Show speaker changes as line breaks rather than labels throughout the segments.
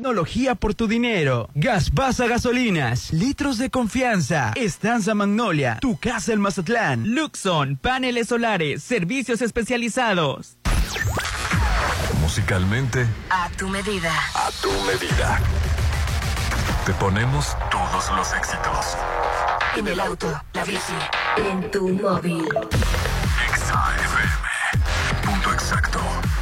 tecnología por tu dinero. Gas Gaspasa Gasolinas. Litros de confianza. Estanza Magnolia. Tu casa en Mazatlán.
Luxon, paneles solares, servicios especializados.
Musicalmente,
A tu medida.
a tu medida. Te ponemos todos los éxitos.
En el auto, la bici, en tu móvil.
XAFM. Punto exacto.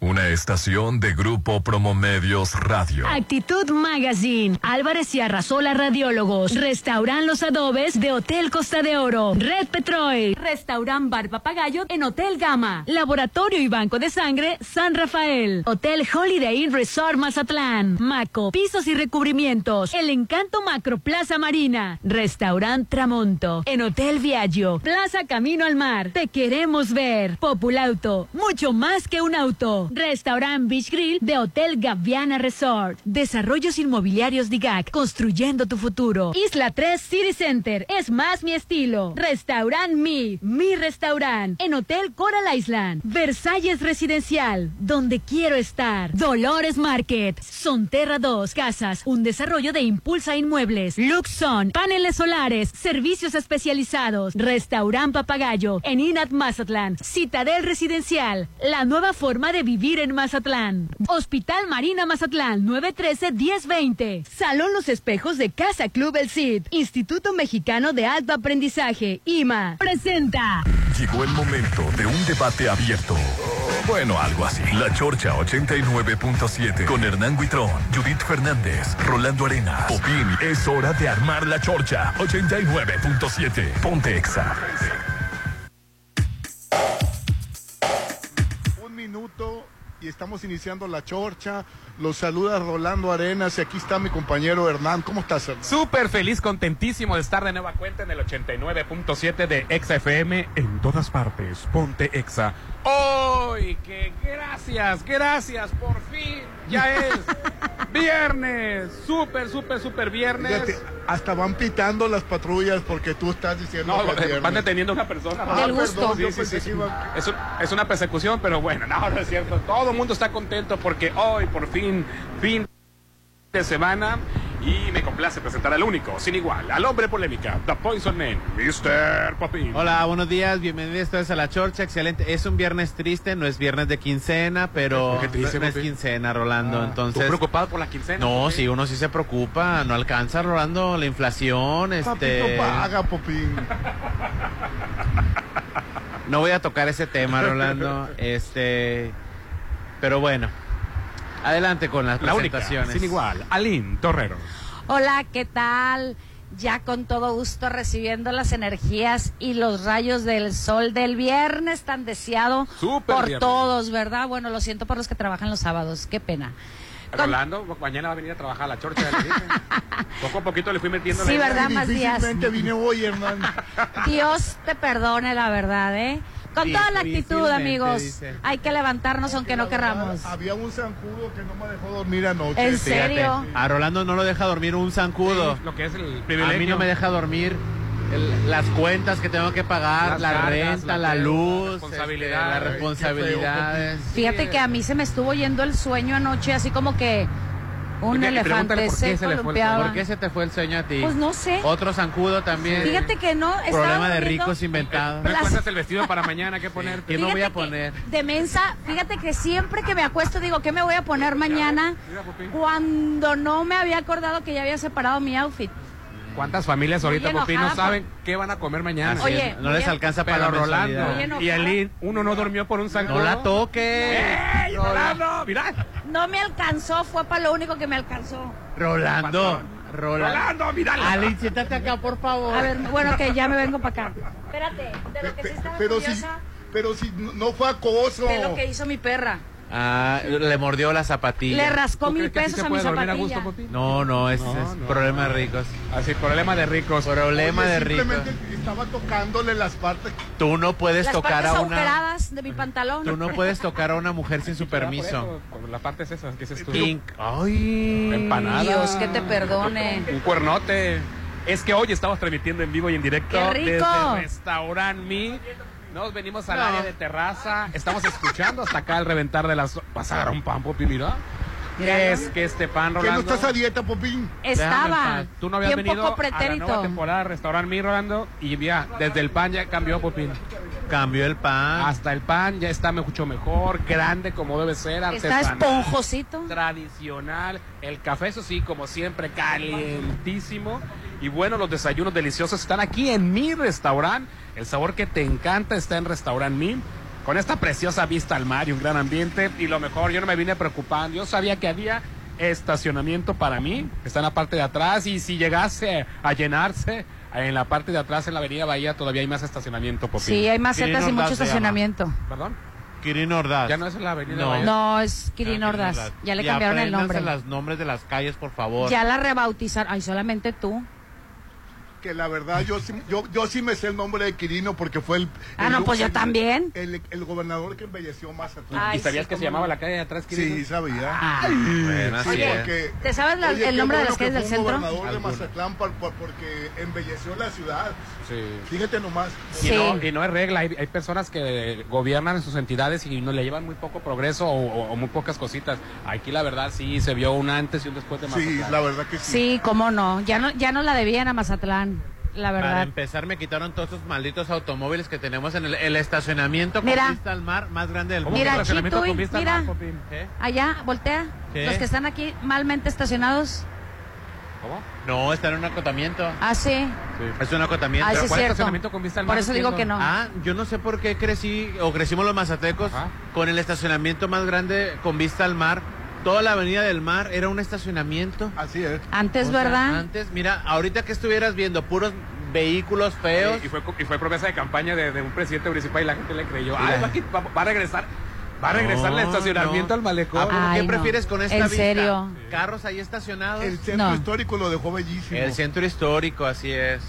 Una estación de Grupo Promomedios Radio.
Actitud Magazine. Álvarez y Arrasola Radiólogos. Restauran los adobes de Hotel Costa de Oro. Red Petroil. Restaurant Bar Papagayo en Hotel Gama. Laboratorio y Banco de Sangre San Rafael. Hotel Holiday Inn Resort Mazatlán. Maco. Pisos y recubrimientos. El Encanto Macro Plaza Marina. Restaurant Tramonto. En Hotel Viaggio. Plaza Camino al Mar. Te queremos ver. Populauto. Mucho más que un auto. Restaurant Beach Grill de Hotel Gaviana Resort. Desarrollos inmobiliarios DIGAC. Construyendo tu futuro. Isla 3 City Center. Es más mi estilo. Restaurant Mi. Mi restaurant. En Hotel Coral Island. Versalles Residencial. Donde quiero estar. Dolores Market. Sonterra 2. Casas. Un desarrollo de Impulsa Inmuebles. Luxon. Paneles solares. Servicios especializados. Restaurant Papagayo. En Inat Mazatlán. Citadel Residencial. La nueva forma de vivir en Mazatlán. Hospital Marina Mazatlán. 913-1020. Salón Los Espejos de Casa Club El Cid. Instituto Mexicano de Alto Aprendizaje. IMA. Presenta.
Llegó el momento de un debate abierto. Bueno, algo así. La Chorcha 89.7 con Hernán Guitrón, Judith Fernández, Rolando Arena, Popín. Es hora de armar la Chorcha 89.7. Ponte Exa.
Un minuto y estamos iniciando la chorcha. Los saluda Rolando Arenas y aquí está mi compañero Hernán. ¿Cómo estás, Hernán?
Súper feliz, contentísimo de estar de nueva cuenta en el 89.7 de Exa FM en todas partes. Ponte Exa. ¡Hoy! que gracias, gracias, por fin, ya es viernes. Súper, súper, súper
Fíjate,
viernes.
hasta van pitando las patrullas porque tú estás diciendo.
No,
que es
eh,
viernes.
van deteniendo a una persona.
Ah,
Del
perdón,
gusto.
yo
Sí, sí,
pensé
sí,
que iba-
Es, un- es una persecución, pero bueno, no, no es cierto. Todo el mundo está contento porque hoy, por fin, fin de semana. Y me complace presentar al único, sin igual, al hombre polémica, The Poison Man, Mr. Popín.
Hola, buenos días, bienvenidos todos a La Chorcha, excelente. Es un viernes triste, no es viernes de quincena, pero
¿Por qué te dice,
no es
Pepe?
quincena, Rolando,
¿Tú
entonces...
Ah, preocupado por la quincena?
No,
Popín?
si uno sí se preocupa, no alcanza, Rolando, la inflación,
Papito
este...
paga, Popín.
No voy a tocar ese tema, Rolando, este... Pero bueno, adelante con las
La única,
presentaciones.
sin igual, Aline Torrero.
Hola, ¿qué tal? Ya con todo gusto recibiendo las energías y los rayos del sol del viernes tan deseado
Súper
por
viernes.
todos, ¿verdad? Bueno, lo siento por los que trabajan los sábados, qué pena. Con-
Rolando, mañana va a venir a trabajar a la chorcha. le dije. Poco a poquito le fui metiendo la
Sí,
idea.
¿verdad? Más días.
Difícilmente vine hoy, Hernán.
Dios te perdone la verdad, ¿eh? Con toda la actitud,
Difícilmente,
amigos.
dice.
Hay que levantarnos aunque no querramos.
Había un zancudo que no me dejó dormir anoche.
¿En
Sí.
Fíjate,
serio?
A Rolando no lo deja dormir un zancudo.
Lo que es el
A
privilegio.
mí no me deja dormir el- las cuentas que tengo que pagar,
Las
la
cargas,
renta, la,
la deuda,
luz,
responsabilidades.
este,
Ay, qué
las
feo,
responsabilidades.
Fíjate que a mí se me estuvo yendo el sueño anoche, así como que un
Y pregúntale por
elefante
qué
se
se le fue el-
columpiaba.
¿Por qué se te fue el sueño a ti?
Pues no sé.
Otro zancudo también.
Fíjate que no. estaba
Problema de
durmiendo-
ricos inventado.
¿No encuentras el vestido para mañana que ponerte?
¿Qué no voy a
Fíjate que
poner?
De mensa, fíjate que siempre que me acuesto digo, ¿qué me voy a poner mañana?
Mira, Popín.
Cuando no me había acordado que ya había separado mi outfit.
¿Cuántas familias ahorita,
Muy
Popín, no
enojada,
saben qué van a comer mañana?
Así es. Oye,
no les
oye,
alcanza para
Pero
la mensualidad.
Rolando
Muy
y
enojada.
Aline, uno no durmió por un zancudo.
No la toques.
¡Ey, Rolando! ¡Mira!
No me alcanzó, fue para lo único que me alcanzó.
Rolando. Rolando.
¡Rolando, mira!
Ali, siéntate acá, por favor.
A ver, bueno, que ya me vengo para acá. Espérate, de lo que
Pe-
sí estaba
Pero si,
curiosa,
pero si no no fue acoso.
de lo que hizo mi perra.
Ah, le mordió la zapatilla.
Le rascó
¿Tú
mil
crees que así se
pesos a mi
puede dormir a gusto,
zapatilla.
papi?
No, no, es,
No,
es
no.
problema de ricos.
Así, problema de ricos.
Problema
Oye,
de ricos.
Simplemente estaba tocándole las partes.
Tú no puedes
Las
tocar
partes
a una.
agujeradas de mi pantalón.
Tú no puedes tocar a una mujer sin su permiso.
Por la parte es esa, que dices tú.
Inc- Ay.
Empanada.
Dios, que te perdone.
Un cuernote. Es que hoy estamos transmitiendo en vivo y en directo
¡Qué rico!
desde Restaurant Mi. Nos venimos al
No.
área de terraza. Estamos escuchando hasta acá el reventar de las. Pasaron pan, Popi, mira.
Mira,
es que este pan,
Que no
Rolando?
estás a dieta, Popín.
Estaba.
Tú no habías
bien
venido
poco
a la nueva
pretérito.
temporada de Restaurant Mi, Rolando. Y ya, desde el pan ya cambió, Popín.
Cambió el pan.
Hasta el pan ya está mucho mejor, grande como debe ser,
Está
artesanal.
esponjosito.
tradicional. El café, eso sí, como siempre, calientísimo. Y bueno, los desayunos deliciosos están aquí en mi restaurante. El sabor que te encanta está en Restaurant Mi. Con esta preciosa vista al mar y un gran ambiente. Y lo mejor, yo no me vine preocupando. Yo sabía que había estacionamiento para mí. que Está en la parte de atrás. Y si llegase a llenarse, en la parte de atrás, en la avenida Bahía, todavía hay más estacionamiento. Popín.
Sí, hay macetas
Quirino
y mucho
Ordaz se llama.
estacionamiento.
Perdón.
Kirin Ordaz.
Ya no es la avenida
No.
Bahía.
No, es Kirin Ordaz. Ya le
Y
cambiaron el
apréndanse
nombre.
los nombres de las calles, por favor.
Ya la rebautizaron. Ay, solamente tú.
Que la verdad, yo, sí- yo, yo sí me sé el nombre de Quirino porque fue el.
Ah,
el-
no, pues yo
el-
también.
El, el gobernador que embelleció más a
Ay,
¿Y sabías
sí,
que se
cómo
llamaba
no.
la calle de atrás? Ah. Quirino?
Sí, sabía.
Bueno, así
Sí,
es.
porque-
¿Te sabes la-
Eh, Oye,
el
qué
nombre de las
bueno que
calles del
fue un
centro?
gobernador de
Alguna.
Mazatlán por- por- porque embelleció la ciudad.
Sí.
Fíjate nomás.
Y,
Sí.
no, y no es regla, hay, hay personas que gobiernan en sus entidades y no le llevan muy poco progreso o, o- o muy pocas cositas. Aquí la verdad sí se vio un antes y un después de
Sí,
Mazatlán.
la verdad que sí.
Sí, cómo no. Ya no, ya no la debían a Mazatlán, la
Para
verdad.
empezar, me quitaron todos esos malditos automóviles que tenemos en el, el estacionamiento con
Mira.
vista al mar más grande del
¿Cómo
mundo.
que
Mira,
el estacionamiento
Chituy,
con vista al
mira.
mar, Popín?
¿Eh?
Allá, voltea.
¿Qué?
Los que están aquí malmente estacionados.
¿Cómo?
No, está en un acotamiento.
Ah, sí.
Es un acotamiento.
Ah, sí,
¿Pero
es
cuál
cierto.
estacionamiento con vista al mar?
Por eso digo que
entiendo.
no.
Ah, yo no sé por qué crecí o crecimos los mazatecos
Ajá.
con el estacionamiento más grande con vista al mar. Toda la avenida del mar era un estacionamiento.
Así es.
Antes,
O sea,
¿verdad?
Antes, mira, ahorita que estuvieras viendo puros vehículos feos.
Sí, Y fue, y fue promesa de campaña de, de un presidente municipal y la gente le creyó. Ay, va, aquí- va- va a regresar. Va a regresar
No,
el estacionamiento
no.
al malecón.
¿A poco
Ay,
¿Qué
no.
prefieres con esta
¿En
vista?
serio?
Carros ahí estacionados.
El
El,
centro
No.
histórico lo dejó bellísimo.
centro histórico, así es.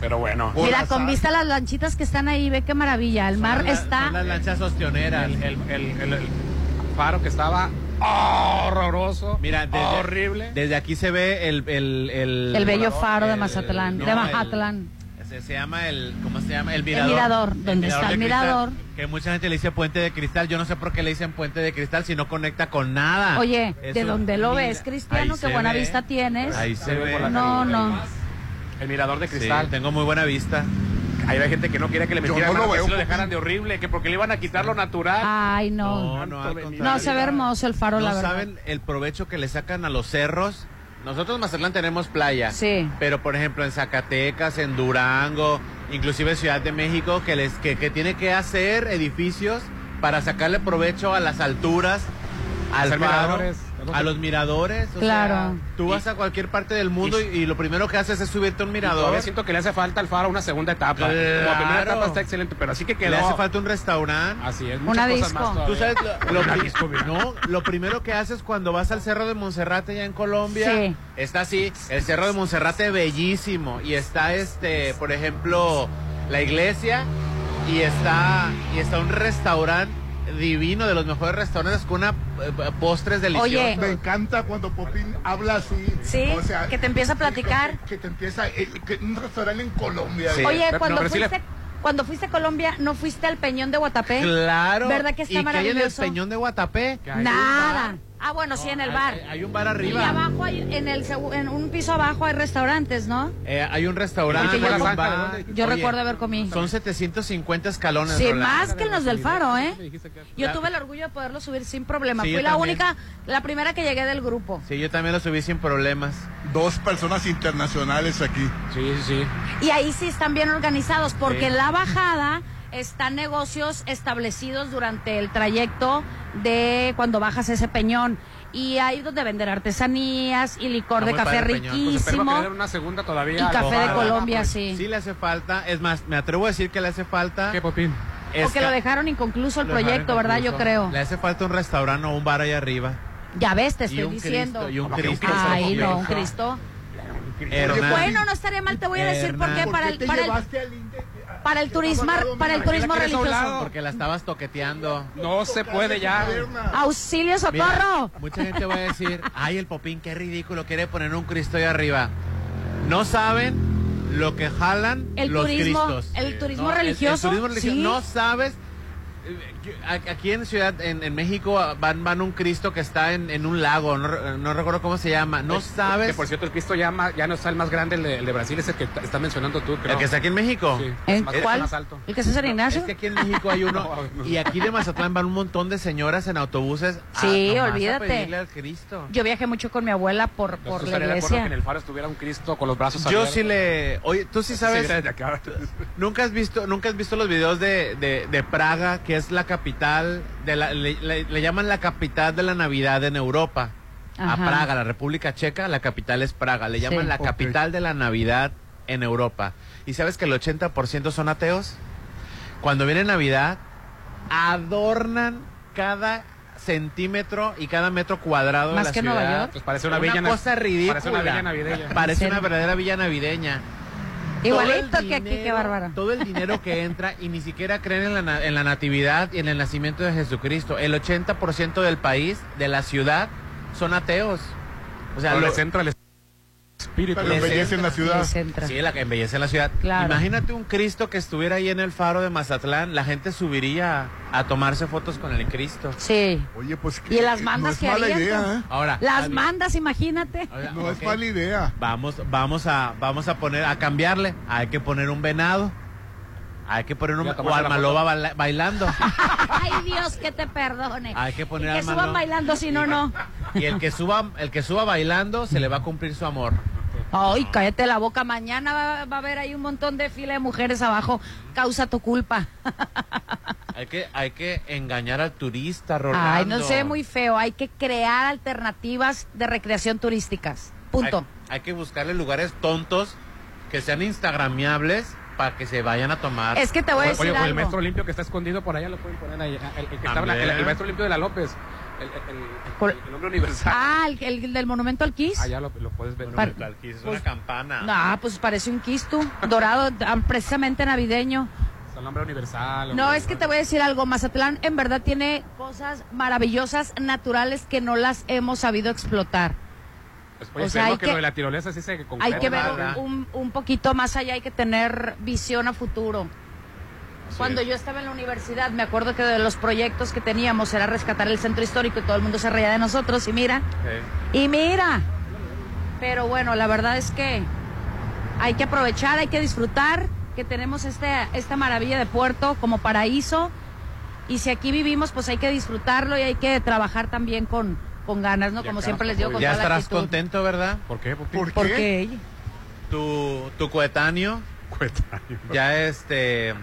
Pero bueno.
Por
Mira,
azar.
con vista a las lanchitas que están ahí, ve qué maravilla. El mar
Son las-
está.
son las lanchas ostioneras.
El, el- el- el- el faro que estaba horroroso.
Mira, desde-
horrible.
Desde aquí se ve el... El, el,
El bello
volador,
faro de Mazatlán, de
el-
Mazatlán.
se, se llama el... ¿Cómo se llama? El mirador.
mirador, donde está
de
el
cristal,
mirador.
Que mucha gente le dice puente de cristal. Yo no sé por qué le dicen puente de cristal si no conecta con nada.
Oye, ¿de
Ah, Eso-
dónde lo
mira,
ves, Cristiano?
ahí
Qué
se
buena
ve.
vista tienes.
Ahí se
Ahí
ve.
por la
No,
calle.
no.
El mirador de
Sí,
cristal.
tengo muy buena vista.
Ahí hay gente que no quería que le
Yo no
metieran
lo
mano, que
veo,
sí lo
Popín.
dejaran de horrible, que porque le iban a quitar lo natural.
Ay, no.
No, no, al
Tanto
contrario.
No, se ve hermoso el faro,
no
la verdad.
saben el provecho que le sacan a los cerros. Nosotros en Mazatlán tenemos playa.
Sí.
Pero por ejemplo en Zacatecas, en Durango, inclusive Ciudad de México, que les que, que tiene que hacer edificios para sacarle provecho a las alturas, al
Hacer
faro,
miradores.
a los miradores. o
Claro.
sea, tú vas a cualquier parte del mundo y,
y-
y lo primero que haces es subirte a un mirador.
Todavía siento que le hace falta al faro una segunda etapa. Como la primera
Claro.
etapa está excelente, pero así que quedó.
Le hace falta un restaurante.
Así es.
Una
muchas cosas
disco.
más
Tú
todavía.
sabes lo, lo pri- no, lo primero que haces cuando vas al Cerro de Monserrate ya en Colombia,
Sí.
está así, el Cerro de Monserrate bellísimo y está este, por ejemplo, la iglesia y está y está un restaurante divino de los mejores restaurantes con una eh, postres deliciosos.
Me encanta cuando Popín habla así.
Sí, que te empieza a platicar.
Que, que te empieza. eh, que un restaurante en Colombia.
Sí.
Oye,
pero-
cuando,
no, pero sí le-
fuiste, cuando fuiste a Colombia, ¿no fuiste al Peñón de Guatapé?
Claro.
¿eh? ¿Verdad que está
y que hay en el
maravilloso?
Peñón de Guatapé.
Que hay un
Nada.
bar.
Ah, bueno, sí, en el
Hay-
bar.
Hay, hay un bar
Y
arriba.
abajo, hay, en, el, segu- en un piso abajo hay restaurantes, ¿no?
Eh, hay un restaurante.
Porque yo
un
recu-
bar.
Yo
Oye,
recuerdo haber comido.
Son 750 escalones.
Sí,
Rolando.
más que los del faro, ¿eh? Yo
Claro.
tuve el orgullo de poderlo subir sin problema.
Sí, yo
Fui la
también.
única, la primera que llegué del grupo.
Sí, yo también lo subí sin problemas.
Dos personas internacionales aquí.
Sí, sí, sí.
Y ahí sí están bien organizados, porque
Sí.
en la bajada están negocios establecidos durante el trayecto de cuando bajas ese peñón. Y hay donde vender artesanías y licor
Está
de
muy
café
padre el peñón. Pues
Espero
riquísimo
que le den una segunda todavía.
y
al
café de
faro.
Colombia,
Sí.
sí.
le hace falta, es más, me atrevo a decir que le hace falta
¿Qué, Popín?
Porque
Esca-
lo dejaron inconcluso el
Lo dejaron
proyecto, ¿verdad? Yo
inconcluso.
creo.
Le hace falta un restaurante o un bar ahí arriba.
Ya ves, te estoy
un
diciendo.
Cristo, y un
Como que un
Cristo.
Cristo
Ay,
Cristo.
no, un Cristo.
Hernán.
Bueno, no estaría mal, te voy a decir por qué.
Hernán.
Para el, para el, para el turismo, para el turismo
quieres a un lado?
religioso.
Porque la estabas toqueteando.
No se puede ya.
Auxilio,
Mira,
socorro.
mucha gente va a decir, ay, el Popín, qué ridículo, quiere poner un Cristo ahí arriba. No saben lo que jalan
El
los
turismo-
cristos.
el turismo
el- el
religioso,
turismo religioso.
sí.
No sabes. eh, yo- a- Aquí en Ciudad, en, en México, van, van un Cristo que está en, en un lago, no, re- no recuerdo cómo se llama. No
Que
sabes.
por cierto, el Cristo ya, ma- ya no está el más grande, el de, el de Brasil es el que t- está mencionando tú, creo.
¿El que está aquí en México?
Sí,
¿Eh?
es más- es
¿Cuál?
más alto.
¿El que es San Ignacio?
Es que aquí en México hay uno.
No, no.
Y aquí de Mazatlán van un montón de señoras en autobuses. a-
Sí,
Ah, nomás
olvídate.
A pedirle al Cristo.
Yo viajé mucho con mi abuela por,
Yo
por la
estaría de acuerdo que en
iglesia.
el faro estuviera un Cristo con los brazos
Yo
abiertos.
sí le. Oye, tú sí sabes.
Sí, desde acá.
¿Nunca has visto, nunca has visto los videos de, de- de Praga, que es la capital, de la, le, le- le llaman la capital de la Navidad en Europa? A
Ajá.
Praga, la República Checa, la capital es Praga. Le llaman
Sí.
la
Ok.
capital de la Navidad en Europa. ¿Y sabes que el 80% son ateos? Cuando viene Navidad, adornan cada centímetro y cada metro cuadrado
¿Más
de la
que en
ciudad.
Nueva York?
Pues parece una, villa na-
cosa ridícula.
Parece una villa navideña.
Parece
¿En
una
serio?
verdadera villa navideña.
Igualito
Todo el
que aquí, qué
dinero-
bárbara.
Todo el dinero que entra y ni siquiera creen en la, na- en la natividad y en el nacimiento de Jesucristo. El 80% del país, de la ciudad, son ateos. O sea,
Pero
lo-
les entra el espíritu.
Pero embellece en la ciudad.
Les entra.
sí, la que embellece la ciudad.
Claro.
Imagínate un Cristo que estuviera ahí en el faro de Mazatlán, la gente subiría a, a tomarse fotos con el Cristo.
Sí.
Oye, pues
¿Y las mandas
no es
que
mala
harías,
idea, ¿eh?
Ahora,
Las
Javi,
mandas, imagínate.
ahora,
No es
ok,
mala idea.
Vamos, vamos a, vamos a poner, a cambiarle. Hay que poner un venado. Hay que poner un,
Ya
o
tomaste la
Almaloba baila- bailando.
Ay, Dios, que te perdone.
Hay que poner
Y que
al
suban
mano.
bailando, si no, no.
Y el que suba, el que suba bailando se le va a cumplir su amor.
Ay, cállate la boca. Mañana va, va a haber ahí un montón de fila de mujeres abajo. Causa tu culpa.
Hay que, hay que engañar al turista, Rolando.
Ay, no sé, muy feo. Hay que crear alternativas de recreación turísticas. Punto.
Hay, hay que buscarle lugares tontos que sean instagramiables para que se vayan a tomar.
Es que te voy a
Oye,
decir
oye, o el
algo.
metro limpio que está escondido por allá lo pueden poner ahí. El, el que estaba en la- el-
También.
el metro limpio de la López. El, el, el-
Por-
el- el hombre universal.
Ah, el, el del monumento al
Ah,
Kiss.
Allá lo, lo puedes ver.
Par-
Tal que es
Pues-
una campana.
No, pues parece un quisto dorado, ah, precisamente navideño.
Es el hombre universal.
No,
hombre.
es que te voy a decir algo. Mazatlán en verdad tiene cosas maravillosas, naturales, que no las hemos sabido explotar.
Pues, oye,
o sea,
esperemos
hay
que,
que-
lo de la tirolesa sí se concrete,
Hay que ver
¿verdad?
un, un poquito más allá, hay que tener visión a futuro. Cuando yo estaba en la universidad, me acuerdo que de los proyectos que teníamos era rescatar el centro histórico y todo el mundo se reía de nosotros y mira,
Eh,
y mira. Pero bueno, la verdad es que hay que aprovechar, hay que disfrutar que tenemos este, esta maravilla de puerto como paraíso. Y si aquí vivimos, pues hay que disfrutarlo y hay que trabajar también con, con ganas, ¿no?
Y
Como
acá,
siempre les digo, con
ya
toda la
estarás
actitud.
contento, ¿verdad?
¿Por qué? Porque
¿Por qué?
Porque
Tu, tu coetáneo ya este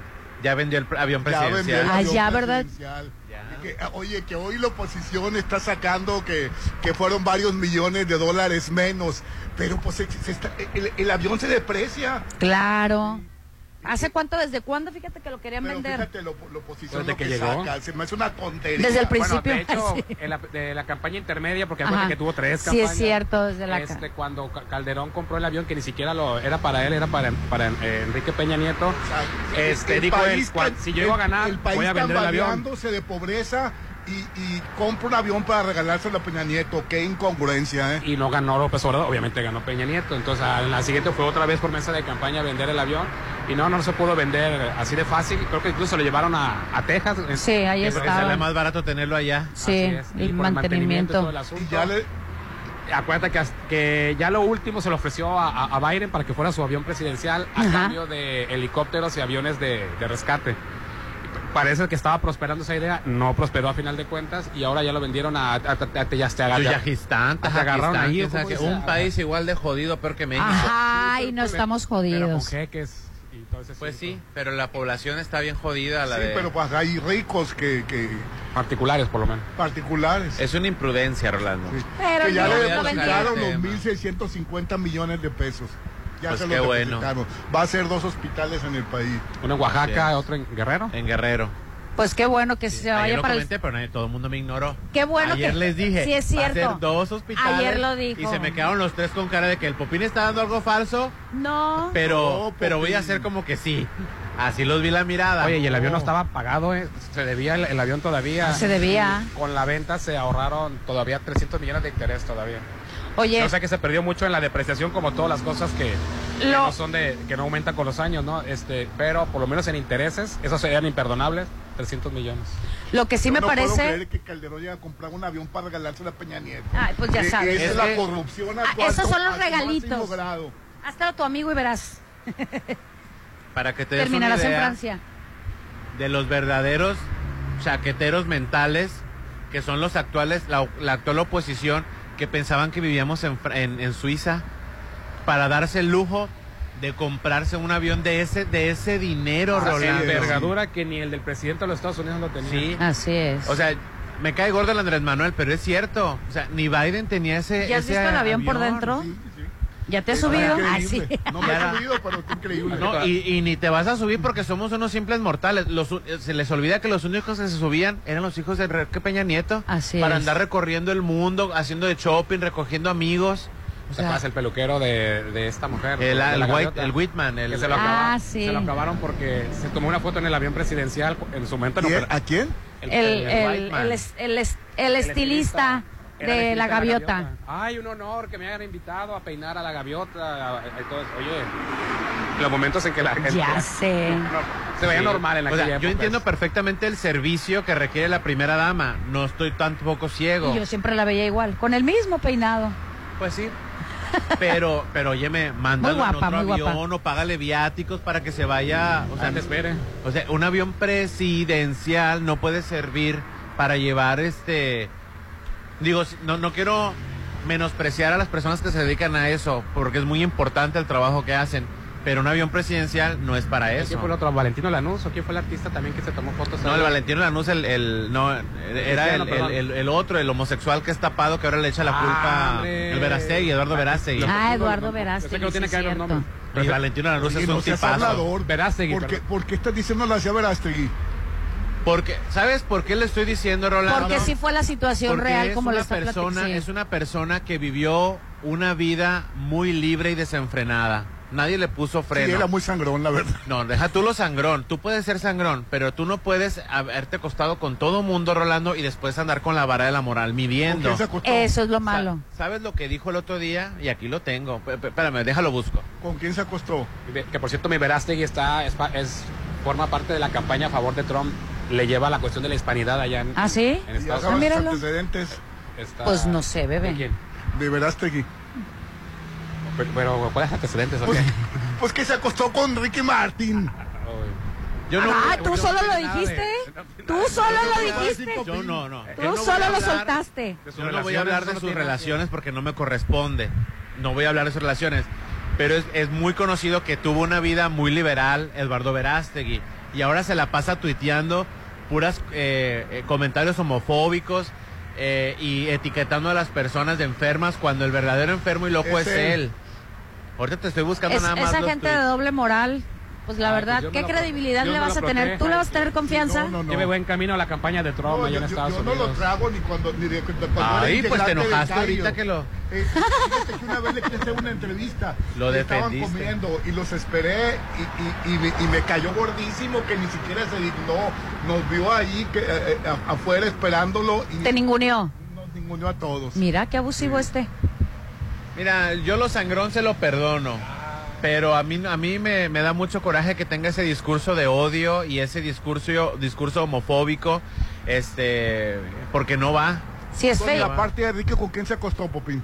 ya vendió el pr- avión
Ya
presidencial.
vendió el
Ah,
avión
ya, ¿verdad?
presidencial.
Ya.
Y que, ah, oye, que hoy la oposición está sacando que, que fueron varios millones de dólares menos, pero pues se- se está- el, el avión se deprecia.
Claro. ¿Hace cuánto? ¿Desde cuándo? Fíjate que lo querían
Pero
vender.
fíjate lo- la oposición
Desde
lo
que
que,
llegó.
saca, se me hace una tontería.
Desde el
Bueno,
principio.
de hecho,
sí.
en la, de la campaña intermedia, porque
Ajá.
acuérdate que tuvo tres
Sí, es
campañas.
cierto, desde la ca-
este, Cuando Ca- Calderón compró el avión, que ni siquiera lo era para él, era para, para eh, Enrique Peña Nieto. Este, dijo él, cuan- si yo iba a ganar, voy a vender el avión.
tambaleándose de pobreza y, y compra un avión para regalárselo a Peña Nieto. Qué incongruencia, ¿eh?
y no ganó López Obrador, obviamente ganó Peña Nieto. Entonces, a la siguiente fue otra vez por mesa de campaña a vender el avión y no, no se pudo vender así de fácil. Creo que incluso lo llevaron a, a Texas.
Sí, ahí
Que
Porque
estaba.
sale más barato tenerlo allá.
Sí,
Así es. Y
el
por
mantenimiento.
todo el asunto.
Y ya le,
Acuérdate que, hasta- que ya lo último se lo ofreció a, a- a Biden para que fuera su avión presidencial a
Ajá.
cambio de helicópteros y aviones de, de rescate. Parece que estaba prosperando esa idea, no prosperó a final de cuentas y ahora ya lo vendieron a, a, a- a- a- a-
Tuyajistán,
Ah, te agarraron
Tajikistán,
ahí,
quién sabe
¿cómo
qué.
dice?
un país igual de jodido peor que México.
Ajá, y no estamos
pero con
jodidos.
jeques y todo ese
Pues sí,
asunto.
pero la población está bien jodida. La
sí,
de...
pero pues hay ricos que, que
Particulares, por lo menos.
particulares.
Es una imprudencia, Rolando.
Sí.
Pero
que ya
no,
le
no
depositaron
vendieron.
los 1.650 millones de pesos. Ya
Pues
se
qué
lo
bueno.
bueno. Va a ser dos hospitales en el país.
Uno en Oaxaca,
Sí.
otro en Guerrero.
En Guerrero.
Pues qué bueno que se
Ayer
vaya
lo
para el...
comenté, pero nadie- todo el mundo me ignoró.
Qué bueno
Ayer
que-
les dije.
Sí, es
va a ser
cierto.
dos hospitales.
Ayer lo dijo.
Y se me quedaron los tres con cara de que el Popín está dando algo falso,
No.
pero,
No,
pero voy
Popín.
a hacer como que sí. Así los vi la mirada. Oh.
Oye, y el avión no estaba pagado, ¿eh? Se debía el, el avión todavía.
Se debía.
Con la venta se ahorraron todavía 300 millones de interés todavía.
Oye,
O sea que se perdió mucho en la depreciación, como todas las cosas que, que
Lo-
no son de, que no aumentan con los años, ¿no? Este, pero por lo menos en intereses, esos serían imperdonables, 300 millones.
lo que sí
Yo
me
no
parece...
Puedo creer que Calderón haya comprado un avión para regalárselo a Peña Nieto.
Ay, pues ya
Eh,
sabes.
Esa es
Es
la
que-
corrupción
Ah,
actual
esos son los
al máximo
regalitos.
grado.
Hasta tu amigo y verás.
Para que te des una
Terminarás en
idea
Francia.
de los verdaderos chaqueteros mentales que son los actuales, la, la actual oposición que pensaban que vivíamos en, Fra- en- en Suiza para darse el lujo de comprarse un avión de ese, de ese dinero,
O sea,
Rolando.
envergadura que ni el del presidente de los Estados Unidos lo tenía.
Sí.
Así es.
O sea, me cae gordo el Andrés Manuel, pero es cierto. O sea, ni Biden tenía ese.
¿Ya has
E- ese
visto el avión por dentro?
Sí, sí.
¿Ya te has
Está
subido? Ah, Así.
increíble. No me
Ya.
he subido, pero está increíble.
No, y, y ni te vas a subir porque somos unos simples mortales. Los u- eh, se les olvida que los únicos que se subían eran los hijos de Enrique Peña Nieto.
Así
Para
es.
andar recorriendo el mundo, haciendo de shopping, recogiendo amigos. O
¿Te
sea,
acuerdas el peluquero de, de esta mujer?
el,
De
el
la
White-
gaviota?
el Whitman. El,
Que se lo
Ah,
acabaron.
sí.
Se lo acabaron porque se tomó una foto en el avión presidencial en su momento. no,
¿Quién?
pero-
¿A quién?
el, el, el,
Whiteman.
es- el es- el estilista
Era el
de la
estilista
gaviota.
Ay, un honor que me hayan invitado a peinar a la gaviota. a- a- y todo eso. Oye, los momentos en que la gente
Ya sé.
se veía normal en la
o sea, yo entiendo perfectamente el servicio que requiere la primera dama. No estoy tampoco ciego.
Y yo siempre la veía igual, con el mismo peinado. Ah,
Pues sí. Pero, pero óyeme, mándalo
Muy
en
guapa,
otro
muy guapa.
avión o págale viáticos para que se vaya. O
Ah,
sea,
te espere.
o sea, un avión presidencial no puede servir para llevar este. Digo, si- no, no quiero menospreciar a las personas que se dedican a eso, porque es muy importante el trabajo que hacen. Pero un avión presidencial no es para eso.
¿Quién fue el otro? ¿Valentino Lanús? ¿O quién fue el artista también que se tomó fotos?
No, el Valentino Lanús, el, el- no, era el,
Cristiano, perdón.
el- el- el otro, el homosexual que es tapado, que ahora le echa la culpa
Ah, hombre.
el Verástegui, Eduardo Verástegui.
Ah, Eduardo
Yo sé
Verástegui,
que no tiene
sí,
que ver los
cierto.
nombres.
Y Valentino Lanús
Oye,
es
no
un
seas
tipazo.
hablador.
Verástegui,
¿Por qué,
perdón.
por qué estás diciendo la hacía Verástegui?
Ah,
Porque, ¿sabes por qué le estoy diciendo, Rolando?
Porque sí fue la situación
Porque
real
es
como lo
una
está
persona,
platic-
Es
sí.
una persona que vivió una vida muy libre y desenfrenada. Nadie le puso
Sí,
freno.
era muy sangrón, la verdad.
No, deja tú lo sangrón. Tú puedes ser sangrón, pero tú no puedes haberte acostado con todo mundo, Rolando, y después andar con la vara de la moral
¿Con
midiendo.
quién se acostó?
Eso es lo malo.
Sa- ¿Sabes lo que dijo el otro día? Y aquí lo tengo. P- p- Espérame, déjalo busco.
¿Con quién se acostó?
De- Que por cierto, mi Verástegui está, es, pa- es- forma parte de la campaña a favor de Trump. Le lleva la cuestión de la hispanidad allá en,
¿Ah, sí?
Y
en
ya
Estados
sabes
Ah,
los
Unidos.
míralo.
antecedentes
Está-
Pues no sé,
¿De
bebé.
quién?
de Verástegui.
Pero, pero, ¿cuáles antecedentes? o
Pues,
qué?
pues que se acostó con Ricky Martin.
Yo no,
ah,
yo
tú
no
solo
sé
lo
nada
dijiste.
de-
Tú solo lo
voy a decir
dijiste.
Yo no, no.
Tú
Yo no voy a
solo lo
hablar-
soltaste.
De sus
Yo no voy a
relaciones,
hablar
eso
de sus
no tiene nada que ver.
relaciones porque no me corresponde. No voy a hablar de sus relaciones. Pero es, es muy conocido que tuvo una vida muy liberal Eduardo Verástegui. Y ahora se la pasa tuiteando puras eh, eh, comentarios homofóbicos eh, y etiquetando a las personas de enfermas cuando el verdadero enfermo y loco
Es
es,
él.
él. Ahorita te estoy buscando
Es-
nada más.
esa
los
gente de
tuits.
doble moral, pues la
Ay, pues
verdad,
yo no
¿qué
la-
credibilidad
yo
le
no
vas
la
a tener? ¿Tú
protejo,
le vas a tener
sí,
confianza?
No, no, no.
Lleve buen camino a la campaña de Trump
No,
allá
yo,
en
yo-
Estados
yo no
Unidos.
lo trago ni cuando. Ni de, cuando era
Ay, pues te
integrante de
enojaste
Cairo.
ahorita que lo-
Eh, fíjate que una vez le quise hacer una entrevista.
Lo
y Estaban
defendiste.
comiendo y los esperé y, y- y me- y me cayó gordísimo que ni siquiera se dignó. Nos vio ahí que, eh, eh, a- afuera esperándolo y
Te ninguneó.
nos ninguneó a todos.
Mira, qué abusivo este.
Mira, yo lo sangrón se lo perdono. Pero a mí, a mí me, me da mucho coraje que tenga ese discurso de odio y ese discurso, discurso homofóbico, este, porque no va.
Sí, es
Oye,
feo.
aparte de Ricky, ¿con quién se acostó, Popín?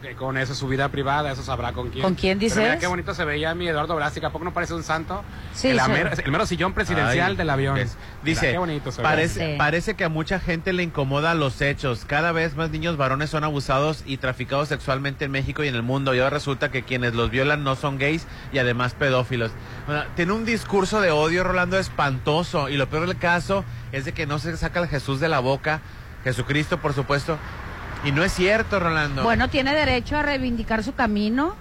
Que Con eso, su vida privada, eso sabrá con quién.
¿Con quién
Pero
dices?
mira qué bonito se veía mi Eduardo Brástica. ¿A poco no parece un santo?
Sí,
el,
sí.
amero- el mero sillón presidencial
Ay,
del avión.
ves.
Mira,
Dice,
qué bonito se veía.
parece,
Sí.
parece que a mucha gente le incomoda los hechos. Cada vez más niños varones son abusados y traficados sexualmente en México y en el mundo. Y ahora resulta que quienes los violan no son gays y además pedófilos. Bueno, tiene un discurso de odio, Rolando, espantoso. Y lo peor del caso es de que no se saca el Jesús de la boca. Jesucristo, por supuesto. Y no es cierto, Rolando.
Bueno, tiene derecho a reivindicar su camino.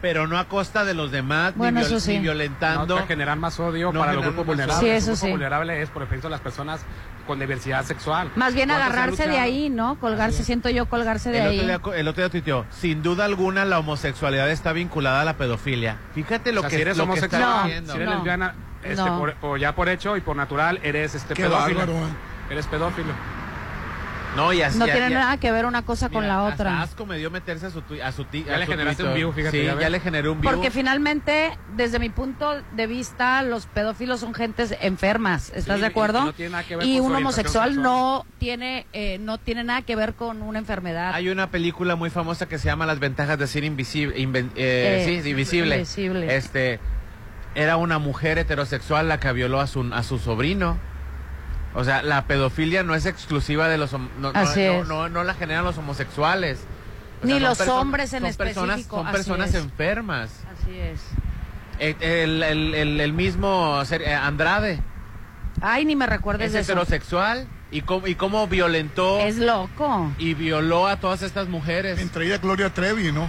pero no a costa de los demás,
Bueno,
ni,
eso sí.
ni violentando.
No, generar más odio
No
para los
generar más
grupos vulnerables.
odio. Sí,
El
eso
grupo
sí.
vulnerable es, por ejemplo, las personas con diversidad sexual.
Más bien
¿Cuántos han
agarrarse de
luchado?
ahí, ¿no? Colgarse, siento yo, colgarse de
El
ahí.
otro, día, co- el otro día tuiteó, sin duda alguna la homosexualidad está vinculada a la pedofilia. Fíjate lo
O sea,
que
si eres
lo que
homosexual,
está
No,
diciendo.
si eres
no.
lesbiana, este,
No.
por- por- ya por hecho y por natural eres este
Qué
pedófilo.
bárbaro, ¿eh?
Eres pedófilo.
No, ya,
No
ya-
tiene
ya-
nada que ver una cosa con
mira,
la
hasta
otra.
asco me dio meterse a su tu- a su ti-
Ya
a
le
su
generaste un
Twitter.
view, fíjate,
Sí,
ya
ya,
ves.
le generé un view.
Porque finalmente, desde mi punto de vista, los pedófilos son gentes enfermas. ¿Estás
Sí,
de
y-
acuerdo?
y no tiene nada que ver
Y
con su
un
orientación
homosexual
sexual.
no tiene, eh, no tiene nada que ver con una enfermedad.
Hay una película muy famosa que se llama Las ventajas de ser invisible. inven- eh,
Eh,
sí, de invisible.
invisible.
Este, era una mujer heterosexual la que violó a su, a su sobrino. O sea, la pedofilia no es exclusiva de los hom- no, no-
Así
no-
es.
no- no la generan los homosexuales.
Ni
son
los
perso-
hombres en
son Personas,
específico,
son
así
personas
es.
enfermas.
Así es.
Eh, El, el- el- el mismo ser- eh, Andrade
Ay, ni me recuerdes
es
de eso.
heterosexual y cómo, y cómo violentó
Es loco.
y violó a todas estas mujeres.
Entre ella Gloria Trevi, ¿no?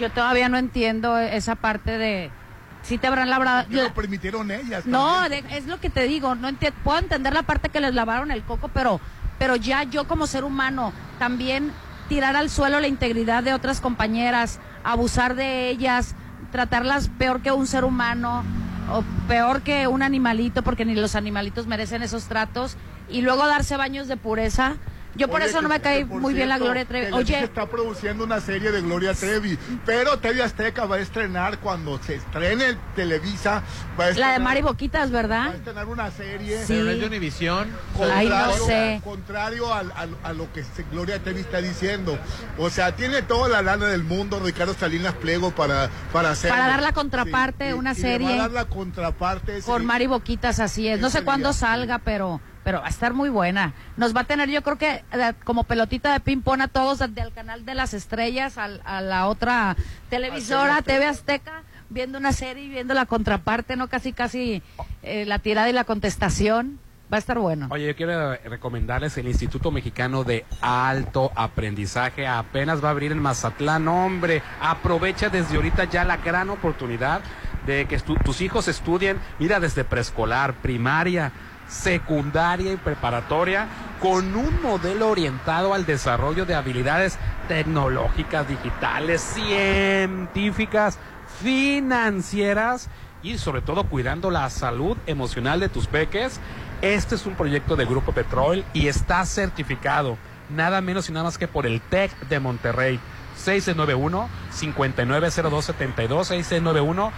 Yo todavía no entiendo esa parte de si te habrán labrado.
Que lo permitieron ellas.
No,
también.
de- es lo que te digo, no enti- puedo entender la parte que les lavaron el coco, pero pero ya yo como ser humano también tirar al suelo la integridad de otras compañeras, abusar de ellas, tratarlas peor que un ser humano o peor que un animalito porque ni los animalitos merecen esos tratos y luego darse baños de pureza. Yo por
Oye,
eso no
que-
me cae
que por
muy bien la
cierto,
Gloria Trevi.
Televisa
Oye,
está produciendo una serie de Gloria Trevi, pero TV Azteca va a estrenar cuando se estrene el Televisa. Va a
la de
estrenar-
Mari Boquitas,
Va
¿verdad?
a estrenar una serie.
Sí.
Pero no es de Univisión.
Ay, no
contrario-
sé.
Contrario al- al- a, lo que se- Gloria Trevi está diciendo. O sea, tiene toda la lana del mundo Ricardo Salinas Pliego para, para hacer.
Para dar la contraparte de una
va
serie.
a dar la contraparte.
Con
sí.
Mari Boquitas, así es. No sé
Ese
cuándo
día, sí.
salga, pero pero va a estar muy buena. Nos va a tener, yo creo que eh, como pelotita de ping-pong a todos, desde el canal de las estrellas al- a la otra televisora, TV Azteca, viendo una serie y viendo la contraparte, ¿no? Casi, casi eh, la tirada y la contestación. Va a estar bueno.
Oye, yo quiero eh, recomendarles el Instituto Mexicano de Alto Aprendizaje. Apenas va a abrir en Mazatlán, hombre. Aprovecha desde ahorita ya la gran oportunidad de que estu- tus hijos estudien, mira, desde preescolar, primaria, secundaria y preparatoria, con un modelo orientado al desarrollo de habilidades tecnológicas, digitales, científicas, financieras y sobre todo cuidando la salud emocional de tus peques. Este es un proyecto del Grupo Petrol y está certificado nada menos y nada más que por el TEC de Monterrey. 691-590272,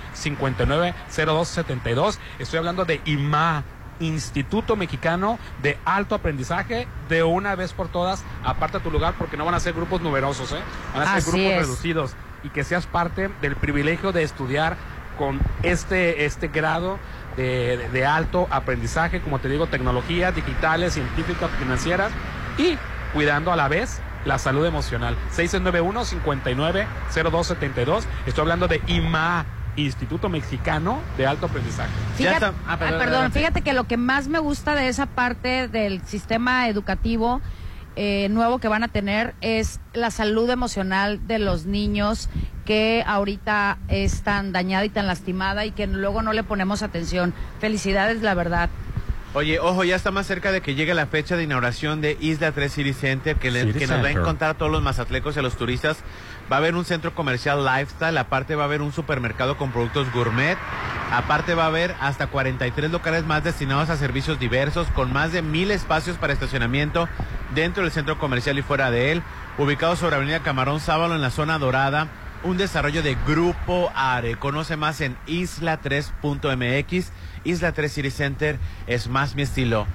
691-590272. Estoy hablando de IMA, Instituto Mexicano de Alto Aprendizaje, de una vez por todas, aparta tu lugar porque no van a ser grupos numerosos, ¿eh? van a ser
Así
grupos
es.
reducidos y que seas parte del privilegio de estudiar con este, este grado de, de- de alto aprendizaje, como te digo, tecnologías digitales, científicas, financieras y cuidando a la vez la salud emocional. 691-590272. Estoy hablando de IMA, Instituto Mexicano de Alto Aprendizaje.
Ya
Fíjate,
está. Ah, perdón,
ah, perdón,
adelante.
fíjate que lo que más me gusta de esa parte del sistema educativo eh, nuevo que van a tener es la salud emocional de los niños que ahorita es tan dañada y tan lastimada y que luego no le ponemos atención. Felicidades, la verdad.
Oye, ojo, ya está más cerca de que llegue la fecha de inauguración de Isla 3 City Center, que, le-
City
que nos va a
Center.
encontrar a todos los mazatlecos y a los turistas. Va a haber un centro comercial lifestyle, aparte va a haber un supermercado con productos gourmet, aparte va a haber hasta 43 locales más destinados a servicios diversos, con más de mil espacios para estacionamiento dentro del centro comercial y fuera de él, ubicado sobre Avenida Camarón Sábalo en la zona dorada. Un desarrollo de Grupo Are. Conoce más en isla3.mx. Isla 3 City Center es más mi estilo.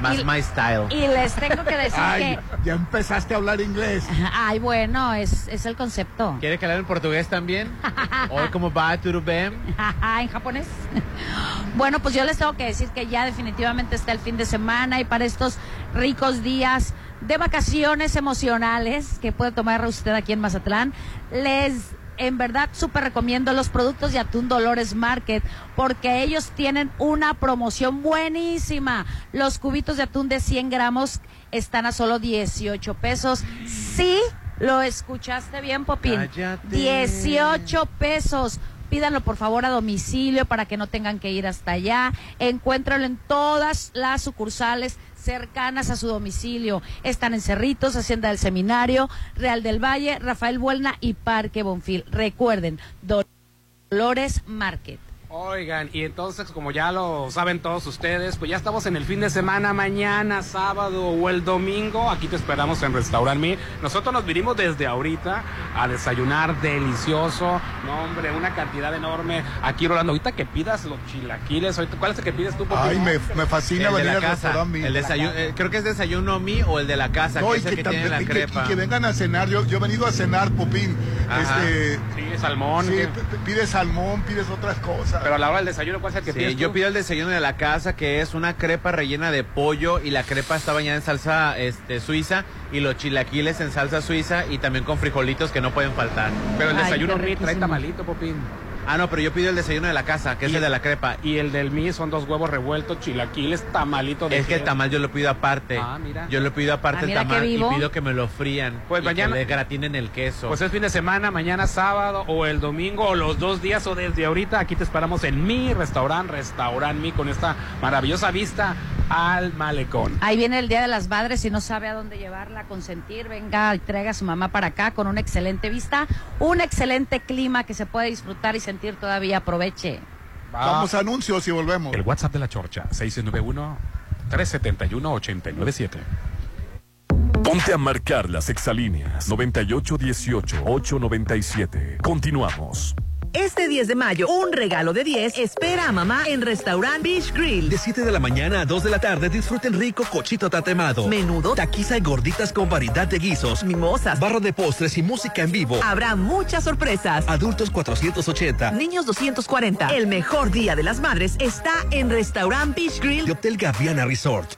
Más
Y-
my style.
Y les tengo que decir
Ay,
que...
ya empezaste a hablar inglés.
Ay, bueno, es, es el concepto.
¿Quiere que le hable en portugués también? Hoy como va Turubem.
Ajá, en japonés. Bueno, pues yo les tengo que decir que ya definitivamente está el fin de semana y para estos ricos días de vacaciones emocionales que puede tomar usted aquí en Mazatlán, les en verdad súper recomiendo los productos de Atún Dolores Market porque ellos tienen una promoción buenísima. Los cubitos de atún de 100 gramos están a solo 18 pesos. Sí Lo escuchaste bien, Popín. 18 pesos. Pídanlo por favor a domicilio para que no tengan que ir hasta allá. Encuéntralo en todas las sucursales cercanas a su domicilio. Están en Cerritos, Hacienda del Seminario, Real del Valle, Rafael Buelna y Parque Bonfil. Recuerden, Dolores Market.
Oigan, y entonces como ya lo saben todos ustedes, pues ya estamos en el fin de semana, mañana, sábado o el domingo, aquí te esperamos en Restaurant Me. Nosotros nos vinimos desde ahorita a desayunar delicioso, no hombre, una cantidad enorme. Aquí Rolando, ahorita que pidas los chilaquiles, ahorita, ¿cuál es el que pides tú?
Ay, me, me fascina
El de
venir
la
al
casa.
restaurante.
El desayuno, eh, creo que es desayuno mi o el de la casa,
No,
que
y
es el
que,
que tiene
también-
la
y que- y
crepa.
que vengan a cenar. Yo, yo he venido a cenar, Popín.
Ajá.
Este,
Sí, salmón.
sí,
¿qué?
p- p- pides salmón, pides otras cosas.
Pero a la hora del desayuno, ¿cuál es el que
Sí,
pides
yo
tú?
pido el desayuno de la casa, que es una crepa rellena de pollo y la crepa está bañada en salsa este, suiza y los chilaquiles en salsa suiza y también con frijolitos que no pueden faltar.
Pero el
Ay,
desayuno
qué
mí trae
riquísimo.
tamalito, Popín.
Ah, no, pero yo pido el desayuno de la casa, que es
Y-
el de la crepa.
Y el del mí son dos huevos revueltos, chilaquiles, tamalito de
Es que el
queso.
tamal yo lo pido aparte.
Ah, mira.
Yo lo pido aparte
Ah,
el
mira qué
tamal y
vivo.
pido que me lo frían.
Pues
y
mañana-
Que le gratinen el queso.
Pues es fin de semana, mañana sábado o el domingo o los dos días o desde ahorita. Aquí te esperamos en mi restaurante, restaurante mi con esta maravillosa vista al malecón.
Ahí viene el Día de las Madres y no sabe a dónde llevarla, a consentir, venga y traiga a su mamá para acá con una excelente vista, un excelente clima que se puede disfrutar y sentir todavía. Aproveche.
Vamos a anuncios y volvemos.
El WhatsApp de la Chorcha, 691-371-897.
Ponte a marcar las exalíneas 9818-897. Continuamos.
Este 10 de mayo, un regalo de 10 espera a mamá en Restaurant Beach Grill.
De 7 de la mañana a 2 de la tarde disfruten rico cochito tatemado,
Menudo,
taquiza y gorditas con variedad de guisos,
mimosas.
barra de postres y música en vivo.
Habrá muchas sorpresas.
Adultos 480.
Niños 240. El mejor día de las madres está en Restaurant Beach
De
Grill.
Hotel Gaviana Resort.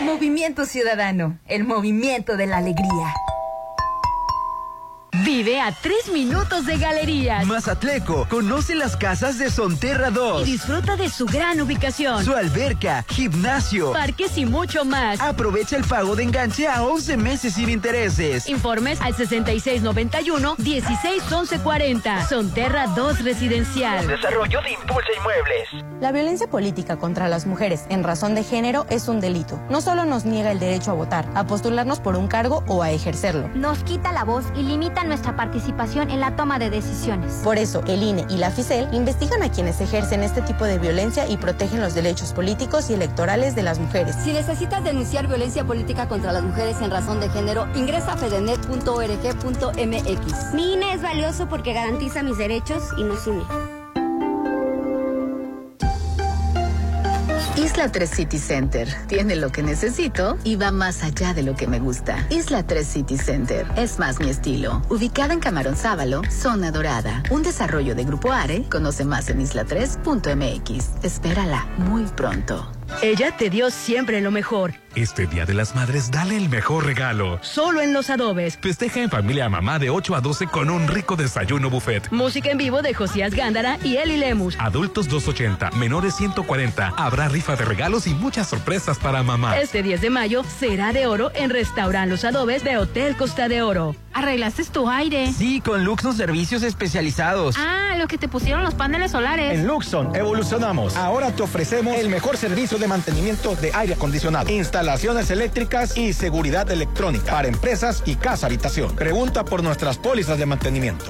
Movimiento Ciudadano, el movimiento de la alegría.
Vive a tres minutos de galerías
Mazatleco, conoce las casas de Sonterra
y
2,
disfruta de su gran ubicación,
su alberca, gimnasio.
parques y mucho más.
Aprovecha el pago de enganche a 11 meses sin intereses.
Informes al 6691-161140. Sonterra 2 Residencial.
Desarrollo de Impulsa Inmuebles.
La violencia política contra las mujeres en razón de género es un delito. No solo nos niega el derecho a votar, a postularnos por un cargo o a ejercerlo.
Nos quita la voz y limita nuestra participación en la toma de decisiones.
Por eso, el INE y la FICEL E investigan a quienes ejercen este tipo de violencia y protegen los derechos políticos y electorales de las mujeres.
Si necesitas denunciar violencia política contra las mujeres en razón de género, ingresa a fedenet.org.mx. Mi INE es valioso porque garantiza mis derechos y nos une.
Isla 3 City Center tiene lo que necesito y va más allá de lo que me gusta. Isla 3 City Center es más mi estilo. Ubicada en Camarón Sábalo, zona dorada. Un desarrollo de Grupo Are. Conoce más en isla3.mx. Espérala muy pronto.
Ella te dio siempre lo mejor,
Este Día de las Madres, dale el mejor regalo.
solo en los adobes.
Festeja en familia a mamá de 8 a 12 con un rico desayuno buffet.
Música en vivo de Josías Gándara y Eli Lemus.
Adultos 280, menores 140. Habrá rifa de regalos y muchas sorpresas para mamá.
Ah.
Este 10 de mayo será de oro en Restaurant Los Adobes de Hotel Costa de Oro.
¿Arreglaste tu aire? Sí, con Luxon Servicios Especializados.
Ah, los que te pusieron los paneles solares.
En Luxon evolucionamos. Ahora te ofrecemos el mejor servicio de mantenimiento de aire acondicionado, instalaciones eléctricas y seguridad electrónica para empresas y casa habitación. Pregunta por nuestras pólizas de mantenimiento.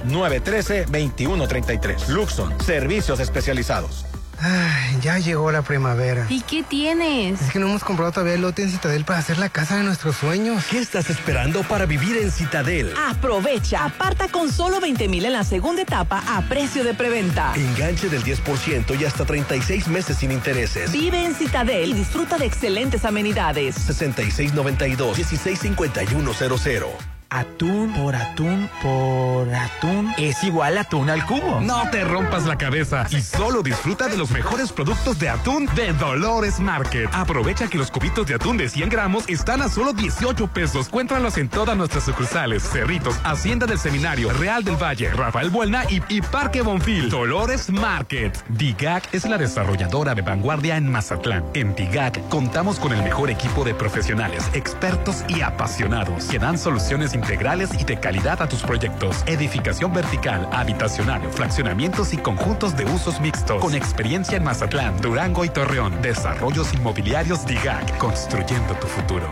913-2133. Luxon, servicios especializados.
Ay, ya llegó la primavera.
¿Y qué tienes?
Es que no hemos comprado todavía el lote en Citadel para hacer la casa de nuestros sueños.
¿Qué estás esperando para vivir en Citadel?
Aprovecha. Aparta con solo 20 mil en la segunda etapa a precio de preventa.
Enganche del 10% y hasta 36 meses sin intereses.
Vive en Citadel y disfruta de excelentes amenidades.
6692 165100
atún por atún por atún es igual a atún al cubo.
No te rompas la cabeza y solo disfruta de los mejores productos de atún de Dolores Market. Aprovecha que los cubitos de atún de 100 gramos están a solo 18 pesos. Cuéntralos en todas nuestras sucursales: Cerritos, Hacienda del Seminario, Real del Valle, Rafael Buelna y, y Parque Bonfil. Dolores Market. DIGAC es la desarrolladora de vanguardia en Mazatlán. En DIGAC contamos con el mejor equipo de profesionales, expertos y apasionados que dan soluciones integrales y de calidad a tus proyectos. Edificación vertical, habitacional, fraccionamientos y conjuntos de usos mixtos. Con experiencia en Mazatlán, Durango y Torreón. Desarrollos inmobiliarios DIGAC. Construyendo tu futuro.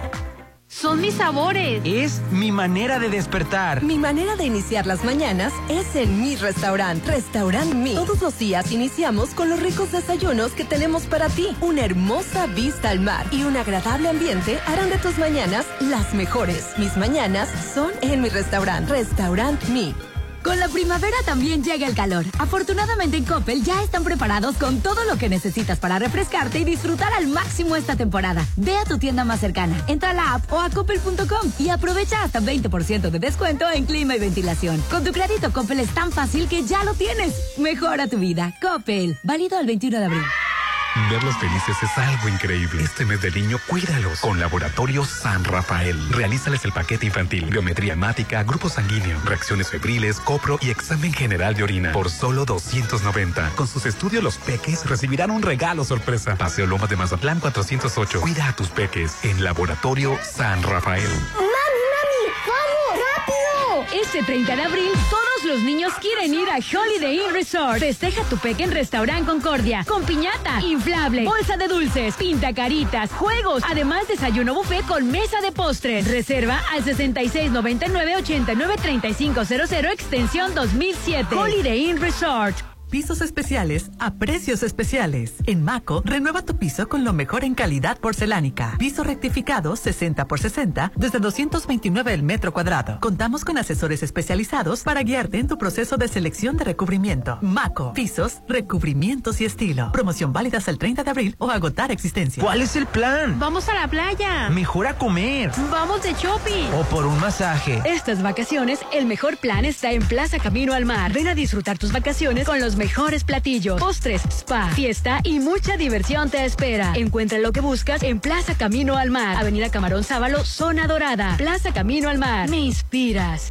Son mis sabores.
Es mi manera de despertar.
Mi manera de iniciar las mañanas es en mi restaurante, Restaurant Mi. Todos los días iniciamos con los ricos desayunos que tenemos para ti. Una hermosa vista al mar y un agradable ambiente harán de tus mañanas las mejores. Mis mañanas son en mi restaurante, Restaurant Mi.
Con la primavera también llega el calor. Afortunadamente en Coppel ya están preparados con todo lo que necesitas para refrescarte y disfrutar al máximo esta temporada. Ve a tu tienda más cercana, entra a la app o a coppel.com y aprovecha hasta 20% de descuento en clima y ventilación. Con tu crédito Coppel es tan fácil que ya lo tienes. Mejora tu vida. Coppel, válido al 21 de abril.
Verlos felices es algo increíble. Este mes del niño, cuídalos con Laboratorio San Rafael. Realízales el paquete infantil, biometría hemática, grupo sanguíneo, reacciones febriles, copro y examen general de orina por solo 290. Con sus estudios, los peques recibirán un regalo sorpresa. Paseo Lomas de Mazatlán 408. Cuida a tus peques en Laboratorio San Rafael.
¡Mami, mami! ¡Vamos! ¡Rápido!
Este 30 de abril, todos los niños quieren ir a Holiday Inn Resort. Festeja tu peque en Restaurant Concordia, con piñata, inflable, bolsa de dulces, pinta caritas, juegos, además desayuno buffet con mesa de postres. Reserva al 6699-893500, extensión 2007. Holiday Inn Resort.
Pisos especiales a precios especiales. En Maco, renueva tu piso con lo mejor en calidad porcelánica. Piso rectificado 60 por 60 desde 229 el metro cuadrado. Contamos con asesores especializados para guiarte en tu proceso de selección de recubrimiento. Maco, pisos, recubrimientos y estilo. Promoción válida hasta el 30 de abril o agotar existencia.
¿Cuál es el plan?
Vamos a la playa.
Mejor a comer.
Vamos de shopping.
O por un masaje.
Estas vacaciones, el mejor plan está en Plaza Camino al Mar. Ven a disfrutar tus vacaciones con los mejores platillos, postres, spa, fiesta y mucha diversión te espera. Encuentra lo que buscas en Plaza Camino al Mar, Avenida Camarón Sábalo, Zona Dorada. Plaza Camino al Mar, me inspiras.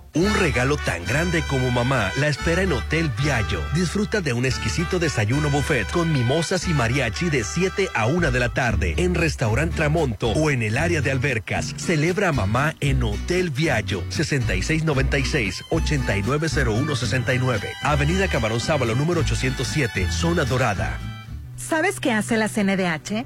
Un regalo tan grande como mamá la espera en Hotel Viallo. Disfruta de un exquisito desayuno buffet con mimosas y mariachi de 7 a 1 de la tarde en Restaurant Tramonto o en el área de albercas. Celebra a mamá en Hotel Viallo 6696-890169. Avenida Camarón Sábalo número 807, Zona Dorada.
¿Sabes qué hace la CNDH?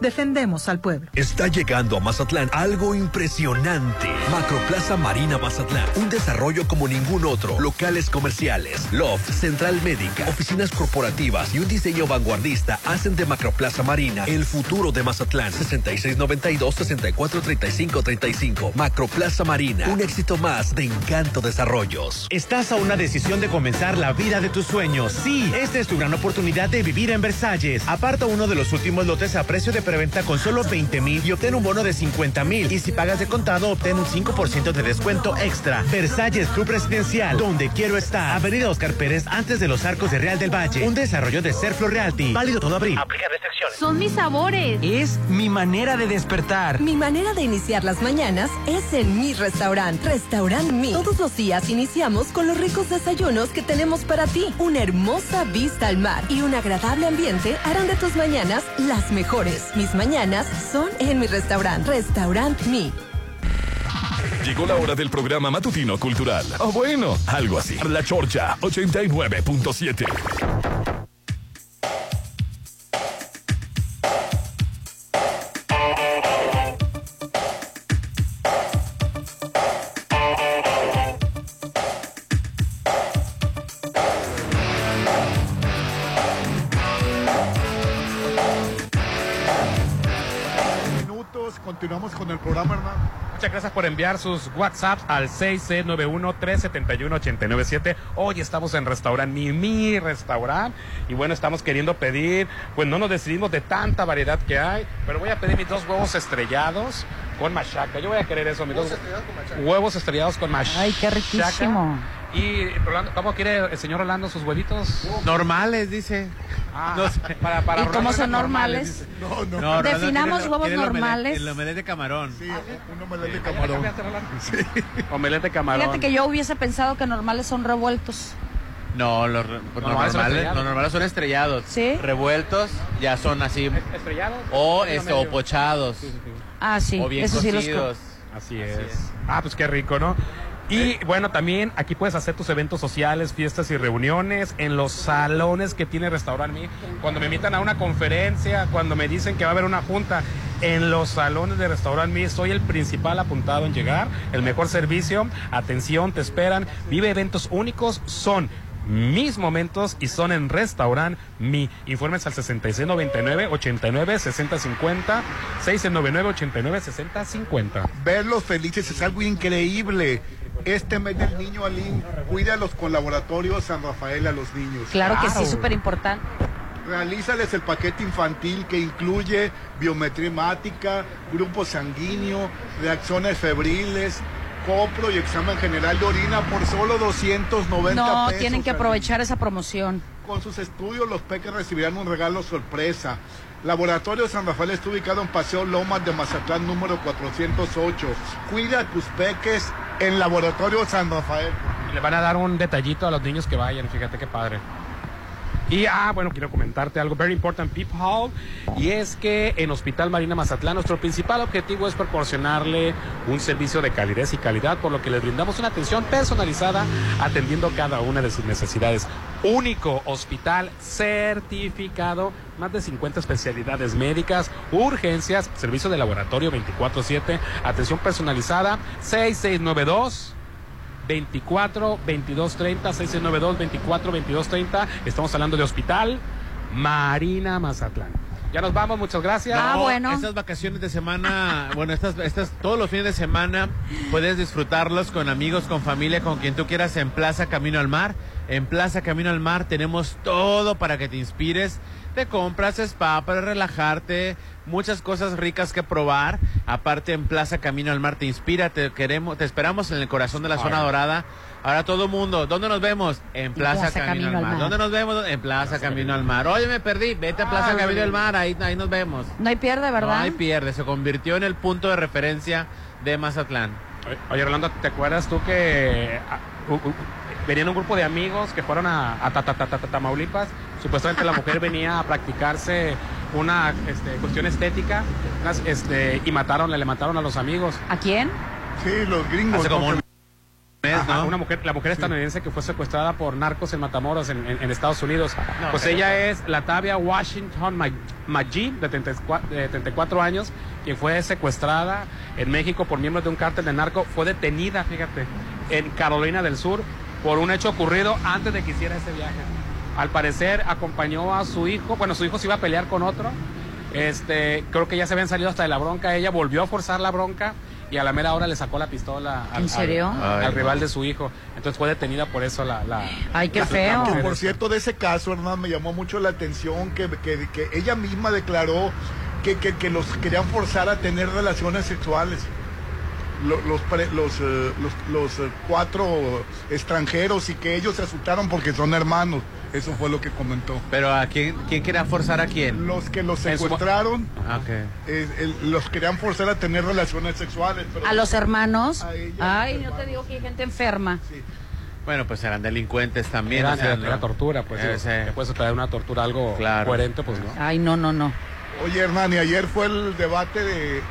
Defendemos al pueblo.
Está llegando a Mazatlán algo impresionante. Macroplaza Marina Mazatlán. Un desarrollo como ningún otro. Locales comerciales, loft, central médica, oficinas corporativas y un diseño vanguardista hacen de Macroplaza Marina el futuro de Mazatlán. 6692-643535. Macroplaza Marina. Un éxito más de Encanto Desarrollos.
Estás a una decisión de comenzar la vida de tus sueños. Sí, esta es tu gran oportunidad de vivir en Versalles. Aparta uno de los últimos lotes a precio de preventa con solo 20 mil y obtén un bono de 50 mil. Y si pagas de contado, obtén un 5% de descuento extra. Versalles Club Presidencial, donde quiero estar. Avenida Oscar Pérez, antes de los arcos de Real del Valle. Un desarrollo de Serflo Realty. Válido todo abril. Aplica restricciones.
Son mis sabores.
Es mi manera de despertar.
Mi manera de iniciar las mañanas es en mi restaurante. Restaurant Mi. Todos los días iniciamos con los ricos desayunos que tenemos para ti. Una hermosa vista al mar y un agradable ambiente harán de tus mañanas las mejores. Mis mañanas son en mi restaurante. Restaurant Mi.
Llegó la hora del programa matutino cultural. O Oh, bueno, algo así. La Chorcha 89.7.
continuamos con el programa, Hernán.
Muchas gracias por enviar sus WhatsApps al 691-371-897. Hoy estamos en Restaurant Mi Mi Restaurant. Y bueno, estamos queriendo pedir, pues no nos decidimos de tanta variedad que hay, pero voy a pedir mis dos huevos estrellados con machaca. Yo voy a querer eso, mis
huevos
dos
estrellados con machaca.
huevos estrellados con machaca.
Ay, qué riquísimo.
Y Rolando, ¿cómo quiere el señor Rolando sus huevitos?
Normales, dice.
Ah, no sé, para, para
Este,
Rolando
¿Y cómo
eran
son normales?
dice.
No, no.
No, Definamos huevos normales.
El omelette de camarón.
Sí, un omelette de camarón.
Omelette de camarón.
Fíjate que yo hubiese pensado que normales son revueltos.
No, los re- los normales,
son estrellados.
los normales son estrellados.
Sí.
Revueltos, ya son así.
¿Estrellados?
O,
Medio,
este, o
medio.
pochados.
Ah, sí,
O bien
eso sí los
cocidos.
Así es. Ah, pues qué rico, ¿no? Y bueno, también aquí puedes hacer tus eventos sociales, fiestas y reuniones en los salones que tiene Restaurant Mi. Cuando me invitan a una conferencia, cuando me dicen que va a haber una junta, en los salones de Restaurant Mi soy el principal apuntado en llegar, el mejor servicio, atención, te esperan, vive eventos únicos, son mis momentos y son en Restaurant Mi. Informes al 6699 89 6050 699 89 6050.
Verlos felices es algo increíble. Este mes del niño Alín, cuídalos con Laboratorio San Rafael a los niños.
Claro que sí, súper importante.
Realízales el paquete infantil que incluye biometría hemática, grupo sanguíneo, reacciones febriles, copro y examen general de orina por solo 290
No,
pesos.
tienen que aprovechar esa promoción.
Con sus estudios, los peques recibirán un regalo sorpresa. Laboratorio San Rafael está ubicado en Paseo Lomas de Mazatlán, número 408. Cuida a tus peques en Laboratorio San Rafael.
Le van a dar un detallito a los niños que vayan, fíjate qué padre. Y, ah, bueno, quiero comentarte algo very important, people. Y es que en Hospital Marina Mazatlán, nuestro principal objetivo es proporcionarle un servicio de calidez y calidad, por lo que les brindamos una atención personalizada, atendiendo cada una de sus necesidades. Único hospital certificado, más de 50 especialidades médicas, urgencias, servicio de laboratorio 24-7, atención personalizada, 6692. 24 22 30 692 24 22 30 estamos hablando de hospital Marina Mazatlán ya nos vamos muchas gracias
Ah, bueno.
Estas vacaciones de semana, bueno, estas, estas, todos los fines de semana puedes disfrutarlos con amigos, con familia, con quien tú quieras en Plaza Camino al Mar. En Plaza Camino al Mar tenemos todo para que te inspires. Te compras spa para relajarte, muchas cosas ricas que probar. Aparte en Plaza Camino al Mar te inspira, te queremos, te esperamos en el corazón de la zona dorada. Ahora todo mundo, ¿dónde nos vemos? En Plaza, Camino, al Mar. ¿Dónde nos vemos? En Plaza, Camino al Mar. Oye, me perdí, vete a Plaza
Ay.
Camino al Mar, ahí, ahí nos vemos.
Ah. No hay pierde, ¿verdad?
No hay pierde, se convirtió en el punto de referencia de Mazatlán.
oye Rolando te acuerdas tú que ah, u- u- venían un grupo de amigos que fueron a, a Ta- Ta- Ta- Ta- Ta- Tamaulipas supuestamente la mujer venía a practicarse una este, cuestión estética unas, este, y mataron le, le mataron a los amigos
¿A quién?
Sí, los gringos.
Hace como
¿no?
un mes,
Ajá,
¿no?
una mujer, la mujer estadounidense que fue secuestrada por narcos en Matamoros, en, en- en Estados Unidos.
No,
pues
pero-
ella es Latavia Washington Ma- Magee, de 34, de 34 años, quien fue secuestrada en México por miembros de un cártel de narco. Fue detenida, fíjate, en Carolina del Sur por un hecho ocurrido antes de que hiciera ese viaje. Al parecer acompañó a su hijo, bueno, su hijo se iba a pelear con otro. Este, creo que ya se habían salido hasta de la bronca. Ella volvió a forzar la bronca y a la mera hora le sacó la pistola al-
¿En
al-
serio?
al,
Ay,
al rival de su hijo. Entonces fue detenida por eso la. la
Ay, qué
la-
feo.
la
Que,
mujer.
por cierto, de ese caso, Hernán, me llamó mucho la atención que, que- que ella misma declaró que, que- que los querían forzar a tener relaciones sexuales. Lo- Los, pre- los, eh, los- los, eh, cuatro extranjeros y que ellos se asustaron porque son hermanos. Eso fue lo que comentó.
Pero ¿a quién, quién quería forzar a quién?
Los que los
En su-
secuestraron,
Ah, ok.
eh, el- los querían forzar a tener relaciones sexuales. pero-
A los hermanos.
A ella,
Ay,
los
no te digo que hay gente enferma.
Bueno, pues eran delincuentes también.
Era,
o sea,
era- era
no.
tortura, pues.
Eh,
digo, Después de traer una tortura algo
Claro.
coherente, pues no.
Ay, no, no, no.
Oye, Hernán, y ayer fue el debate de, de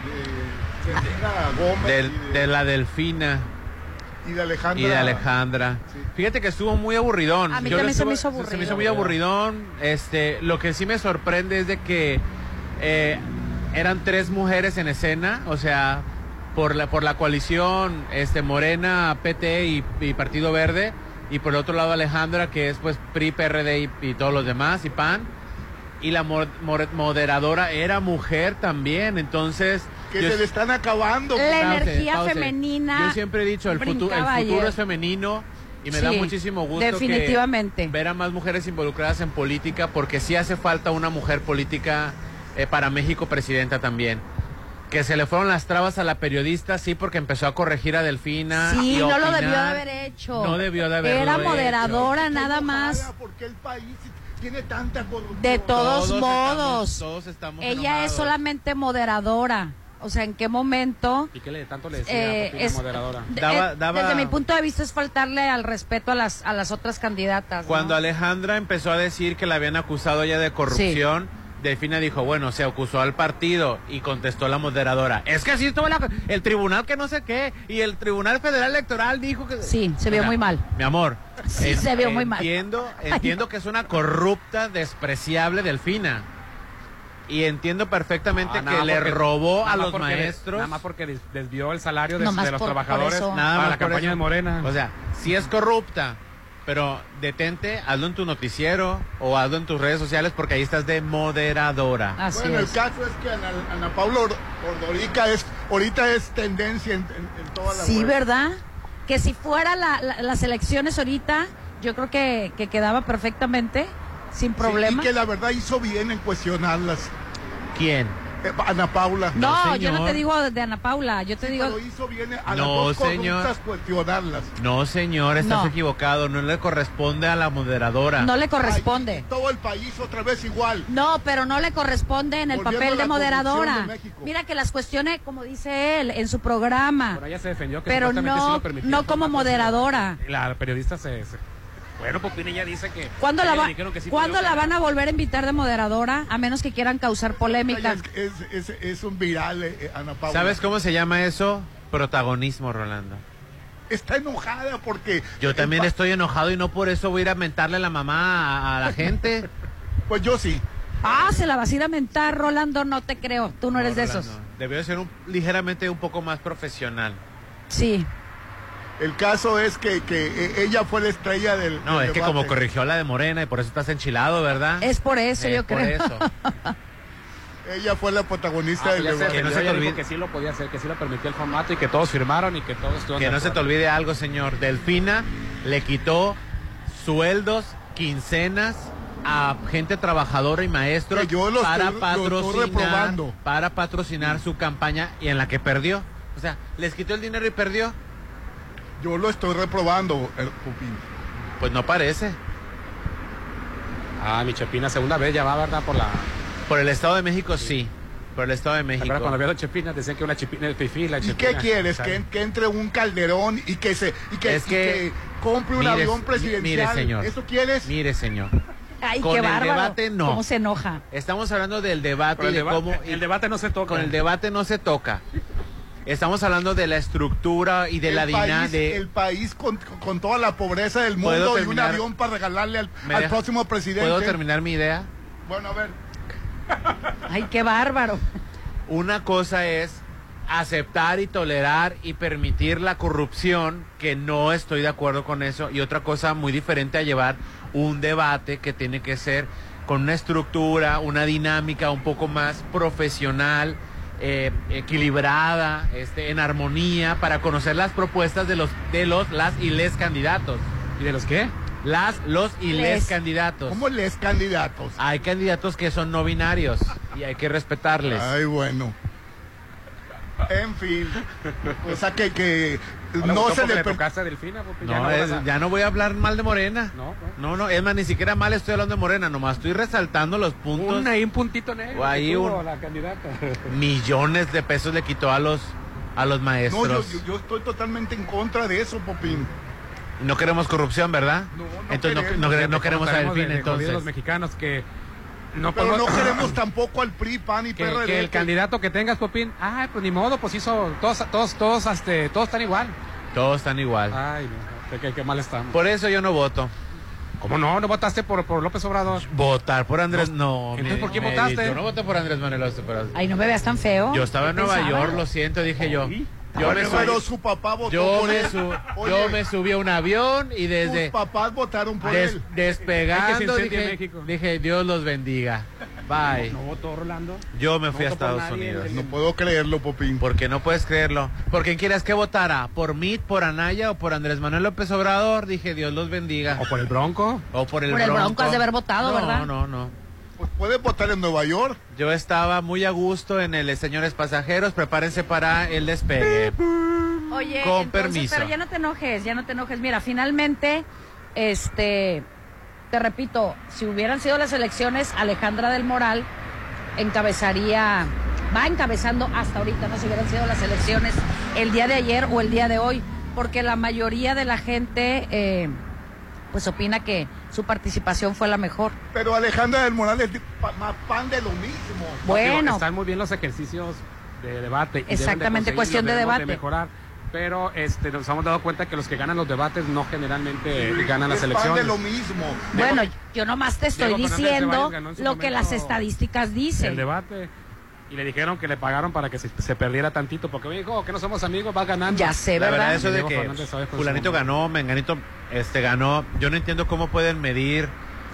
Selena Gómez
Del- de la delfina
y de Alejandra.
y de Alejandra. Fíjate que estuvo muy aburridón.
A mí
Yo
también
le
se me
estuve-
hizo
Se me hizo
aburrido.
muy aburridón. Este, lo que sí me sorprende es de que eh, eran tres mujeres en escena, o sea, por la, por la coalición este, Morena, PT y, y Partido Verde, y por el otro lado Alejandra, que es pues PRI, PRD y, y todos los demás, y PAN. Y la mo- more- moderadora era mujer también, entonces...
Que
yo-
se le están acabando. pues.
La
Pause,
energía
pause.
femenina
Yo siempre he dicho, el futuro, el
brincaba
futuro
ayer.
es femenino y me da
Sí,
muchísimo gusto que
definitivamente.
ver a más mujeres involucradas en política porque sí hace falta una mujer política eh, para México presidenta también. Que se le fueron las trabas a la periodista, sí, porque empezó a corregir a Delfina.
Sí,
y
no lo
opinar.
debió de haber hecho.
No debió de haberlo
Era
hecho.
moderadora nada más.
Porque el país tiene tanta corrupción.
De todos,
Todos
modos.
estamos- todos estamos
Ella
enojados.
es solamente moderadora. O sea, ¿en qué momento?
¿Y qué le, tanto le decía
Eh,
Pepina
es-
moderadora?
De-
Daba-
eh,
daba-
Desde mi punto de vista es faltarle al respeto a las, a las otras candidatas. ¿no?
Cuando Alejandra empezó a decir que la habían acusado ya de corrupción, Delfina dijo, bueno, se acusó al partido y contestó la moderadora. Es que así tuvo la- el tribunal que no sé qué y el Tribunal Federal Electoral dijo que...
Sí, se vio
Mira,
muy mal.
Mi amor.
Sí, se vio muy mal.
Entiendo, entiendo que es una corrupta, despreciable Delfina. Y entiendo perfectamente
Ah,
que
nada más
le
porque-
robó a
nada más
los
porque des-
maestros.
Nada más porque des- desvió el salario de,
Nada más
de los
por- por
trabajadores
eso. Nada
para
más
la
por
campaña
eso.
de Morena.
O sea, si es corrupta, pero detente, hazlo en tu noticiero o hazlo en tus redes sociales porque ahí estás de moderadora.
bueno, el caso es que Ana, Ana Paula Or- Ordorica es, ahorita es tendencia en, en, en toda la
Sí,
web.
¿verdad? Que si fuera la- la- las elecciones ahorita, yo creo que, que quedaba perfectamente, sin
Sí,
problema.
y que la verdad hizo bien en cuestionarlas.
¿Quién?
Eh, Ana Paula.
No, yo no te digo de Ana Paula, yo te digo...
Pero hizo bien a las
No,
dos
señor.
corruptas cuestionarlas.
No, señor, estás
No.
equivocado. No le corresponde a la moderadora.
No le corresponde.
Todo el país otra vez igual.
No, pero no le corresponde en el
Volviendo
papel
a
de
la
moderadora.
corrupción de México.
Mira que las cuestione, como dice él, en su programa,
Por ella se defendió que
pero
supuestamente sí
no,
lo permitió.
no como moderadora.
La periodista se... se- Bueno, Popina ya dice que...
¿Cuándo, la,
ella
va-
le dijeron que sí
¿cuándo
podía
la van a volver a invitar de moderadora? A menos que quieran causar polémica.
Es, es, es un viral, eh, eh, Ana Paula.
¿Sabes cómo se llama eso? Protagonismo, Rolando.
Está enojada porque...
Yo también estoy enojado y no por eso voy a ir a mentarle la mamá a, a la gente.
Pues yo sí.
Ah, se la vas a ir a mentar, Rolando, no te creo. Tú no, eres de esos.
Debió ser un- ligeramente un poco más profesional.
Sí.
El caso es que, que eh, ella fue la estrella del...
No,
del
es que
debate.
como corrigió la de Morena y por eso estás enchilado, ¿verdad?
Es por eso, yo
por
creo.
eso.
Ella fue la protagonista
Ah,
del
ya se
debate.
no
defendió,
se te
ella dijo
olvide.
que sí lo podía hacer, que sí lo permitió el formato y que todos firmaron y que todos estuvieron
Que
de
no se te
acuerdo.
olvide algo, señor. Delfina le quitó sueldos, quincenas a gente trabajadora y maestros
Que yo los
para
estoy- los estoy
patrocinar
reprobando.
para patrocinar su campaña y en la que perdió. O sea, les quitó el dinero y perdió.
Yo lo estoy reprobando, eh, Pupín.
Pues no parece.
Ah, mi Chepina, segunda vez ya va, ¿verdad? Por la...
Por el Estado de México sí. Por el Estado de
¿Te
México.
acuerdas cuando había dos Chepinas? Decían que una Chepina es fifí, la
¿Y
Chepina...
qué quieres?
¿sabes?
Que, que entre un calderón y que se y que,
Es
y
que-
que compre un
Mire,
avión
mi-
presidencial.
mire, señor.
¿Eso quieres?
Mire, señor.
Ay,
Con
qué
el
bárbaro.
debate, no.
¿Cómo se enoja?
Estamos hablando del debate
Pero
y
el,
de
deba-
cómo
el debate no se toca.
Con el debate no se toca. Estamos hablando de la estructura y de
el
la dinámica.
país, el país con, con toda la pobreza del
¿Puedo
mundo y un
terminar?
avión para regalarle al,
¿Me
al
deja-
próximo presidente.
¿Puedo terminar mi idea?
Bueno, a ver.
Ay, qué bárbaro.
Una cosa es aceptar y tolerar y permitir la corrupción, que no estoy de acuerdo con eso, y otra cosa muy diferente a llevar un debate que tiene que ser con una estructura, una dinámica un poco más profesional, eh, equilibrada, este, en armonía, para conocer las propuestas de los, de los, las y les candidatos.
¿Y de los qué?
Las, los y les,
Les.
candidatos.
¿Cómo les candidatos?
Hay candidatos que son no binarios.
y hay que respetarles.
Ay, bueno. En fin. O sea que, que
Ahora
no
votó
se
porque
le... per-
tocaste a Delfina, porque
No, es-
vas a-
ya no voy a hablar mal de Morena.
No, pues,
no, no, es más, ni siquiera mal estoy hablando de Morena, nomás estoy resaltando los puntos.
Un, ahí un puntito negro.
O ahí
que tuvo
un-
la candidata.
Millones de pesos le quitó a los, a los
No, yo,
maestros.
yo- yo estoy totalmente en contra de eso, Popín.
No queremos corrupción, ¿verdad? Entonces no- no, no, queremos
Trataremos
al
de-
fin,
de joder a
entonces.
los mexicanos que no
Pero no
podemos-
queremos tampoco al PRI, PAN y
que,
PRD.
que el candidato que tengas, Popín, ay, pues ni modo, pues hizo, todos, todos, todos, este, todos están igual.
Todos están igual.
Ay, no, qué- qué, qué mal estamos.
Por eso yo no voto.
¿Cómo no? ¿No votaste por, por López Obrador?
Votar por Andrés, no.
Entonces,
me-
¿por quién
me-
votaste?
Yo no voté por Andrés Manuel López Obrador.
Ay, no me veas tan feo.
Yo estaba en Nueva
Pensaba.
York, lo siento, dije yo. Yo me,
Pero,
subí,
su papá votó
yo,
por
me
él.
su-
Oye,
yo me subí a un avión y desde...
tus papás votaron por
Des-
él.
despegando,
Hay que se incendie
dije, dije, Dios los bendiga. Bye.
votó Rolando?
Yo me fui a
votó por
Estados
nadie,
Unidos.
el- No puedo creerlo, Popín.
Porque no puedes creerlo. ¿Por quién quieras que votara? ¿Por mí, por Anaya o por Andrés Manuel López Obrador? Dije, Dios los bendiga. ¿O
por el Bronco?
O por el
Por el
Bronco.
Bronco has de haber votado,
No,
¿verdad?
No, no.
Puedes Pues votar en Nueva York.
Yo estaba muy a gusto en el eh, Señores Pasajeros, prepárense para el despegue.
Oye,
Con
entonces,
permiso.
pero ya no te enojes, ya no te enojes. Mira, finalmente, este, te repito, si hubieran sido las elecciones, Alejandra del Moral encabezaría, va encabezando hasta ahorita, no si hubieran sido las elecciones el día de ayer o el día de hoy, porque la mayoría de la gente, eh, pues opina que su participación fue la mejor.
Pero Alejandra del Moral es de- pa- más pan de lo mismo.
Bueno.
están muy bien los ejercicios de debate. y deben de
Exactamente,
conseguirlos,
cuestión de
debemos
debate.
mejorar. Pero este, nos hemos dado cuenta que los que ganan los debates no generalmente
Sí,
ganan las
es pan
elecciones.
de lo mismo.
Bueno, yo nomás te estoy
Diego Fernández de
diciendo
Valles ganó en su
lo que
momento
las estadísticas
El
dicen.
debate. Y le dijeron que le pagaron para que se, se perdiera tantito. Porque me dijo que no somos amigos, va ganando.
Ya sé,
La verdad, eso de
Diego
que
Fernández sabe con su
fulanito
nombre.
ganó, menganito este, ganó. Yo no entiendo cómo pueden medir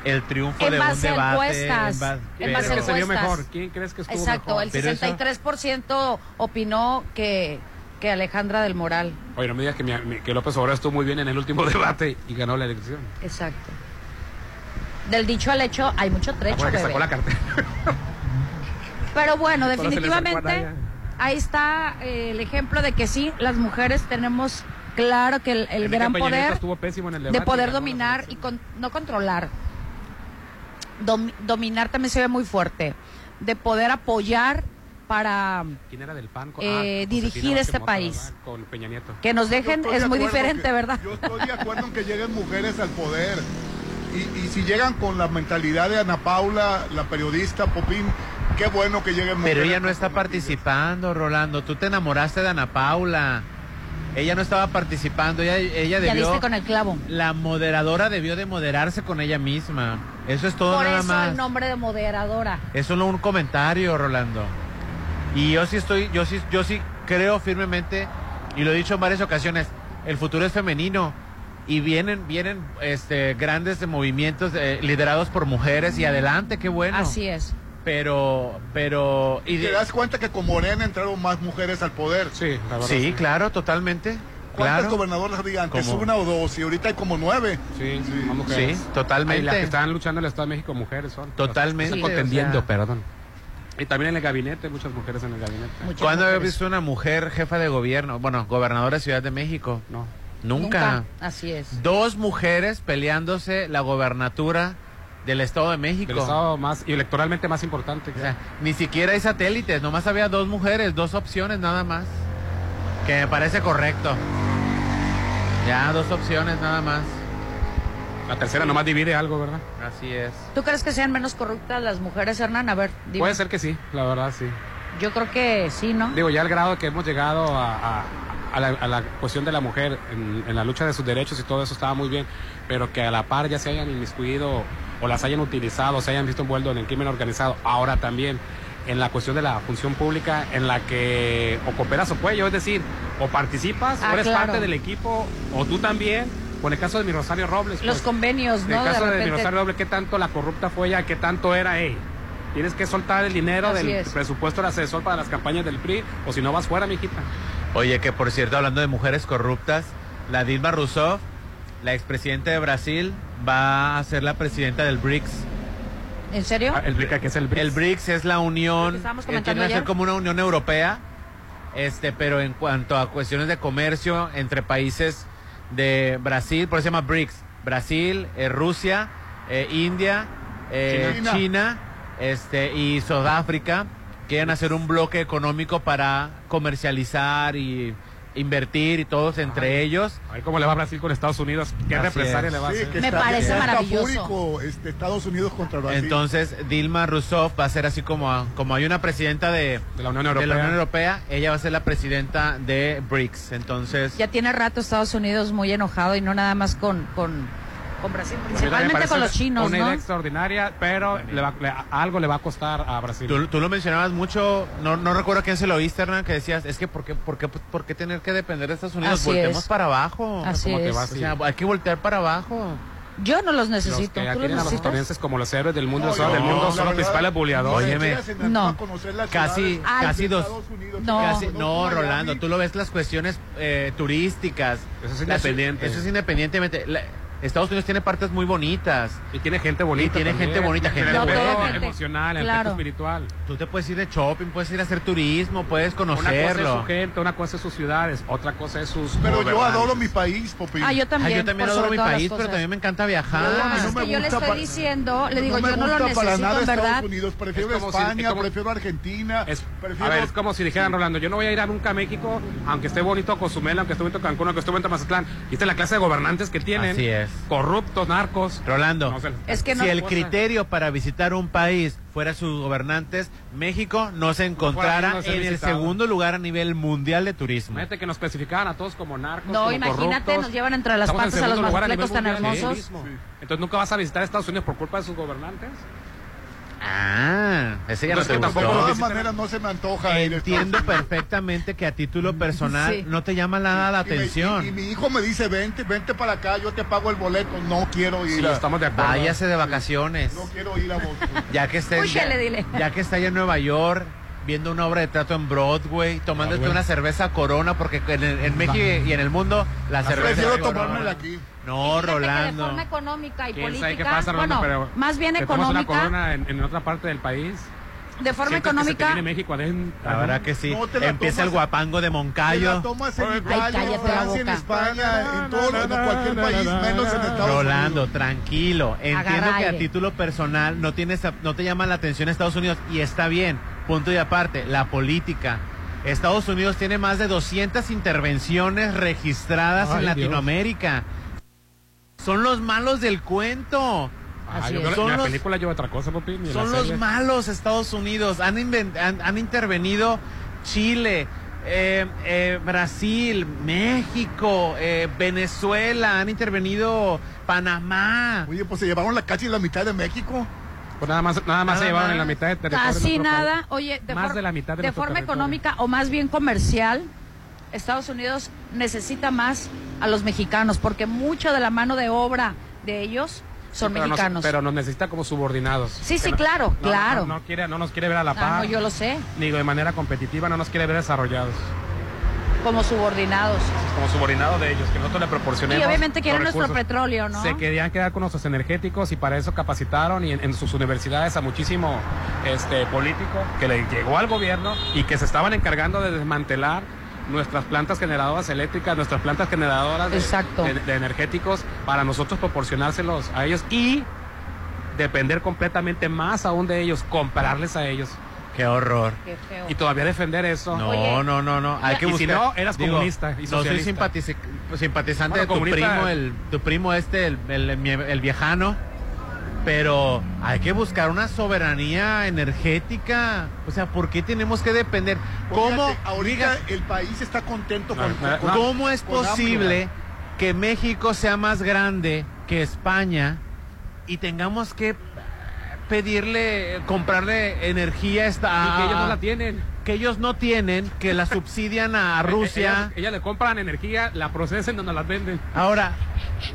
el triunfo
En
de un
base a
debate.
encuestas,
ba-
en base a
pero-
encuestas.
¿Quién vio mejor? ¿Quién crees que estuvo
Exacto,
mejor?
el 63% opinó que, que Alejandra del Moral.
Oye, no me digas que, mi- mi- que López Obrador estuvo muy bien en el último debate y ganó la elección.
Exacto. Del dicho al hecho hay mucho trecho,
Ahora Ah, que
bebé.
sacó la cartera.
Pero bueno,
Solo se le acercó a
definitivamente
Anaya.
ahí está eh, el ejemplo de que sí, las mujeres tenemos claro que el, el
Enrique
gran
Peña Nieto
poder
estuvo pésimo en el debate
de
y
poder
ganó la
dominar y con- no controlar. Dom- dominar también se ve muy fuerte. De poder apoyar para
¿Quién era del PAN? Ah,
Eh,
Josefina
dirigir
Vázquez
este
Mota,
país.
¿verdad? Ah, Con Peña Nieto.
que nos
Yo
dejen
estoy
es
de
muy
acuerdo
diferente,
que-
¿verdad?
Yo estoy de acuerdo en que lleguen mujeres al poder. Y, y si llegan con la mentalidad de Ana Paula, la periodista Popín, qué bueno que lleguen mujeres.
Pero ella no está participando, Rolando. Tú te enamoraste de Ana Paula. Ella no estaba participando. Ella, ella
Ya
debió.
diste con el clavo.
La moderadora debió de moderarse con ella misma. Eso es todo
Por
nada
eso
más.
el nombre de moderadora.
Es solo un comentario, Rolando. Y yo sí estoy, yo sí, yo sí creo firmemente, y lo he dicho en varias ocasiones, el futuro es femenino. Y vienen, vienen este, grandes movimientos eh, liderados por mujeres y adelante, qué bueno.
Así es.
Pero, pero... Y
¿Te das cuenta que con Morena entraron más mujeres al poder?
Sí,
sí, claro, totalmente.
¿Cuántas
Claro.
gobernadoras había antes?
Como-
Una o dos, y ahorita hay como nueve.
Sí, más
Sí,
mujeres.
totalmente.
Y las que están luchando en el Estado de México, mujeres son.
Totalmente,
Están contendiendo,
o sea.
perdón. Y también en el gabinete, muchas mujeres en el gabinete.
¿Cuándo había visto una mujer jefa de gobierno? Bueno, gobernadora de Ciudad de México.
No.
Nunca.
Así es.
Dos mujeres peleándose la gobernatura del Estado de México.
Del estado más, y electoralmente más importante.
O sea, ni siquiera hay satélites, nomás había dos mujeres, dos opciones nada más. Que me parece correcto. Ya, dos opciones nada más.
La tercera nomás divide algo, ¿verdad?
Así es.
¿Tú crees que sean menos corruptas las mujeres, Hernán? A ver, dime.
Puede ser que sí, la verdad, sí.
Yo creo que sí, ¿no?
Digo, ya al grado que hemos llegado a, a- a la, a la cuestión de la mujer en, en la lucha de sus derechos y todo eso estaba muy bien, pero que a la par ya se hayan inmiscuido o las hayan utilizado, se hayan visto envueltos en el crimen organizado, ahora también en la cuestión de la función pública en la que o cooperas o cuello, es decir, o participas,
Ah,
o eres
claro.
parte del equipo, o tú también, con el caso de mi Rosario Robles.
Los
pues,
convenios,
en
¿no?
el caso de, mi
repente-
Rosario Robles, ¿qué tanto la corrupta fue ella? ¿Qué tanto era ella? Tienes que soltar el dinero
Así
del
es.
presupuesto del asesor para las campañas del PRI, o si no vas fuera, mijita.
Oye, que por cierto, hablando de mujeres corruptas, la Dilma Rousseff, la expresidenta de Brasil, va a ser la presidenta del BRICS.
¿En serio?
Ah, Explica qué es el BRICS.
El BRICS es la unión,
que estábamos
eh,
comentando
tiene que
ayer.
ser como una unión europea, este, pero en cuanto a cuestiones de comercio entre países de Brasil, por eso se llama BRICS, Brasil, eh, Rusia, eh, India, eh,
China.
China, este, y Sudáfrica, quieren hacer un bloque económico para comercializar y invertir y todos entre ellos.
A ver cómo le va a Brasil con Estados Unidos. ¿Qué represalia le va a hacer?
Me parece
está
maravilloso.
público, este, Estados Unidos contra
¿Ah,
Brasil.
Entonces, Dilma Rousseff va a ser así como, como hay una presidenta de,
la Unión Europea.
Europea, ella va a ser la presidenta de BRICS. Entonces,
Ya tiene rato Estados Unidos muy enojado y no nada más con, con, con Brasil, principalmente con los chinos,
Una
¿no?
idea extraordinaria, pero le va- le- algo le va a costar a Brasil.
tú, tú lo mencionabas mucho, no, no recuerdo a quién se lo oíste, Hernán, que decías, es que ¿por qué, por qué, por qué tener que depender de Estados Unidos?
Así
Voltemos
es.
para abajo.
Así
¿Cómo te
es.
vas? O sea, hay que voltear para abajo.
Yo no los
Los
necesito.
que
¿Tú
tienen a
los
los
necesitas?
estadounidenses como los héroes del mundo,
No,
los héroes del
no,
mundo,
la
son los
verdad,
principales buleadores.
Óyeme,
No.
casi,
Ay.
casi dos.
No.
Casi- no, Rolando, tú lo ves las cuestiones eh, turísticas.
Eso es
Las-
independiente.
eso es independientemente. La- Estados Unidos tiene partes muy bonitas.
Y tiene gente bonita.
Y tiene
también.
gente bonita, gente
Pero
buena.
todo emocional,
Claro.
gente espiritual.
Tú te puedes ir de shopping, puedes ir a hacer turismo, puedes
Una cosa es
conocerlo.
su gente, una cosa es sus ciudades, otra cosa es sus.
Pero yo adoro
mi país, Popi.
Ah, yo también,
yo también
por
adoro
sobre
mi
todas
país,
las
pero
cosas.
también me encanta viajar.
Ah, es que yo le estoy diciendo, le digo,
me
yo no lo
gusta
necesito,
para nada
en ¿verdad?
Estados Unidos. Prefiero
Es como si-
España,
es como-
prefiero Argentina.
Eh,
prefiero...
A ver, es como si dijeran, Rolando, yo no voy a ir a nunca a México, aunque esté bonito Cozumel, aunque esté bonito Cancún, aunque esté bonito Mazatlán. Y esta es la clase de gobernantes que tienen.
Así es.
Corruptos, narcos.
Rolando,
No sé.
Es que no-
si el criterio para visitar un país fuera sus gobernantes, México no se encontrara
no ser
en el
visitado.
segundo lugar a nivel mundial de turismo.
Imagínate que nos clasificaban a todos como narcos.
No,
como
imagínate,
corruptos.
nos llevan entre las
Estamos en
patas a los
segundo lugar a nivel
manfletos tan
mundial de
hermosos.
turismo. Entonces nunca vas a visitar Estados Unidos por culpa de sus gobernantes.
Ah, ese ya no,
Entonces,
te
que
gustó.
tampoco de todas maneras no se me antoja. ir a Estados
Entiendo perfectamente que a título personal
Sí.
no te llama nada la
Y me-
atención.
Y, y mi hijo me dice, vente, vente para acá, yo te pago el boleto. No quiero ir.
Sí,
a-
estamos de acuerdo. Váyase de vacaciones.
No quiero ir a Boston.
Ya que estés,
Púchale,
ya,
dile.
ya que está allá en Nueva York, viendo una obra de teatro en Broadway,
Ah,
tomándote
Broadway.
una cerveza Corona, porque en, el- en México y en el mundo la cerveza.
Prefiero
es Corona.
tomármela aquí.
No,
De forma
Rolando.
económica y
¿Quién
política,
sabe qué pasa, Rolando?
bueno,
Pero
más bien
te tomas Pues una
económica,
corona en, en otra parte del país.
de
Sientes
forma
que se te
económica,
viene México adentro.
La verdad que sí.
No te la
Empieza
tomas-
el guapango
Te
de
la
Moncayo.
tomas en
Ay,
Italia, en
cállate la
Francia, en
boca.
España, en todo, en cualquier país, menos en Estados Unidos.
Rolando, tranquilo. Entiendo
Agarra
que a
aire.
título personal no tienes, no te llama la atención Estados Unidos y está bien. Punto y aparte, la política. Estados Unidos tiene más de 200 intervenciones registradas
Ay,
en Latinoamérica. Son los malos del cuento.
Ah, yo creo-
Son
la
los-
película lleva otra cosa, papi. ni la
son los
serie.
malos Estados Unidos. Han, inven- han, han intervenido Chile, eh, eh, Brasil, México, eh, Venezuela, han intervenido Panamá.
Oye, pues se llevaron la casi la mitad de México.
Pues nada más, nada más
Nada
se llevaron en
más.
la mitad de territorio.
casi
de nuestro
nada,
país.
oye, de,
Más
for-
de la mitad de
de
nuestro
forma
territorio.
económica o más bien comercial, Estados Unidos necesita más a los mexicanos, porque mucha de la mano de obra de ellos son
Pero nos-
mexicanos.
pero nos necesita como subordinados.
Sí, sí,
Que no-
claro,
no-
claro.
No, no quiere, no nos quiere ver a la paz.
Ah, no, yo lo sé,
Digo, de manera competitiva no nos quiere ver desarrollados.
como subordinados.
Como subordinados de ellos, que nosotros le proporcionemos.
Y obviamente quieren
los
nuestro
recursos.
petróleo, ¿no?
Se querían quedar con nuestros energéticos y para eso capacitaron y en, en sus universidades a muchísimo este político que le llegó al gobierno y que se estaban encargando de desmantelar nuestras plantas generadoras eléctricas, nuestras plantas generadoras de, de- de energéticos para nosotros proporcionárselos a ellos y depender completamente más aún de ellos, comprarles a ellos.
Qué horror.
Qué feo.
Y todavía defender eso.
No, no, no, no. Hay que
y
buscar.
si no, eras
Digo,
comunista y
No soy
socialista.
simpatici- simpatizante
Bueno,
de tu
comunista-
primo, el, tu primo este, el, el, el viejano. Pero hay que buscar una soberanía energética. O sea, ¿por qué tenemos que depender?
Pues
¿Cómo?
Fíjate, ahorita el país está contento con, con- con-
¿Cómo es
con AMLO?
posible que México sea más grande que España y tengamos que pedirle, comprarle energía a esta,
Y que ellos no la tienen. Eh,
Que ellos no tienen, que la subsidian a Rusia.
Ellas, ellas le compran energía, la procesan donde las venden.
Ahora,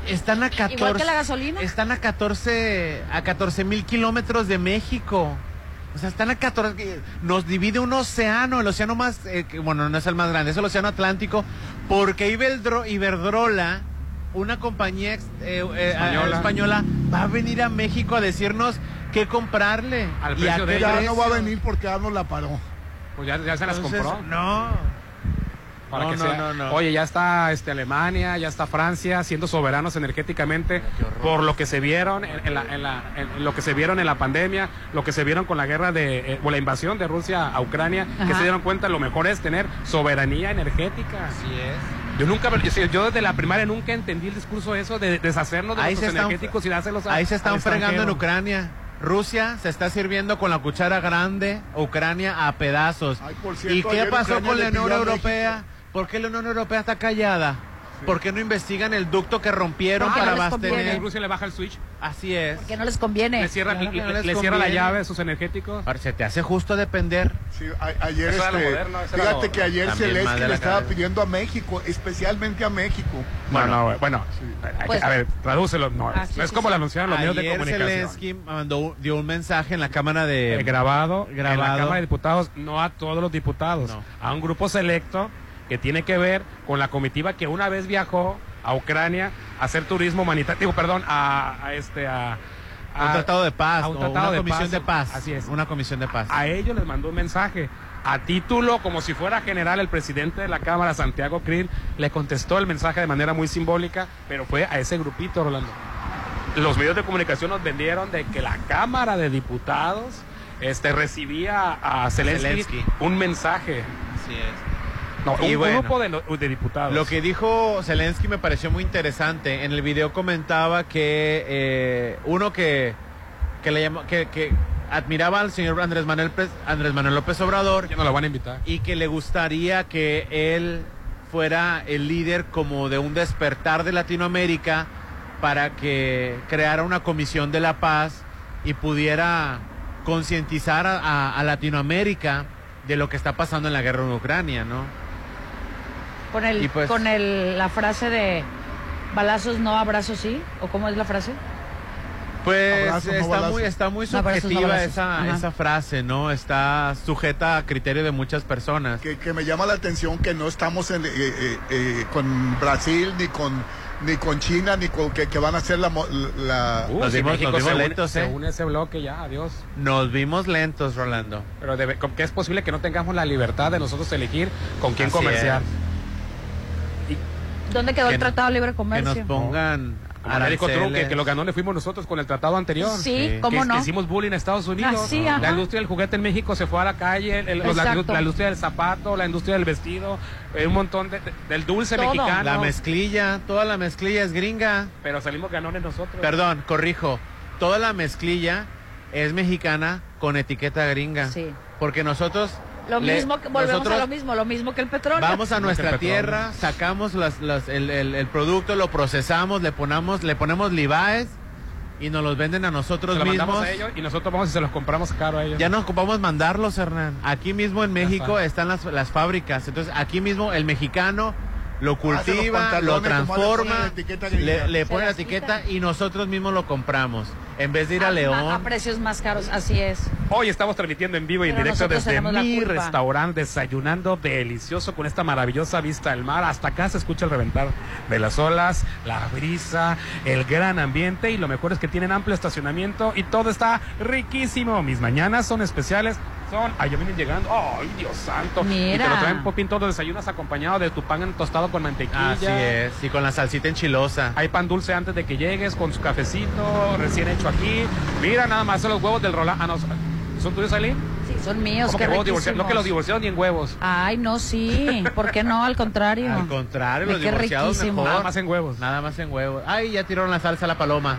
están a 14...
Igual que la
gasolina. Están a 14, a 14 mil kilómetros de México. O sea, están a 14... que Nos divide un océano, el océano más... eh, que, bueno, no es el más grande, es el océano Atlántico, porque Iberdro- Iberdrola, una compañía ex- eh, eh, a-
Española.
española, va a venir a México a decirnos qué comprarle.
Al
y a
precio
qué
de ella. Ya no va a
precio.
venir porque Arnold la paró.
Pues ya, ya se las
Entonces,
compró.
No.
Para
No,
que
no,
sea-
no, no.
Oye, ya está este, Alemania, ya está Francia siendo soberanos energéticamente por lo que se vieron en, en la- en la- en lo que se vieron en la pandemia, lo que se vieron con la guerra de eh, o la invasión de Rusia a Ucrania, que
Ajá.
se dieron cuenta lo mejor es tener soberanía energética. Así es. Yo nunca, yo sé, yo desde la primaria nunca entendí el discurso eso de deshacernos de
Ahí se
nuestros
están-
energéticos y dárselos a
Ahí se
al
están fregando en
extranjero.
Ucrania. Rusia se está sirviendo con la cuchara grande Ucrania a pedazos.
por cierto,
¿Y qué
ayer
pasó
Ucrania
con
le
la Unión
pidió a
Europea? ¿Por qué la Unión Europea está callada? ¿Por qué no investigan el ducto que
Ah,
rompieron
Porque
para
no les
abastecer?
conviene.
Rusia le baja el switch.
Así es.
Que no les conviene.
Le cierra,
Claro que
le-
no les
le cierra la
conviene.
llave a sus energéticos.
Ahora, Se te hace justo depender.
Sí, a- ayer
Eso era lo
este,
moderno, eso era
fíjate
lo-
que ayer
También más
Celeste
de
le
la
estaba
cabeza.
pidiendo a México, especialmente a México.
Bueno, no, bueno, hay
Pues-
que- a ver, tradúcelo. No,
Pues, Ah, sí,
no es
sí,
como
sí.
lo anunciaron los medios de
Ayer
comunicación.
Zelensky mandó, un- dio un mensaje en la Cámara de...
Eh, grabado, en la
Grabado.
Cámara de Diputados, no a todos los diputados, a un grupo selecto que tiene que ver con la comitiva que una vez viajó a Ucrania a hacer turismo humanitario, digo, perdón, a, a este, a,
un
a-
tratado de paz,
a un
o
tratado
una
de
comisión
paz.
de paz.
Así es.
Una comisión de paz.
A ellos les mandó un mensaje. A título, como si fuera general, el presidente de la Cámara, Santiago Krill, le contestó el mensaje de manera muy simbólica, pero fue a ese grupito, Rolando. Los medios de comunicación nos vendieron de que la Cámara de Diputados este, recibía a Zelensky,
Zelensky.
un mensaje.
Así es.
No, un grupo de, lo- de diputados.
Lo que dijo Zelensky me pareció muy interesante. En el video comentaba que eh, uno que, que, le llamó- que, que admiraba al señor Andrés Manuel, Pres- Andrés Manuel López Obrador.
Ya no lo van a invitar.
Y que le gustaría que él fuera el líder como de un despertar de Latinoamérica para que creara una comisión de la paz y pudiera concientizar a, a- a Latinoamérica de lo que está pasando en la guerra en Ucrania, ¿no?
Con, el,
Y pues-
con el, la frase de balazos no, abrazos sí. ¿O cómo es la frase?
Pues
Abrazos, no
está,
balazos.
muy, está muy
No, abrazos, no
subjetiva
balazos.
esa,
Ajá.
esa frase, ¿no? Está sujeta a criterio de muchas personas.
Que, que me llama la atención que no estamos en, eh, eh, eh, con Brasil, ni con ni con China, ni con que, que van a hacer la... mo- la-
Uh,
Nos
si
vimos-
México
nos vimos
se une-
lentos,
se
¿eh?
une a ese bloque ya, adiós.
Nos vimos lentos, Rolando.
Pero debe- con- que es posible que no tengamos la libertad de nosotros elegir con quién
Así
comerciar.
¿Dónde quedó
Que
el
no-
Tratado de Libre
Que
Comercio?
nos pongan
Como le dijo Trump, que,
aranceles.
que lo ganó le fuimos nosotros con el tratado anterior.
Sí,
Que-
¿cómo
que
no?
hicimos bullying a Estados Unidos.
Ah, sí,
la
ajá.
industria del juguete en México se fue a la calle, el- el- la,
Exacto.
la industria del zapato, la industria del vestido, eh, un montón de, de- del dulce
Todo.
mexicano.
La mezclilla, toda la mezclilla es gringa.
Pero salimos ganones nosotros.
Perdón, corrijo. Toda la mezclilla es mexicana con etiqueta gringa.
Sí.
Porque nosotros...
Lo
le-
mismo, que, volvemos
nosotros
a lo mismo, lo mismo que el Ah, petróleo.
Vamos a nuestra tierra, sacamos las- las- el, el- el producto, lo procesamos, le ponemos, le ponemos libaes y nos los venden a
Se
nosotros
lo mandamos
mismos.
a ellos y nosotros vamos y se los compramos caro a ellos.
Ya nos ocupamos mandarlos, Hernán. Aquí mismo en México
está.
están las, las fábricas. Entonces, aquí mismo el mexicano lo
Hace Ah, los
cultiva,
pantalones,
lo
como le ponen la
transforma,
etiqueta gringa.
le, le
Se
pone la
las
etiqueta
quitan.
y nosotros mismos lo compramos. En vez de
Ah,
ir a
A
León,
precios más caros, así es.
Hoy estamos transmitiendo en vivo y en
Pero
directo
nosotros
desde
tenemos la
mi
culpa.
restaurante, desayunando delicioso con esta maravillosa vista del mar. Hasta acá se escucha el reventar de las olas, la brisa, el gran ambiente y lo mejor es que tienen amplio estacionamiento y todo está riquísimo. Mis mañanas son especiales. Son, ay, ya vienen llegando. Ay, Dios santo. Y te
Mira.
lo traen popín todo, desayunas acompañado de tu pan tostado con mantequilla.
así es, y con la salsita enchilosa.
Hay pan dulce antes de que llegues, con su cafecito recién hecho aquí. Mira nada más son los huevos del Roland. Ah, no, ¿Son tuyos, Aileen?
Sí, son míos,
¿Cómo
qué
que huevos divorciados? No que los
riquísimos.
divorciados ni en huevos.
Ay, no, sí. ¿Por qué no? Al contrario.
Al contrario,
Ve
los
qué
divorciados
riquísimo.
mejor.
Nada más
en huevos.
Nada más en huevos. Ay, ya tiraron la salsa a la paloma.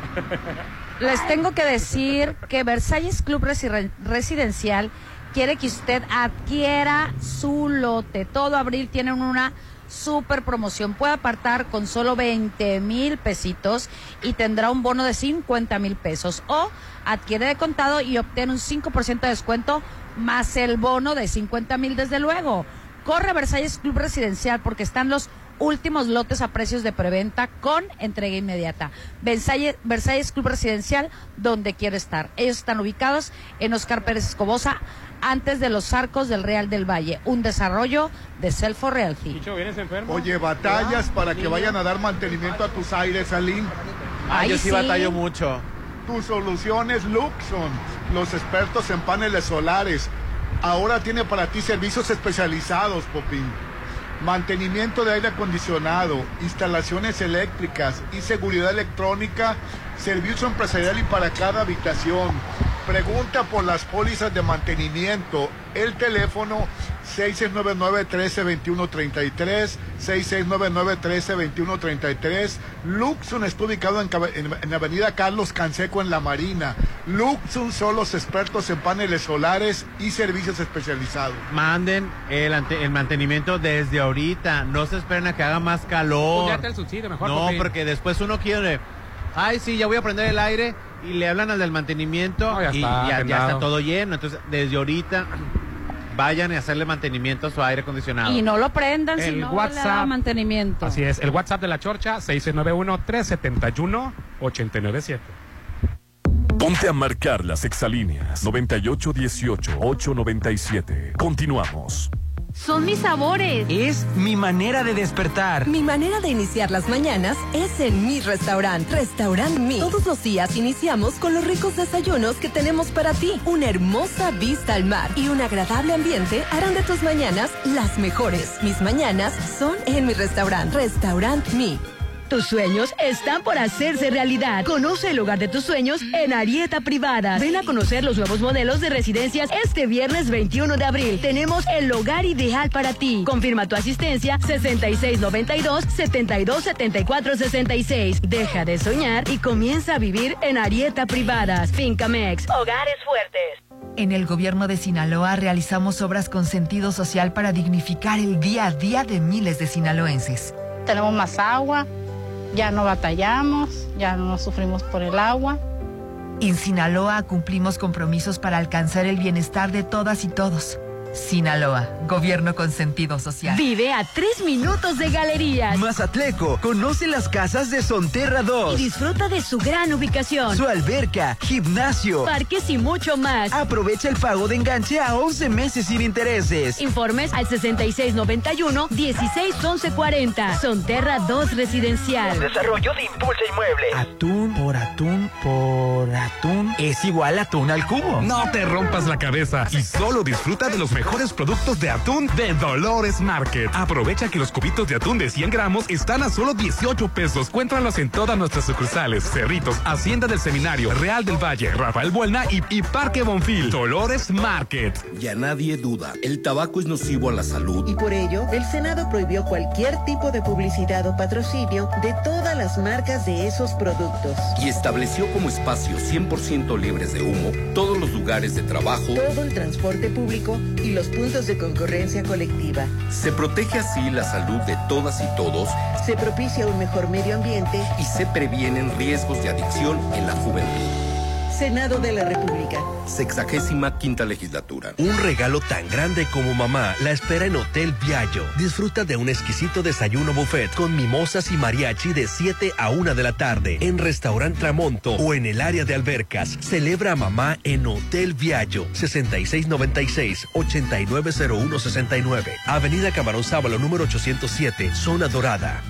Les tengo que decir que Versalles Club Resi- Residencial quiere que usted adquiera su lote. Todo abril tienen una super promoción. Puede apartar con solo 20 mil pesitos y tendrá un bono de 50 mil pesos. O adquiere de contado y obtén un 5% de descuento más el bono de 50 mil, desde luego. Corre a Versalles Club Residencial porque están los últimos lotes a precios de preventa con entrega inmediata. Versalles, Versalles Club Residencial, donde quiere estar. Ellos están ubicados en Oscar Pérez Escobosa, antes de los arcos del Real del Valle. Un desarrollo de Selfo Realty.
¿vienes enfermo?
Oye, batallas para que vayan a dar mantenimiento a tus aires, Aline.
Ah, yo sí,
sí.
batallo mucho.
Tus soluciones Luxon, los expertos en paneles solares. Ahora tiene para ti servicios especializados, Popín. Mantenimiento de aire acondicionado, instalaciones eléctricas y seguridad electrónica, servicio empresarial y para cada habitación. Pregunta por las pólizas de mantenimiento. El teléfono 6699-132133, 6699-132133. Luxon está ubicado en, cabe- en- en Avenida Carlos Canseco en La Marina. Luxon son los expertos en paneles solares y servicios especializados.
Manden el, ante- el mantenimiento desde ahorita. No se esperen a que haga más
Pues
calor.
date el subsidio mejor.
no,
papi.
porque después uno quiere. Ay, sí, ya voy a prender el aire. Y le hablan al del mantenimiento.
ya
y
está
ya- ya,
agendado.
está todo lleno. Entonces, desde ahorita, vayan a hacerle mantenimiento a su aire acondicionado.
Y no lo prendan si
El
no le da
WhatsApp.
mantenimiento.
Así es, el WhatsApp de la Chorcha, 691-371-897.
Ponte a marcar las exalíneas 9818-897. Continuamos.
Son mis sabores.
Es mi manera de despertar. Mi manera de iniciar las mañanas es en mi restaurante. Restaurant Mi. Todos los días iniciamos con los ricos desayunos que tenemos para ti. Una hermosa vista al mar y un agradable ambiente harán de tus mañanas las mejores. Mis mañanas son en mi restaurante. Restaurant Mi.
Tus sueños están por hacerse realidad. Conoce el hogar de tus sueños en Arieta Privadas. Ven a conocer los nuevos modelos de residencias este viernes 21 de abril. Tenemos el hogar ideal para ti. Confirma tu asistencia 6692-727466. Deja de soñar y comienza a vivir en Arieta Privadas. Fincamex. Hogares fuertes.
En el gobierno de Sinaloa realizamos obras con sentido social para dignificar el día a día de miles de sinaloenses.
tenemos más agua, ya no batallamos, ya no sufrimos por el agua.
En Sinaloa cumplimos compromisos para alcanzar el bienestar de todas y todos. Sinaloa, gobierno con sentido social.
Vive a tres minutos de galerías.
Mazatleco, conoce las casas de Sonterra 2.
Y disfruta de su gran ubicación.
Su alberca, gimnasio,
parques y mucho más.
Aprovecha el pago de enganche a 11 meses sin intereses.
Informes al 6691-161140. Sonterra 2 Residencial.
Desarrollo de Impulsa Inmueble. Atún por atún por atún es igual atún al cubo.
No te rompas la cabeza y solo disfruta de los mejores productos de atún de Dolores Market. Aprovecha que los cubitos de atún de 100 gramos están a solo 18 pesos. Cuéntralos en todas nuestras sucursales: Cerritos, Hacienda del Seminario, Real del Valle, Rafael Buelna y, y Parque Bonfil. Dolores Market.
Ya nadie duda, el tabaco es nocivo a la salud.
y por ello el Senado prohibió cualquier tipo de publicidad o patrocinio de todas las marcas de esos productos.
y estableció como espacios 100% libres de humo todos los lugares de trabajo.
Todo el transporte público y los puntos de concurrencia colectiva.
Se protege así la salud de todas y todos
Se propicia un mejor medio ambiente.
y se previenen riesgos de adicción en la juventud.
Senado de la República.
Sexagésima quinta legislatura.
Un regalo tan grande como mamá la espera en Hotel Viallo. Disfruta de un exquisito desayuno buffet con mimosas y mariachi de 7 a 1 de la tarde en Restaurant Tramonto o en el área de albercas. Celebra a mamá en Hotel Viallo 6696-890169. Avenida Camarón Sábalo número 807, Zona Dorada.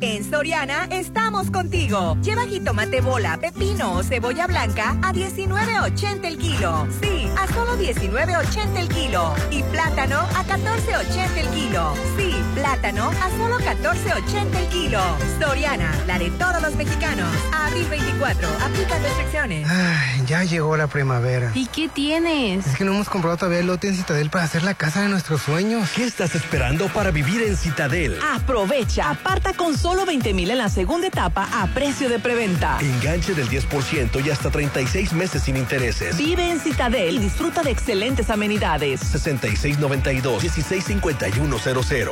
En Soriana estamos contigo. Lleva jitomate bola, pepino o cebolla blanca a 19.80 el kilo. Sí, a solo 19.80 el kilo. Y plátano a 14.80 el kilo. Sí, plátano a solo 14.80 el kilo. Soriana, la de todos los mexicanos. A abril 24, aplica restricciones.
Ay, ya llegó la primavera.
¿Y qué tienes?
Es que no hemos comprado todavía el lote en Citadel para hacer la casa de nuestros sueños.
¿Qué estás esperando para vivir en Citadel?
Aprovecha. Aparta con solo 20 mil en la segunda etapa a precio de preventa.
Enganche del 10% y hasta 36 meses sin intereses.
Vive en Citadel y disfruta de excelentes amenidades.
6692-165100.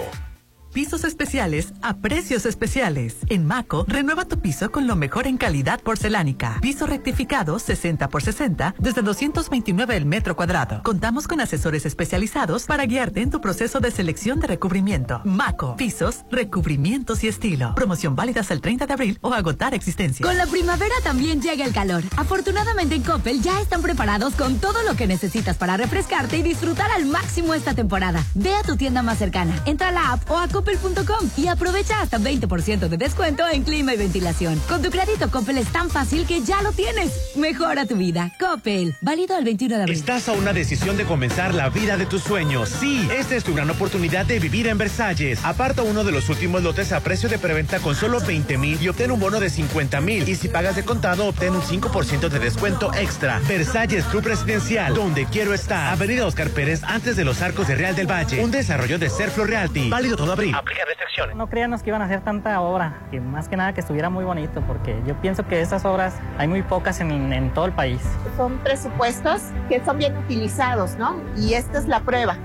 Pisos especiales a precios especiales. En Maco, renueva tu piso con lo mejor en calidad porcelánica. Piso rectificado 60 por 60 desde 229 el metro cuadrado. Contamos con asesores especializados para guiarte en tu proceso de selección de recubrimiento. Maco, pisos, recubrimientos y estilo. Promoción válida hasta el 30 de abril o agotar existencia.
Con la primavera también llega el calor. Afortunadamente en Coppel ya están preparados con todo lo que necesitas para refrescarte y disfrutar al máximo esta temporada. Ve a tu tienda más cercana, entra a la app o a coppel.com y aprovecha hasta 20% de descuento en clima y ventilación. Con tu crédito Coppel es tan fácil que ya lo tienes. Mejora tu vida. Coppel, válido el 21 de abril.
Estás a una decisión de comenzar la vida de tus sueños. Sí, esta es tu gran oportunidad de vivir en Versalles. Aparta uno de los últimos lotes a precio de preventa con solo 20 mil y obtén un bono de 50 mil. Y si pagas de contado, obtén un 5% de descuento extra. Versalles Club Residencial, donde quiero estar. Avenida Oscar Pérez, antes de los arcos de Real del Valle. Un desarrollo de Serflo Realty. Válido todo abril. Aplica restricciones.
No creíamos que iban a hacer tanta obra, que más que nada que estuviera muy bonito, porque yo pienso que esas obras hay muy pocas en, en todo el país.
Son presupuestos que son bien utilizados, ¿no? Y esta es la prueba.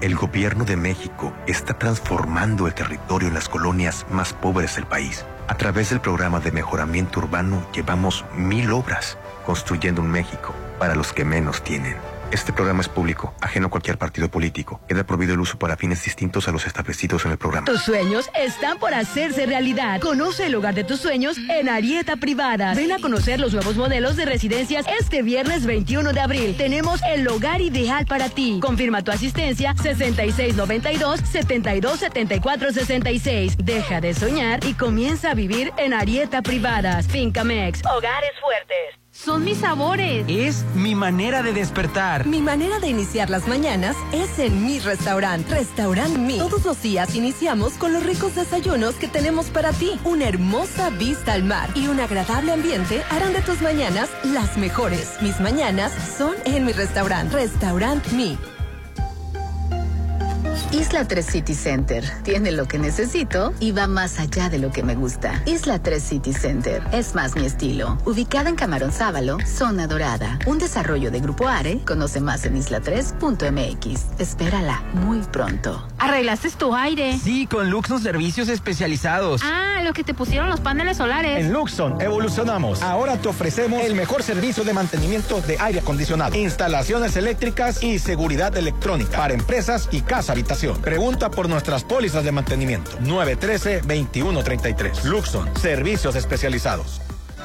El gobierno de México está transformando el territorio en las colonias más pobres del país. A través del programa de mejoramiento urbano llevamos mil obras construyendo un México para los que menos tienen. Este programa es público, ajeno a cualquier partido político. Queda prohibido el uso para fines distintos a los establecidos en el programa.
Tus sueños están por hacerse realidad. Conoce el hogar de tus sueños en Arieta Privadas. Ven a conocer los nuevos modelos de residencias este viernes 21 de abril. Tenemos el hogar ideal para ti. Confirma tu asistencia 6692-727466. Deja de soñar y comienza a vivir en Arieta Privadas. Fincamex.
Hogares fuertes. Son mis sabores.
Es mi manera de despertar.
Mi manera de iniciar las mañanas es en mi restaurante, Restaurant Mi. Todos los días iniciamos con los ricos desayunos que tenemos para ti. Una hermosa vista al mar y un agradable ambiente harán de tus mañanas las mejores. Mis mañanas son en mi restaurante, Restaurant Mi.
Isla 3 City Center tiene lo que necesito y va más allá de lo que me gusta. Isla 3 City Center es más mi estilo. Ubicada en Camarón Sábalo, zona dorada. Un desarrollo de Grupo Are. Conoce más en isla3.mx. Espérala muy pronto.
Arreglaste tu aire.
Sí, con Luxon Servicios Especializados.
Ah, lo que te pusieron los paneles solares.
En Luxon evolucionamos. Ahora te ofrecemos el mejor servicio de mantenimiento de aire acondicionado, instalaciones eléctricas y seguridad electrónica para empresas y casa habitación. Pregunta por nuestras pólizas de mantenimiento. 913-2133. Luxon, servicios especializados.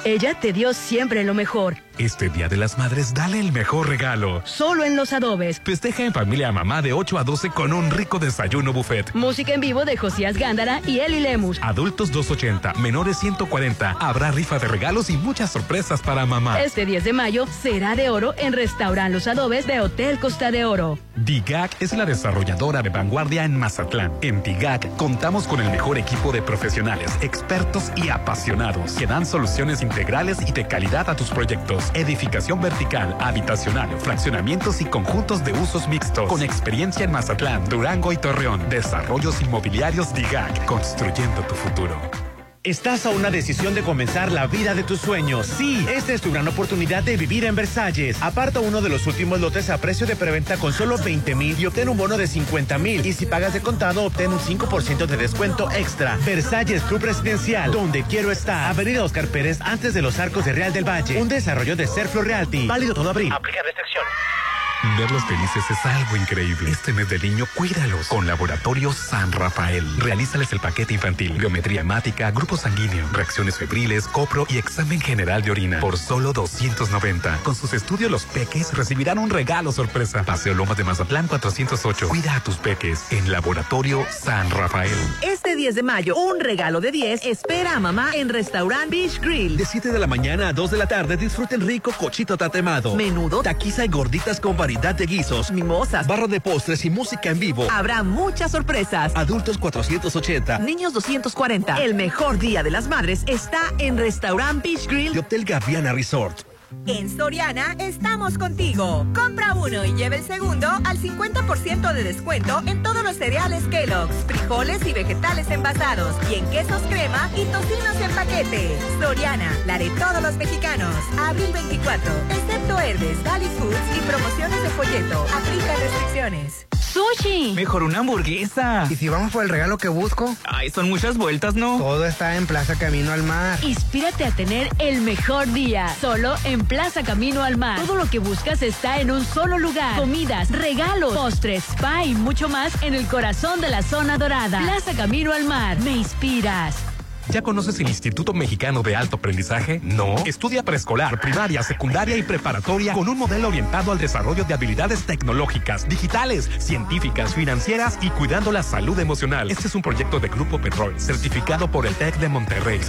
Ella te dio siempre lo mejor.
Este Día de las Madres, dale el mejor regalo.
Solo en los adobes.
Festeja en familia a mamá de 8 a 12 con un rico desayuno buffet.
Música en vivo de Josías Gándara y Eli Lemus.
Adultos 280, menores 140. Habrá rifa de regalos y muchas sorpresas para mamá.
Este 10 de mayo será de oro en Restaurant Los Adobes de Hotel Costa de Oro.
DIGAC es la desarrolladora de vanguardia en Mazatlán. En DIGAC contamos con el mejor equipo de profesionales, expertos y apasionados que dan soluciones integrales y de calidad a tus proyectos edificación vertical, habitacional, fraccionamientos y conjuntos de usos mixtos. Con experiencia en Mazatlán, Durango y Torreón. Desarrollos inmobiliarios DIGAC, construyendo tu futuro.
Estás a una decisión de comenzar la vida de tus sueños. Sí, esta es tu gran oportunidad de vivir en Versalles. Aparta uno de los últimos lotes a precio de preventa con solo 20 mil y obtén un bono de 50 mil. Y si pagas de contado, obtén un 5% de descuento extra. Versalles Club Residencial, donde quiero estar. Avenida Oscar Pérez, antes de los arcos de Real del Valle. Un desarrollo de Serflo Realty. Válido todo abril. Aplica restricciones.
Verlos felices es algo increíble. Este mes del niño, cuídalos con Laboratorio San Rafael. Realízales el paquete infantil, biometría hemática, grupo sanguíneo, reacciones febriles, copro y examen general de orina por solo 290. Con sus estudios, los peques recibirán un regalo sorpresa. Paseo Lomas de Mazatlán 408. Cuida a tus peques en Laboratorio San Rafael.
Este 10 de mayo, un regalo de 10 espera a mamá en Restaurant Beach Grill.
De 7 de la mañana a 2 de la tarde, disfruten rico cochito tatemado.
Menudo,
taquiza y gorditas con variedad de guisos,
mimosas,
barra de postres y música en vivo.
Habrá muchas sorpresas.
Adultos 480,
niños 240. El mejor día de las madres está en Restaurant Beach Grill
y Hotel Gaviana Resort.
En Soriana estamos contigo. Compra uno y lleva el segundo al 50% de descuento en todos los cereales Kellogg's, frijoles y vegetales envasados, y en quesos crema y tocinos en paquete. Soriana, la de todos los mexicanos. Abril 24, excepto Herbes, Valley Foods y promociones de folleto. Aplica restricciones.
¡Sushi!
Mejor una hamburguesa.
¿Y si vamos por el regalo que busco?
Ay, son muchas vueltas, ¿no?
Todo está en Plaza Camino al Mar.
Inspírate a tener el mejor día. Solo en Plaza Camino al Mar. Todo lo que buscas está en un solo lugar. Comidas, regalos, postres, spa y mucho más en el corazón de la zona dorada. Plaza Camino al Mar. Me inspiras.
¿Ya conoces el Instituto Mexicano de Alto Aprendizaje? No. Estudia preescolar, primaria, secundaria y preparatoria con un modelo orientado al desarrollo de habilidades tecnológicas, digitales, científicas, financieras y cuidando la salud emocional. Este es un proyecto de Grupo Petrol, certificado por el TEC de Monterrey,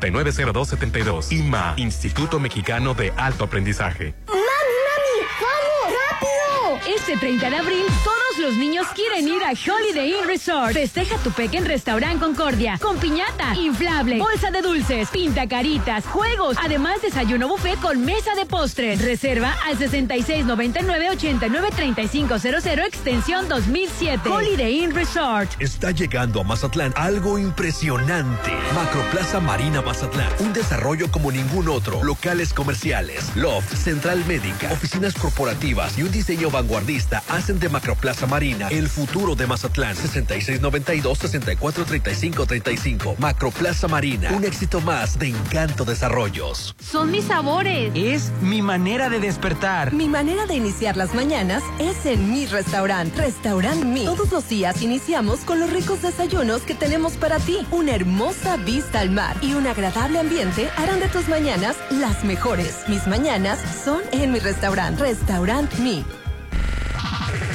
6691-590272. IMA, Instituto Mexicano de Alto Aprendizaje.
¡Mami, mami! ¡Vamos! ¡Rápido! Este 30 de abril, todos los niños quieren ir a Holiday Inn Resort. Festeja tu peque en Restaurant Concordia, con piñata, inflable, bolsa de dulces, pinta caritas, juegos. Además, desayuno buffet con mesa de postres. Reserva al 6699-893500, extensión 2007. Holiday Inn Resort.
Está llegando a Mazatlán algo impresionante. Macroplaza Marina Mazatlán. Un desarrollo como ningún otro. Locales comerciales, loft, central médica, oficinas corporativas y un diseño vanguardista hacen de Macroplaza Marina el futuro de Mazatlán. 6692-643535. Macroplaza Marina. Un éxito más de Encanto Desarrollos.
Son mis sabores.
Es mi manera de despertar.
Mi manera de iniciar las mañanas es en mi restaurante, Restaurant Mi. Todos los días iniciamos con los ricos desayunos que tenemos para ti. Una hermosa vista al mar y un agradable ambiente harán de tus mañanas las mejores. Mis mañanas son en mi restaurante, Restaurant Mi.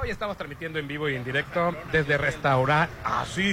Hoy estamos transmitiendo en vivo y en directo desde ¡Ah, restaurante. Así.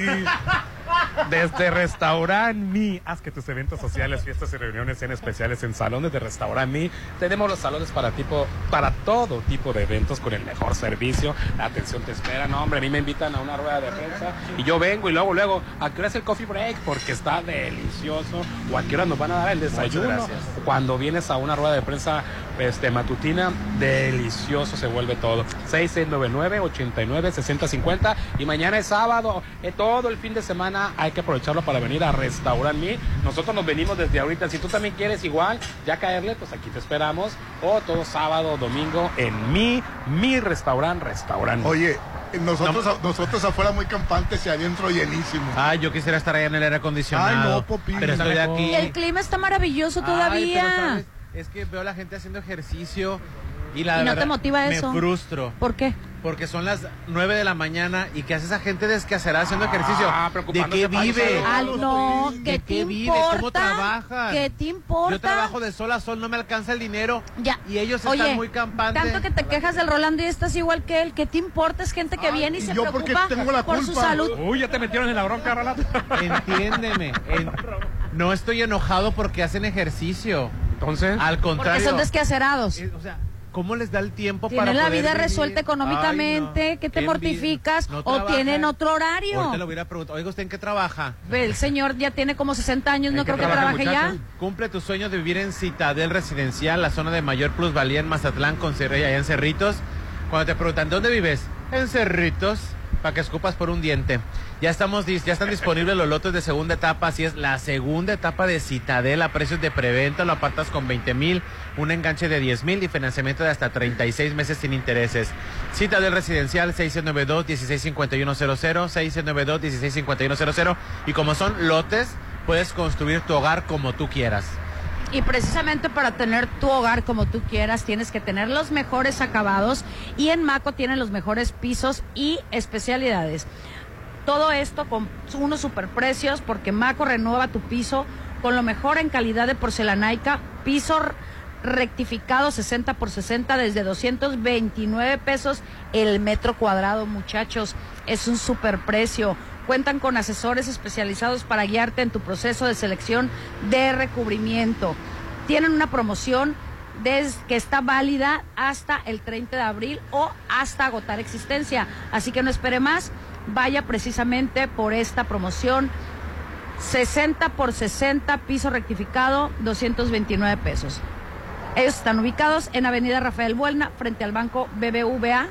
Desde Restaurant Mi, haz que tus eventos sociales, fiestas y reuniones sean especiales en salones de Restaurant Mi. Tenemos los salones para tipo, para todo tipo de eventos con el mejor servicio. La atención te espera. No, hombre, a mí me invitan a una rueda de prensa y yo vengo y luego, luego, ¿a qué hora es el coffee break? Porque está delicioso. O a qué hora nos van a dar el desayuno.
Muchas gracias.
Cuando vienes a una rueda de prensa este, matutina, delicioso se vuelve todo. 6699-896050. Y mañana es sábado. eh, todo el fin de semana hay que aprovecharlo para venir a Restaurar Mi. Nosotros nos venimos desde ahorita. Si tú también quieres igual ya caerle, pues aquí te esperamos. O todo sábado, domingo en Mi, Mi Restaurant, Restaurant.
Oye, Nosotros, nosotros afuera muy campantes y adentro llenísimo.
Ay, yo quisiera estar allá en el aire acondicionado.
Ay, no, Popín.
Pero estoy aquí.
El clima está maravilloso
Ay, pero,
todavía.
¿sabes? es que veo a la gente haciendo ejercicio y la
¿Y no
verdad,
te motiva eso?
Me frustro.
¿Por qué?
Porque son las 9 de la mañana y ¿qué hace esa gente descacerada haciendo ejercicio? ¿De
Ah, preocupándose
qué
para
vive?
los
Al no, ¿qué
¿De
te
qué vives?
importa?
¿Cómo trabajas?
¿Qué te importa?
Yo trabajo de sol a sol, no me alcanza el dinero.
Ya.
Y ellos
Oye,
están muy campantes.
Tanto que te quejas del Rolando y estás igual que él. ¿Qué te importa? Es gente que viene y, se
yo porque
preocupa
tengo la
por su
culpa.
salud.
Uy, ya te metieron en la bronca, Rolando.
Entiéndeme. en- no estoy enojado porque hacen ejercicio.
Entonces,
al
Porque
contrario.
son desquacerados.
¿Cómo les da el tiempo para
Tienen la
poder
vida
vivir?
resuelta económicamente,
Ay, no.
que te
Qué
mortificas
envidia. No
o
trabajan.
tienen otro horario.
Ahorita le hubiera preguntado, oiga, ¿usted en qué trabaja?
Ve, El señor ya tiene como 60 años, no
¿En qué
creo que
trabaja,
trabaje ya.
muchacho? Cumple tu sueño de vivir en Citadel Residencial, la zona de mayor plusvalía en Mazatlán, con Cerri- allá en Cerritos. Cuando te preguntan, ¿dónde vives? En Cerritos, para que escupas por un diente. Ya, estamos, dis- ya están disponibles los lotes de segunda etapa, así es, la segunda etapa de Citadel a precios de preventa, lo apartas con 20 mil, un enganche de 10 mil y financiamiento de hasta 36 meses sin intereses. Citadel Residencial 692-165100, 692-165100 y como son lotes, puedes construir tu hogar como tú quieras.
Y precisamente para tener tu hogar como tú quieras, tienes que tener los mejores acabados y en Maco tienen los mejores pisos y especialidades. Todo esto con unos superprecios porque Maco renueva tu piso con lo mejor en calidad de porcelanaica, piso r- rectificado 60 por 60 desde 229 pesos el metro cuadrado, muchachos. Es un superprecio. Cuentan con asesores especializados para guiarte en tu proceso de selección de recubrimiento. Tienen una promoción des- que está válida hasta el 30 de abril o hasta agotar existencia. Así que no espere más, vaya precisamente por esta promoción. 60 por 60, piso rectificado, 229 pesos. Ellos están ubicados en Avenida Rafael Buelna, frente al Banco BBVA,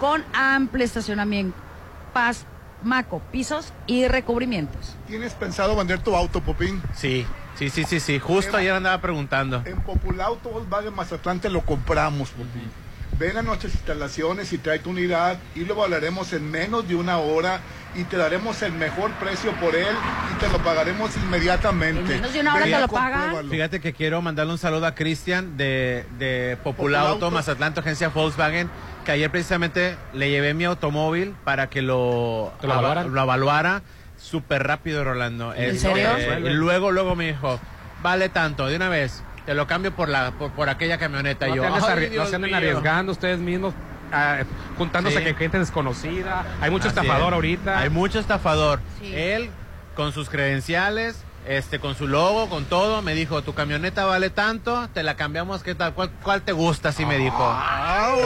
con amplio estacionamiento. Paz, Maco, pisos y recubrimientos.
¿Tienes pensado vender tu auto, Popín?
Sí, sí, sí, sí, sí. Justo ayer andaba preguntando.
En Populauto Volkswagen Mazatlán te lo compramos, Popín. Ven a nuestras instalaciones y trae tu unidad y lo valoraremos en menos de una hora y te daremos el mejor precio por él y te lo pagaremos inmediatamente. En
menos de una hora te lo pagan.
Fíjate que quiero mandarle un saludo a Cristian de, de Populauto,
Populauto.
Mazatlán, tu agencia Volkswagen, que ayer precisamente le llevé mi automóvil para que lo,
¿Te lo
ava-
evaluaran?
lo evaluara súper rápido, Rolando.
¿En
Este,
serio? pues.
eh, luego, luego me dijo, vale tanto, de una vez. Te lo cambio por la por, por aquella camioneta.
No
Y yo,
se anden,
"Ay,
arri- no
Dios
se anden
mío".
arriesgando ustedes mismos, ah, juntándose
Sí.
con gente desconocida. Hay mucho
Así
estafador
es.
ahorita.
Hay mucho estafador.
Sí.
Él, con sus credenciales, este, con su logo, con todo, me dijo, tu camioneta vale tanto, te la cambiamos, ¿qué tal? ¿Cuál, cuál te gusta? Así me dijo.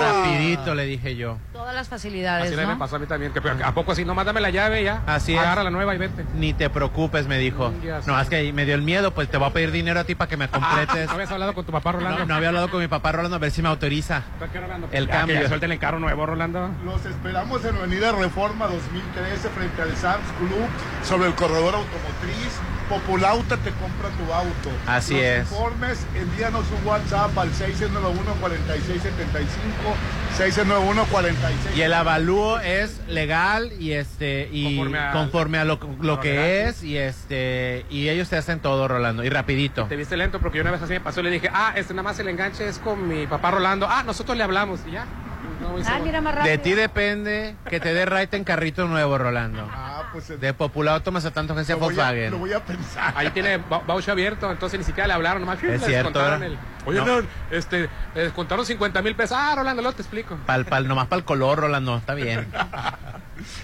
Rapidito, le dije yo.
Todas las facilidades,
Ah. Así me
¿no?
pasó a mí también. que- ¿A poco así? No, mándame la llave ya.
Así es.
Agarra la nueva y vete. Mm,
Ni te preocupes, me dijo.
ya Ah,
No, es que me dio el miedo, pues te voy a pedir dinero a ti para que me completes.
¿No habías hablado con tu papá, Rolando?
No, no había hablado con mi papá Rolando a ver si me autoriza el
Ya, que
cambio.
ya suelten el carro nuevo, Rolando.
Los esperamos en Avenida Reforma 2013 frente al Sam's Club sobre el corredor automotriz. Populauta te compra tu auto.
Así
Los
es.
informes, envíanos un WhatsApp al 691-4675, 691-4675.
Y el avalúo es legal y este y conforme
Conforme
a,
a-
lo, lo
no,
que
legal.
es y este y ellos te hacen todo Rolando y rapidito.
Te viste lento porque yo una vez así me pasó y le dije, ah, este nada más el enganche es con mi papá Rolando. Ah, nosotros le hablamos y ya. No hice
Ah,
gol.
mira más rápido.
De ti depende que te dé right en carrito nuevo Rolando.
Ah, pues
De Popular tomas a tanto agencia Volkswagen.
voy a pensar.
Ahí tiene vau- voucher abierto, entonces ni siquiera le hablaron, nomás
Es
le
cierto,
descontaron
¿verdad?
el. Oye,
No.
no, este, le descontaron 50 mil pesos. Ah, Rolando, luego te explico.
Pal, pal, nomás para el color Rolando, está bien.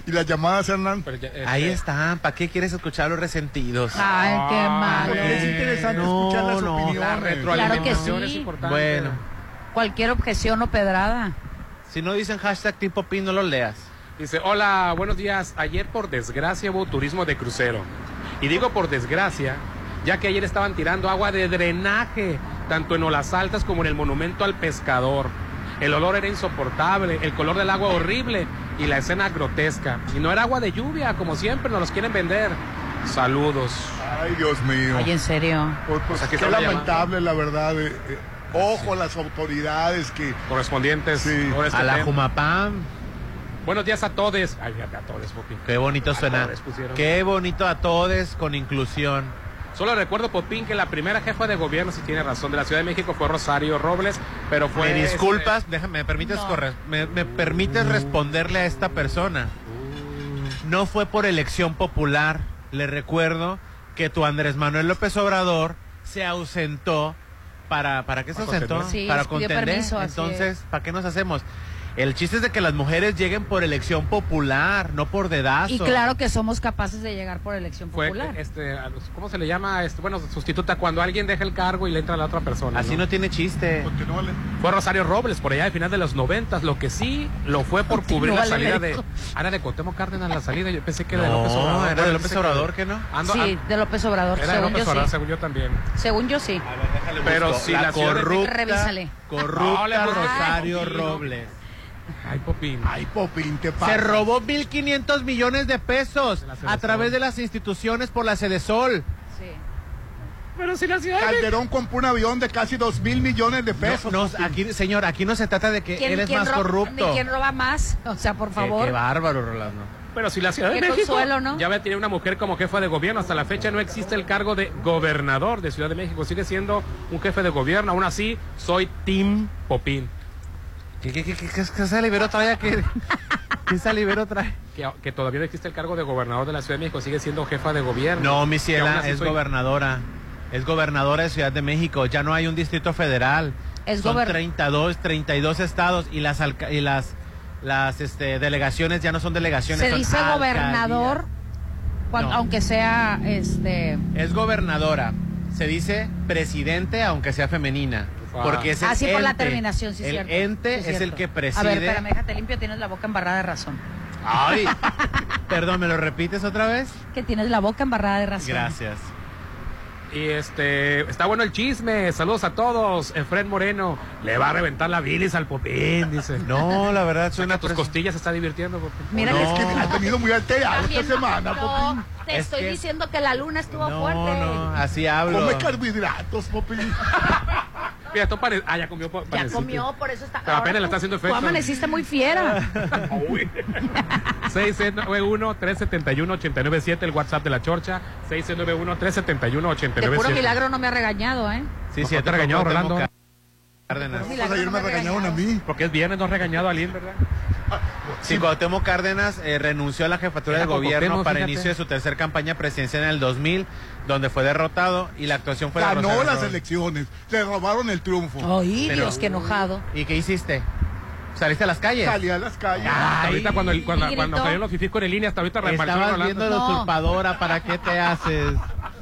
Y las llamadas, Hernán.
Ahí están, ¿para qué quieres escuchar a los resentidos?
Ay, qué malo.
Porque Ah, es interesante
No,
escuchar las
no,
opiniones.
Claro que
Alimentación es
sí.
importante.
Bueno,
Cualquier objeción o pedrada.
si no dicen hashtag tipo pin no lo leas.
Dice, hola, buenos días. Ayer por desgracia hubo turismo de crucero. Y digo por desgracia, ya que ayer estaban tirando agua de drenaje, tanto en Olas Altas como en el Monumento al Pescador. El olor era insoportable, el color del agua horrible y la escena grotesca. Y no era agua de lluvia, como siempre, nos los quieren vender. Saludos.
Ay, Dios mío.
Oye, en serio.
Pues, pues,
Aquí
qué
está la
lamentable, la verdad. eh, eh, ojo a las autoridades que...
Correspondientes. sobre este
A la
tema.
Jumapam,
Buenos días a todos. Ay, a todos, Popín.
qué bonito
A
suena.
todes pusieron.
Qué bonito a todos con inclusión.
Solo recuerdo, Popín, que la primera jefa de gobierno, si tiene razón, de la Ciudad de México fue Rosario Robles, pero fue... Mm.
me disculpas,
este,
déjame, me permites corre- me, me permites responderle a esta persona. No fue por elección popular, le recuerdo que tu Andrés Manuel López Obrador se ausentó para para qué se
Para
ausentó?
contender. Sí,
para
pidió
contender.
permiso, así
Entonces, ¿para qué nos hacemos? El chiste es de que las mujeres lleguen por elección popular, no por dedazo.
Y claro que somos capaces de llegar por elección
fue,
popular.
este, a los- ¿Cómo se le llama? Este, bueno, sustituta cuando alguien deja el cargo y le entra la otra persona.
Así no tiene chiste.
Continúale.
Fue Rosario Robles, por allá al final de los noventas. Lo que sí lo fue por cubrir la
Continúale,
salida de...
México.
Ana de Cuauhtémoc Cárdenas la salida. Yo pensé que era de
No,
López Obrador.
era de López
Dice que-
Obrador, ¿que no?
Ando- ah,
sí, de López Obrador,
era de
según
López
yo
Obrador,
sí.
según yo también.
Según yo sí.
Pero
Busco
si
la
la, Ciudad de México-
corrupta,
Revísale.
eh, corrupta
Ay,
Rosario
Popín.
Robles.
Ay, Popín.
Ay, Popín, te pasa.
Se robó 1.500 millones de pesos a través de las instituciones por la sede Sol.
Sí.
Pero si la ciudad de
Calderón compró un avión de casi 2 mil millones de pesos.
No, aquí, señor, aquí no se trata de que él es más
roba,
corrupto.
¿Quién roba más? O sea, por
Qué-
favor.
qué bárbaro, Rolando.
Pero si la Ciudad de
Qué
México
consuelo, ¿no?
ya tiene una mujer como jefa de gobierno, hasta la fecha no existe el cargo de gobernador de Ciudad de México, sigue siendo un jefe de gobierno, aún así soy Tim Popín,
¿Qué, qué, qué, qué, qué- qué salivero trae aquí? ¿Qué salivero trae?
que, que todavía no existe el cargo de gobernador de la Ciudad de México, sigue siendo jefa de gobierno.
No, mi
Que aún
ciela,
así
es
soy-
gobernadora. Es gobernadora de Ciudad de México. Ya no hay un distrito federal.
Es
Son
gober-
32, 32 estados y las alca- y las las este, delegaciones ya no son delegaciones.
Se
son
dice gobernador, cuan-
No.
aunque sea este.
Es gobernadora. Se dice presidente, aunque sea femenina.
Ah.
Porque es el
Así por la
ente.
terminación, sí,
El
cierto.
ente
Sí,
es el
cierto.
que preside.
A ver, espérame, déjate limpio, tienes la boca embarrada de razón.
Ay, perdón, ¿me lo repites otra vez?
Que tienes la boca embarrada de razón.
Gracias.
Y este, está bueno el chisme. Saludos a todos. Efren Moreno le va a reventar la bilis al popín, dice.
No, la verdad
suena tus costillas se está divirtiendo, Popín.
Mira, No. les-
Es que ha tenido muy alterado esta
También
semana,
no,
Popín.
Te
Es
estoy
que-
diciendo que la luna estuvo fuerte.
No, así hablo.
Come carbohidratos, Popín.
Mira, tú pare- Ah, ya comió. pa-
Ya
panecito.
comió, por eso está.
Pero apenas le está haciendo
tú
efecto.
amaneciste muy fiera.
691-371-897, el WhatsApp de la Chorcha. 691-371-897.
De puro milagro no me ha regañado, ¿eh?
Sí, sí,
No
te
te
regañó,
preocupes,
Orlando.
Moca.
Pues ayer me regañaron
a mí. Porque es viernes, no has regañado a alguien, ¿verdad?
Sí, Cuauhtémoc Cárdenas eh, renunció a la jefatura del
Era Cuauhtémoc,
gobierno para
fíjate.
inicio de su tercer campaña presidencial en el 2000, donde fue derrotado y la actuación fue de
Ganó
Rosario
las
Robles.
elecciones. Le robaron el triunfo.
Ay, Dios, qué enojado.
¿Y qué hiciste? ¿Saliste a las calles?
Salí a las calles.
Hasta ahorita cuando, el- cuando,
gritó.
cuando cayeron los fifís con el línea, hasta ahorita repartieron
Estabas
Orlando.
viendo la usurpadora, ¿para qué te haces?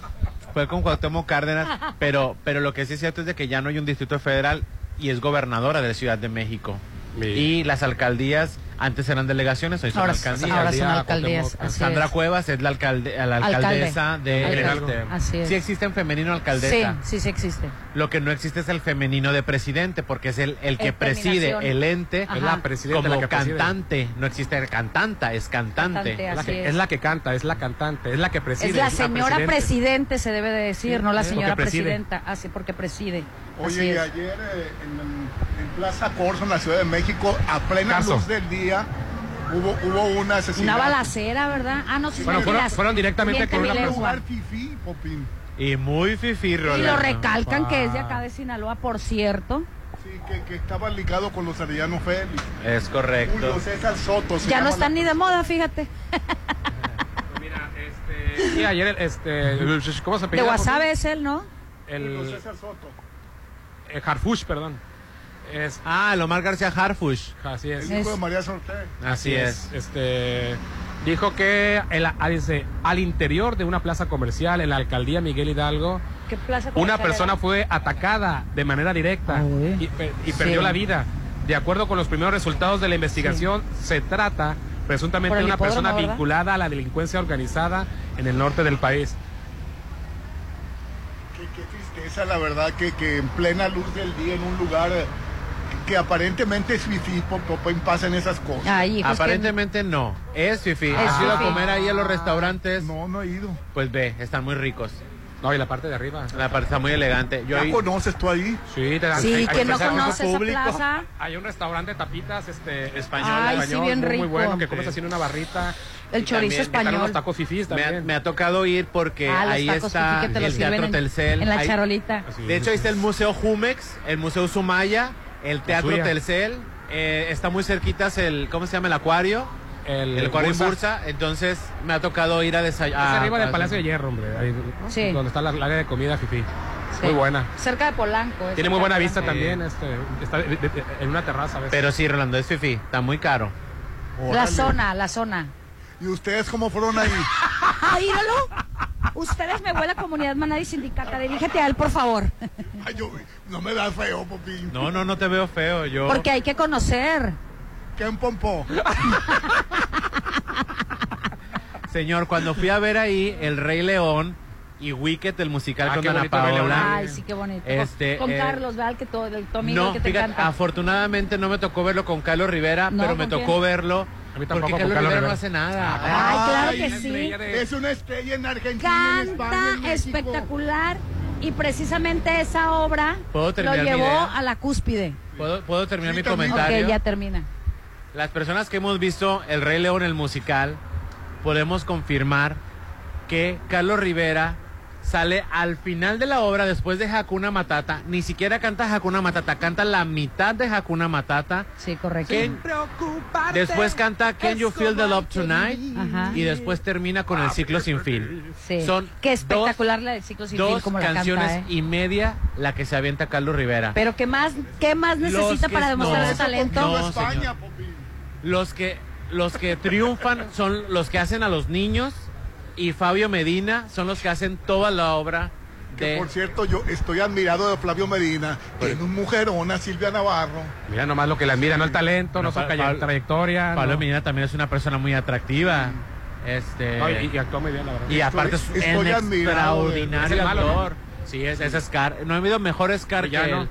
Fue con Cuauhtémoc Cárdenas, pero, pero lo que sí es cierto es de que ya no hay un distrito federal y es gobernadora de Ciudad de México. Y las alcaldías antes eran delegaciones, hoy son
Ahora-
alcaldías.
ahora son alcaldías, Cuauhtémoc. así
Sandra
es.
Cuevas es la, alcalde, la
Alcalde.
alcaldesa de
Alcalde,
Este,
así es.
Sí existe en femenino
Sí,
alcaldesa.
sí, sí existe.
Lo que no existe es el femenino de presidente, porque es el, el que
Es
preside
terminación.
el ente
Ajá. Es la
presidenta
como
la que preside.
cantante. No existe el cantanta, es cantante.
Cantante, Es la que- así es.
es la que canta, es la cantante, es la que preside.
es la señora presidente. se debe de decir, no la
Sí, porque
señora
preside.
presidenta. Así, porque preside. Así
Oye, y
es.
ayer eh, en, en Plaza Corso, en la Ciudad de México, a plena
Corso.
luz del día, hubo, hubo un asesinato.
Una balacera, ¿verdad? Ah, no, sí,
Bueno,
sí,
fueron-
las-
fueron directamente
miente
con
mi
una
lengua.
persona. Fifí, Popín.
Y muy fifi,
Y lo recalcan que es de acá de Sinaloa, por cierto.
Sí, que, que estaba ligado con los Arellano Félix.
Ah, Es correcto.
Julio César Soto. se
Ya no
llama
están ni de moda, fíjate.
Sí, ayer, el, este, el- ¿cómo se
De
apellida?
WhatsApp es él, ¿no?
El,
César Soto.
el Harfush, perdón. Es,
Ah, el Omar García Harfush.
así
la-
es.
El hijo de María Sorté.
Así es. Este dijo que el- ah, dice, al interior de una plaza comercial en la alcaldía Miguel Hidalgo,
¿Qué plaza
una
comercial
persona
era?
fue atacada de manera
Ah,
directa y, per- y perdió
Sí.
la vida. De acuerdo con los primeros resultados de la investigación, se trata presuntamente
Por
de
el
una
hipódromo,
persona
¿verdad?
vinculada a la delincuencia organizada en el norte del país.
Qué, qué tristeza, la verdad, que, que en plena luz del día, en un lugar eh, que aparentemente es fifí, Pop- Popín, pasan esas cosas.
Aparentemente no. Es fifi.
Es
¿Has ido a
fifí.
comer ahí a los restaurantes?
No, no he ido.
Pues ve, están muy ricos.
No, y la parte de arriba.
La parte está muy elegante. Yo
¿Ya
ahí-
conoces tú ahí?
Sí, te
Sí,
hay-
que
hay-
no
hay-
conoce esa
plaza.
Hay un restaurante de tapitas este,
español,
Ay, sí, bien
muy, muy
rico.
bueno, que comes así en una barrita.
El chorizo
también-
español.
están los
tacos fifís
me, ha, me ha tocado ir porque
Ah, los
ahí
tacos
está
fifí que te los
el
sirven
Teatro
en-
Telcel.
en la
Ahí-
charolita.
De hecho, ahí está el Museo Jumex, el Museo Sumaya, el Teatro
suya.
Telcel. eh, está muy cerquitas el, ¿cómo se llama? El acuario.
El,
acuario en
Bursa.
Bursa. Entonces me ha tocado ir a
Es
desayunar.
arriba del Palacio de Hierro, hombre. ahí, ¿no?
Sí.
Donde está la la área de comida, Fifi.
Sí.
Muy buena.
Cerca de Polanco. es
Tiene muy buena
cerca de
vista
Polanco.
también. Este, está de- de- de- en una terraza. ¿ves?
Pero sí, Rolando, es fifi. Está muy caro.
La zona, la zona.
¿Y ustedes cómo fueron ahí?
¡Ah, íralo! Ustedes me voy a la comunidad manada y sindicata. Dirígete a él, por favor.
Ay, yo- no me da feo, Popín.
No, no, no te veo feo. Yo.
Porque hay que conocer.
¿Quién pompó?
Señor, cuando fui a ver ahí El Rey León y Wicked, el musical
Ah,
con
qué
Ana
bonito El Rey León.
Paola.
Ay, sí, qué bonito.
Este,
con
eh,
Carlos, ¿verdad? El que todo, el tu amigo
No,
que te
fíjate,
encanta.
afortunadamente no me tocó verlo con Carlos Rivera,
No,
pero me
¿con
tocó
quién?
verlo. porque
tampoco, con
Carlos Rivera
Carlos
no
Rivera.
hace nada.
Ay, claro que
Ay,
sí.
Es una estrella en Argentina. en España, en
Canta
México.
espectacular y precisamente esa obra
¿Puedo
lo
terminar mi
llevó
idea?
a la cúspide.
¿Puedo, puedo terminar
Sí,
mi
termina.
comentario?
Ok, ya termina.
Las personas que hemos visto El Rey León, el musical, podemos confirmar que Carlos Rivera sale al final de la obra después de Hakuna Matata. Ni siquiera canta Hakuna Matata, canta la mitad de Hakuna Matata.
Sí, correcto.
Ken- después canta Can You Feel the Love Tonight
Ajá.
y después termina con el ciclo sin fin.
Sí.
Son
Qué espectacular la del ciclo sin fin,
dos
como la
canciones
canta, ¿eh?
y media la que se avienta Carlos Rivera.
Pero qué más, qué más
Los
necesita
que-
para demostrar
no,
su talento.
no, señor. Los que los que triunfan son los que hacen a los niños y Fabio Medina son los que hacen toda la obra
Que,
de
por cierto, yo estoy admirado de Flavio Medina. Tiene un mujerona, Silvia Navarro.
Mira nomás lo que le admira, no el talento, no,
No,
su
Pa-
calle-
Pablo-
trayectoria.
Pablo
no.
Medina también es una persona muy atractiva. Este,
No, Eh, y, y actúa muy bien, la verdad.
y aparte es un
Es
extraordinario
el malo, ¿no?
actor. Sí, es, es Scar. No he visto mejor Scar que
Ya no.
él.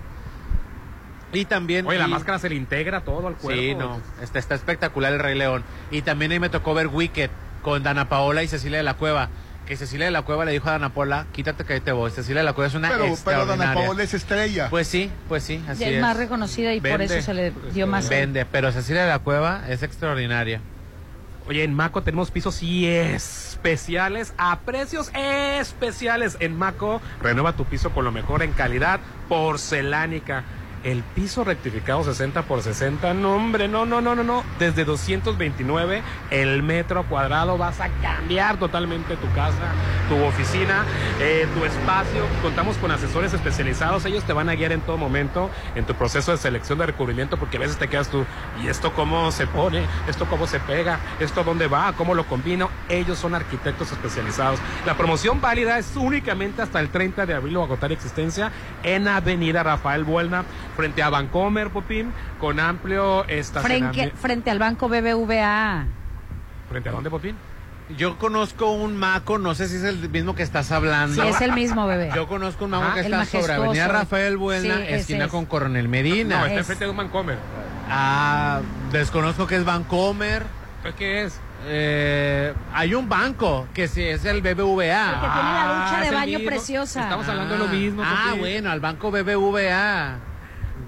Y también.
Oye, la
y-
máscara se le integra todo al cuerpo.
Sí, no. Está, está espectacular el Rey León. Y también ahí me tocó ver Wicked con Dana Paola y Cecilia de la Cueva. Que Cecilia de la Cueva le dijo a Dana Paola, quítate que ahí te voy. Cecilia de la Cueva es una
Pero, pero
extraordinaria.
Dana Paola es estrella.
Pues sí, pues sí, así
es
es.
más reconocida y por
Vende.
eso se le dio más.
Vende, pero Cecilia de la Cueva es extraordinaria.
Oye, en Maco tenemos pisos y especiales a precios especiales. En Maco renueva tu piso con lo mejor en calidad porcelánica. El piso rectificado 60 por 60, no hombre, no, no, no, no, no. Desde 229 el metro cuadrado vas a cambiar totalmente tu casa, tu oficina, eh, tu espacio. Contamos con asesores especializados, ellos te van a guiar en todo momento en tu proceso de selección de recubrimiento porque a veces te quedas tú, ¿y esto cómo se pone? ¿Esto cómo se pega? ¿Esto dónde va? ¿Cómo lo combino? Ellos son arquitectos especializados. La promoción válida es únicamente hasta el 30 de abril o agotar existencia en Avenida Rafael Buelna, frente a Vancomer, Popín, con amplio
Frente,
estacionamiento.
frente al banco BBVA.
¿Frente a dónde, Popín?
Yo conozco un maco, no sé si es el mismo que estás hablando.
Sí, es el mismo bebé.
Yo conozco un maco
Ah,
que
el
está sobre
majestuoso.
Avenida Rafael Buena,
Sí, ese
esquina
es.
con Coronel Medina.
No, está enfrente de un Vancomer.
Ah, desconozco que es Bancomer.
¿Qué es?
Eh, hay un banco que sí, es el BBVA.
que tiene la ducha de
Ah, es el
baño
mismo.
preciosa. Estamos hablando de lo mismo,
Ah,
Sofía.
bueno, al banco BBVA.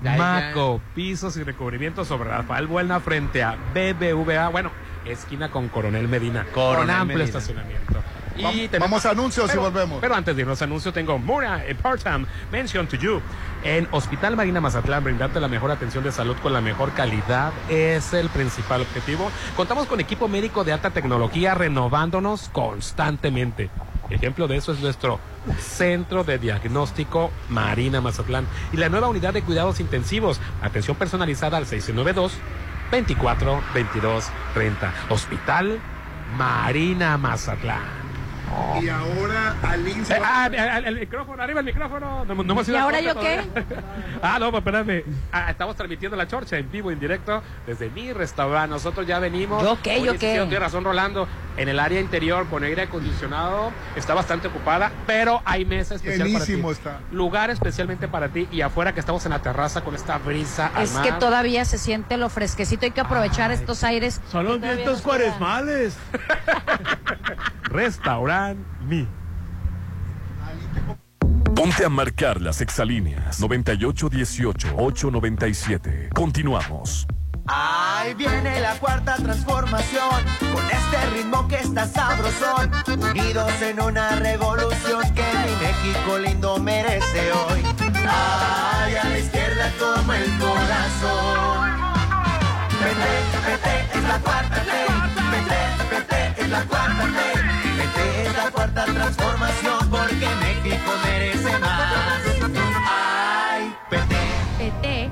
Ya, ya.
Maco, pisos y recubrimientos sobre Rafael Buelna frente a BBVA, bueno, esquina con Coronel Medina, con
Coronel
amplio
Medina.
estacionamiento. Y
Vam-
tenemos-
vamos a anuncios y
Pero-
volvemos.
Pero antes de irnos a anuncios, tengo Mura Important Mention to You. En Hospital Marina Mazatlán, brindarte la mejor atención de salud con la mejor calidad es el principal objetivo. Contamos con equipo médico de alta tecnología renovándonos constantemente. Ejemplo de eso es nuestro Centro de Diagnóstico Marina Mazatlán y la nueva unidad de cuidados intensivos. Atención personalizada al 692 24 22 30. Hospital Marina Mazatlán.
Y ahora Alin se
Eh,
va-
ah, el, el- el micrófono, arriba el micrófono. No, no hemos
¿Y
ido a
ahora
corte
yo qué?
todavía. Ah, no, pues, espérame. Ah, estamos transmitiendo la chorcha en vivo, en directo, desde mi restaurante. Nosotros ya venimos.
¿Yo qué?
Oye,
¿Yo
sí,
qué?
sí, no tiene razón, Rolando. En el área interior con aire acondicionado está bastante ocupada, pero hay mesa especial
Llenísimo
para ti. Lugar especialmente para ti y afuera que estamos en la terraza con esta brisa. al
Es
mar.
que todavía se siente lo fresquecito, hay que aprovechar estos aires.
Son los
que todavía
vientos
nos quedan.
cuaresmales. Restaurant Mi.
Ponte a marcar las exalíneas 9818-897. Continuamos.
Ahí viene la cuarta transformación, con este ritmo que está sabrosón, unidos en una revolución que mi México lindo merece hoy. Ay, a la izquierda como el corazón. PT, PT es la cuarta T, PT, PT es la cuarta T, PT es la cuarta transformación porque México merece más. Ay, PT.
PT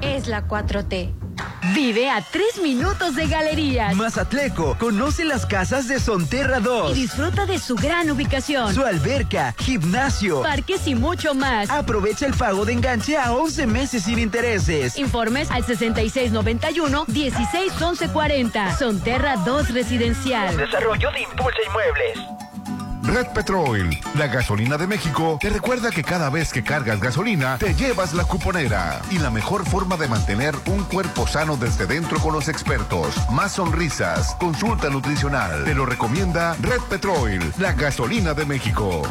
es la 4T. Vive a 3 minutos de galerías
Mazatleco, conoce las casas de Sonterra
y
2,
disfruta de su gran ubicación,
su alberca, gimnasio,
parques y mucho más.
Aprovecha el pago de enganche a 11 meses sin intereses.
Informes al 6691-161140. Sonterra 2 Residencial.
Desarrollo de Impulsa Inmuebles.
Red Petrol, la gasolina de México, te recuerda que cada vez que cargas gasolina, te llevas la cuponera. Y la mejor forma de mantener un cuerpo sano desde dentro con los expertos. Más sonrisas, consulta nutricional. Te lo recomienda Red Petrol, la gasolina de México.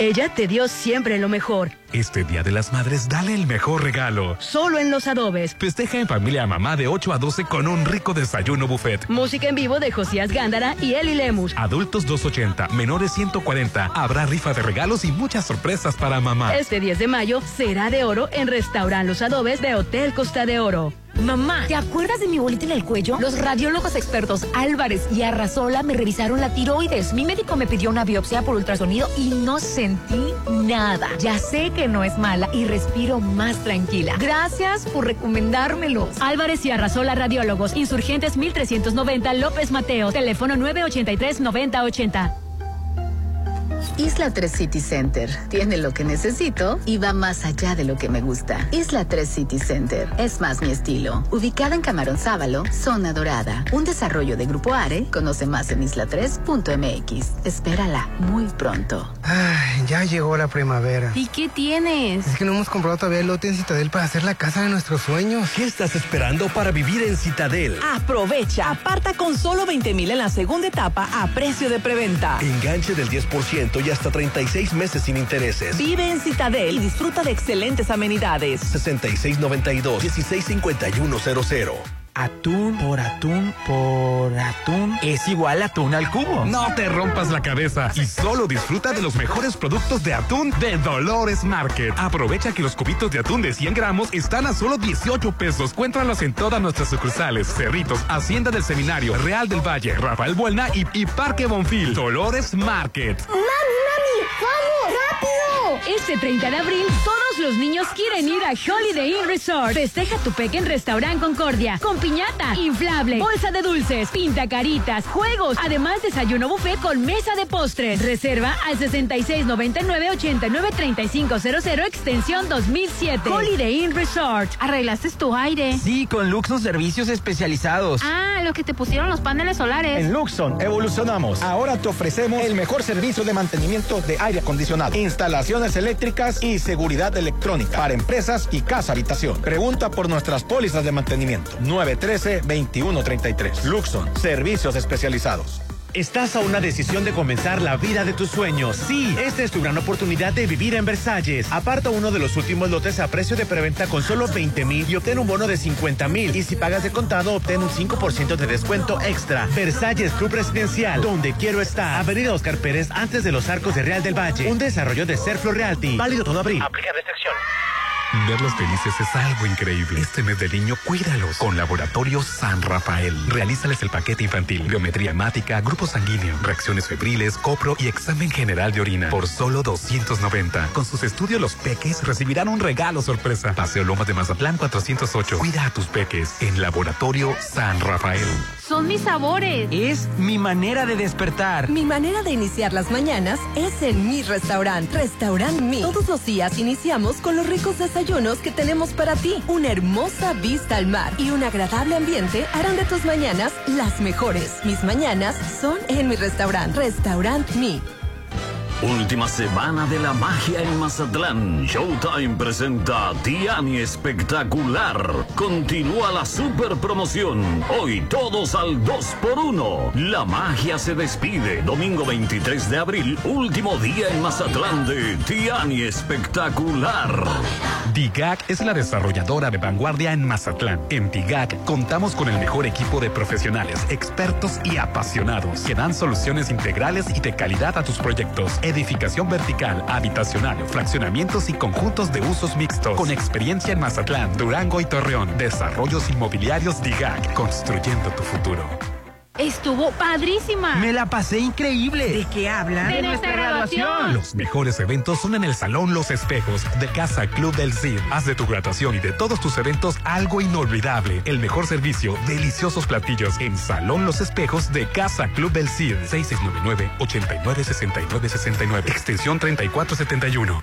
Ella te dio siempre lo mejor,
Este Día de las Madres, dale el mejor regalo.
solo en los adobes.
Festeja en familia a mamá de 8 a 12 con un rico desayuno buffet.
Música en vivo de Josías Gándara y Eli Lemus.
Adultos 280, menores 140. Habrá rifa de regalos y muchas sorpresas para mamá.
Este 10 de mayo será de oro en Restaurant Los Adobes de Hotel Costa de Oro.
Mamá, ¿te acuerdas de mi bolita en el cuello? Los radiólogos expertos Álvarez y Arrazola me revisaron la tiroides. Mi médico me pidió una biopsia por ultrasonido y no sentí nada. Ya sé que no es mala y respiro más tranquila. Gracias por recomendármelos.
Álvarez y Arrasola Radiólogos, Insurgentes 1390 López Mateo, teléfono 983-9080.
Isla 3 City Center tiene lo que necesito y va más allá de lo que me gusta. Isla 3 City Center es más mi estilo. Ubicada en Camarón Sábalo, Zona Dorada, un desarrollo de Grupo Are, conoce más en isla3.mx. Espérala muy pronto.
Ay, ya llegó la primavera.
¿Y qué tienes?
Es que no hemos comprado todavía el lote en Citadel para hacer la casa de nuestros sueños.
¿Qué estás esperando para vivir en Citadel?
Aprovecha. Aparta con solo 20 mil en la segunda etapa a precio de preventa.
Enganche del 10% y hasta 36 meses sin intereses.
Vive en Citadel y disfruta de excelentes amenidades.
6692-165100.
Atún por atún por atún es igual a atún al cubo.
No te rompas la cabeza y solo disfruta de los mejores productos de atún de Dolores Market. Aprovecha que los cubitos de atún de 100 gramos están a solo 18 pesos. Cuéntralos en todas nuestras sucursales: Cerritos, Hacienda del Seminario, Real del Valle, Rafael Buelna y, y Parque Bonfil. Dolores Market.
¡Mami, mami! ¡Vamos! ¡Rápido!
Este 30 de abril, todos los niños quieren ir a Holiday Inn Resort. Festeja tu peque en Restaurant Concordia, con piñata, inflable, bolsa de dulces, pinta caritas, juegos. Además, desayuno buffet con mesa de postres. Reserva al 6699-893500, extensión 2007. Holiday Inn Resort.
¿Arreglaste tu aire?
Sí, con Luxon Servicios Especializados.
Ah, los que te pusieron los paneles solares.
En Luxon evolucionamos. Ahora te ofrecemos el mejor servicio de mantenimiento de aire acondicionado, instalaciones eléctricas y seguridad electrónica para empresas y casa habitación. Pregunta por nuestras pólizas de mantenimiento. 913-2133. Luxon, servicios especializados.
Estás a una decisión de comenzar la vida de tus sueños. Sí, esta es tu gran oportunidad de vivir en Versalles. Aparta uno de los últimos lotes a precio de preventa con solo 20 mil y obtén un bono de 50 mil. Y si pagas de contado, obtén un 5% de descuento extra. Versalles Club Presidencial, donde quiero estar. Avenida Oscar Pérez, antes de los arcos de Real del Valle. Un desarrollo de Serflo Realty. Válido todo abril.
Aplica restricción.
Verlos felices es algo increíble. Este mes del niño, cuídalos con Laboratorio San Rafael. Realízales el paquete infantil, biometría hemática, grupo sanguíneo, reacciones febriles, copro y examen general de orina. Por solo 290. Con sus estudios, los peques recibirán un regalo sorpresa. Paseo Lomas de Mazatlán 408. Cuida a tus peques en Laboratorio San Rafael.
Son mis sabores.
Es mi manera de despertar.
Mi manera de iniciar las mañanas es en mi restaurante. Restaurant Mi. Todos los días iniciamos con los ricos desayunos que tenemos para ti. Una hermosa vista al mar y un agradable ambiente harán de tus mañanas las mejores. Mis mañanas son en mi restaurante. Restaurant Mi.
Última semana de la magia en Mazatlán. Showtime presenta Tiani Espectacular. Continúa la super promoción. Hoy todos al 2x1. La magia se despide. Domingo 23 de abril, último día en Mazatlán de Tiani Espectacular.
DIGAC es la desarrolladora de vanguardia en Mazatlán. En DIGAC contamos con el mejor equipo de profesionales, expertos y apasionados que dan soluciones integrales y de calidad a tus proyectos edificación vertical, habitacional, fraccionamientos y conjuntos de usos mixtos. Con experiencia en Mazatlán, Durango y Torreón. Desarrollos inmobiliarios DIGAC, construyendo tu futuro.
Estuvo padrísima.
Me la pasé increíble.
Ah. ¿De qué hablan? De, de nuestra, nuestra graduación. graduación.
Los mejores eventos son en el Salón Los Espejos de Casa Club del Cid. Haz de tu graduación y de todos tus eventos algo inolvidable. El mejor servicio, deliciosos platillos en Salón Los Espejos de Casa Club del Cid. 6699-896969. Extensión 3471.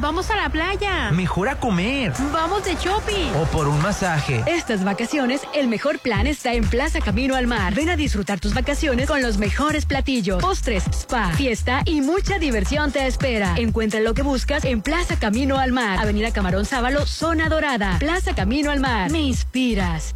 Vamos a la playa.
Mejor a comer.
Vamos de shopping.
O por un masaje.
Estas vacaciones, el mejor plan está en Plaza Camino al Mar. Ven a disfrutar tus vacaciones con los mejores platillos, postres, spa, fiesta y mucha diversión te espera. Encuentra lo que buscas en Plaza Camino al Mar. Avenida Camarón Sábalo, Zona Dorada. Plaza Camino al Mar. Me inspiras.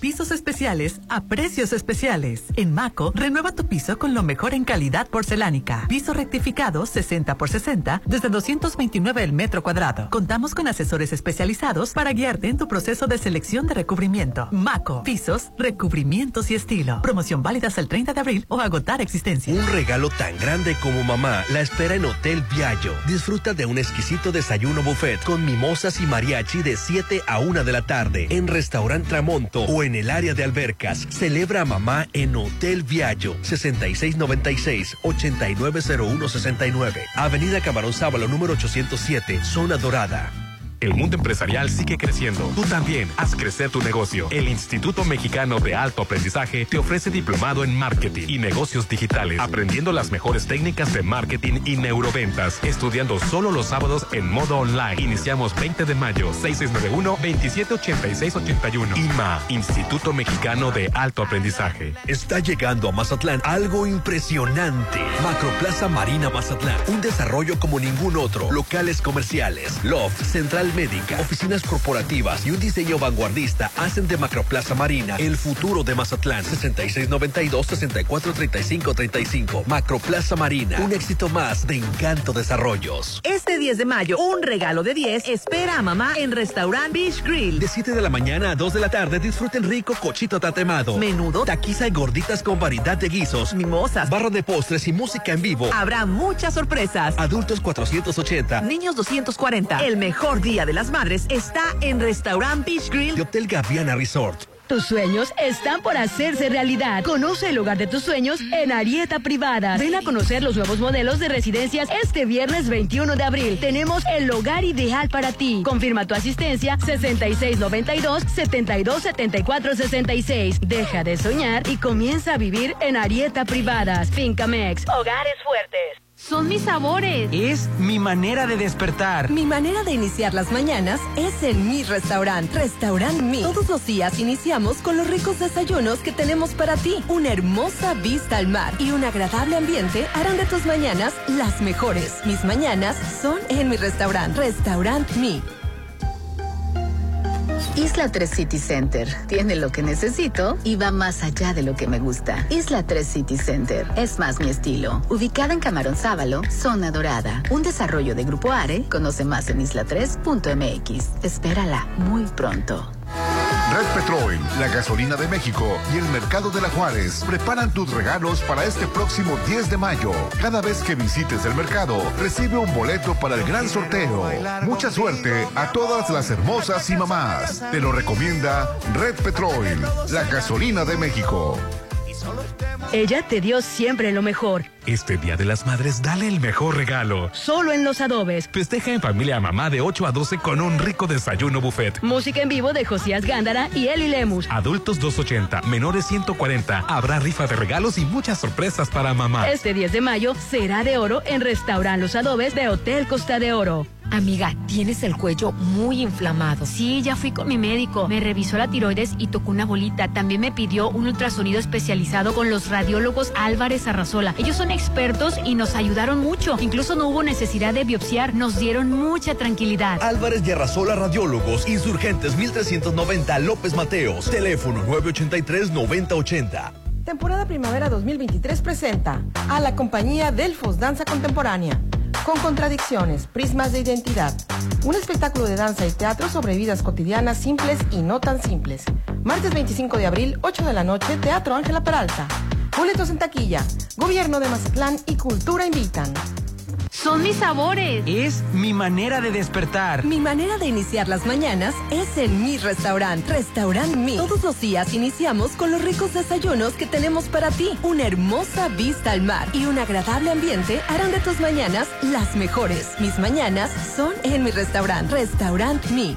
Pisos especiales a precios especiales. En Maco, renueva tu piso con lo mejor en calidad porcelánica. Piso rectificado 60 por 60 desde 229 el metro cuadrado. Contamos con asesores especializados para guiarte en tu proceso de selección de recubrimiento. Maco, pisos, recubrimientos y estilo. Promoción válida hasta el 30 de abril o agotar existencia.
Un regalo tan grande como mamá la espera en Hotel Viallo. Disfruta de un exquisito desayuno buffet con mimosas y mariachi de 7 a 1 de la tarde en Restaurant Tramonto o en el área de albercas. Celebra a mamá en Hotel Viallo 6696-890169. Avenida Camarón Sábalo número 807, Zona Dorada.
El mundo empresarial sigue creciendo. Tú también haz crecer tu negocio. El Instituto Mexicano de Alto Aprendizaje te ofrece diplomado en marketing y negocios digitales, aprendiendo las mejores técnicas de marketing y neuroventas, estudiando solo los sábados en modo online. Iniciamos 20 de mayo, 6691-278681. IMA, Instituto Mexicano de Alto Aprendizaje.
Está llegando a Mazatlán algo impresionante. Macroplaza Marina Mazatlán, un desarrollo como ningún otro. Locales comerciales, loft, central médica, oficinas corporativas y un diseño vanguardista hacen de Macroplaza Marina el futuro de Mazatlán. 6692-643535. Macroplaza Marina, un éxito más de Encanto Desarrollos.
Este 10 de mayo, un regalo de 10 espera a mamá en Restaurant Beach Grill.
De 7 de la mañana a 2 de la tarde disfruten rico cochito tatemado,
menudo,
taquiza y gorditas con variedad de guisos,
mimosas,
barra de postres y música en vivo.
Habrá muchas sorpresas.
Adultos 480,
niños 240. El mejor día de las Madres está en Restaurant Beach Grill
de Hotel Gaviana Resort.
Tus sueños están por hacerse realidad. Conoce el hogar de tus sueños en Arieta Privada. Ven a conocer los nuevos modelos de residencias este viernes 21 de abril. Tenemos el hogar ideal para ti. Confirma tu asistencia 6692-727466. Deja de soñar y comienza a vivir en Arieta Privadas. Fincamex. Hogares fuertes.
Son mis sabores.
Es mi manera de despertar.
Mi manera de iniciar las mañanas es en mi restaurante. Restaurant Mi. Todos los días iniciamos con los ricos desayunos que tenemos para ti. Una hermosa vista al mar y un agradable ambiente harán de tus mañanas las mejores. Mis mañanas son en mi restaurante. Restaurant Mi.
Isla 3 City Center tiene lo que necesito y va más allá de lo que me gusta. Isla 3 City Center es más mi estilo. Ubicada en Camarón Sábalo, zona dorada. Un desarrollo de Grupo Are. Conoce más en isla3.mx. Espérala muy pronto.
Red Petrol, la gasolina de México y el mercado de la Juárez preparan tus regalos para este próximo 10 de mayo. Cada vez que visites el mercado, recibe un boleto para el gran sorteo. Mucha suerte a todas las hermosas y mamás. Te lo recomienda Red Petrol, la gasolina de México.
Ella te dio siempre lo mejor.
Este Día de las Madres, dale el mejor regalo.
Solo en Los Adobes.
Festeja en familia a mamá de 8 a 12 con un rico desayuno buffet.
Música en vivo de Josías Gándara y Eli Lemus.
Adultos 280, menores 140. Habrá rifa de regalos y muchas sorpresas para mamá.
Este 10 de mayo será de oro en Restaurant Los Adobes de Hotel Costa de Oro.
Amiga, tienes el cuello muy inflamado.
Sí, ya fui con mi médico. Me revisó la tiroides y tocó una bolita. También me pidió un ultrasonido especializado con los radiólogos Álvarez Arrazola. Ellos son expertos y nos ayudaron mucho. Incluso no hubo necesidad de biopsiar, nos dieron mucha tranquilidad.
Álvarez de Arrasola Radiólogos, Insurgentes 1390 López Mateos, teléfono 983-9080.
Temporada Primavera 2023 presenta a la compañía Delfos Danza Contemporánea, con contradicciones, prismas de identidad, un espectáculo de danza y teatro sobre vidas cotidianas simples y no tan simples. Martes 25 de abril, 8 de la noche, Teatro Ángela Peralta. Boletos en taquilla. Gobierno de Mazatlán y Cultura invitan.
Son mis sabores.
Es mi manera de despertar.
Mi manera de iniciar las mañanas es en mi restaurante. Restaurant Mi. Todos los días iniciamos con los ricos desayunos que tenemos para ti. Una hermosa vista al mar y un agradable ambiente harán de tus mañanas las mejores. Mis mañanas son en mi restaurante. Restaurant Mi.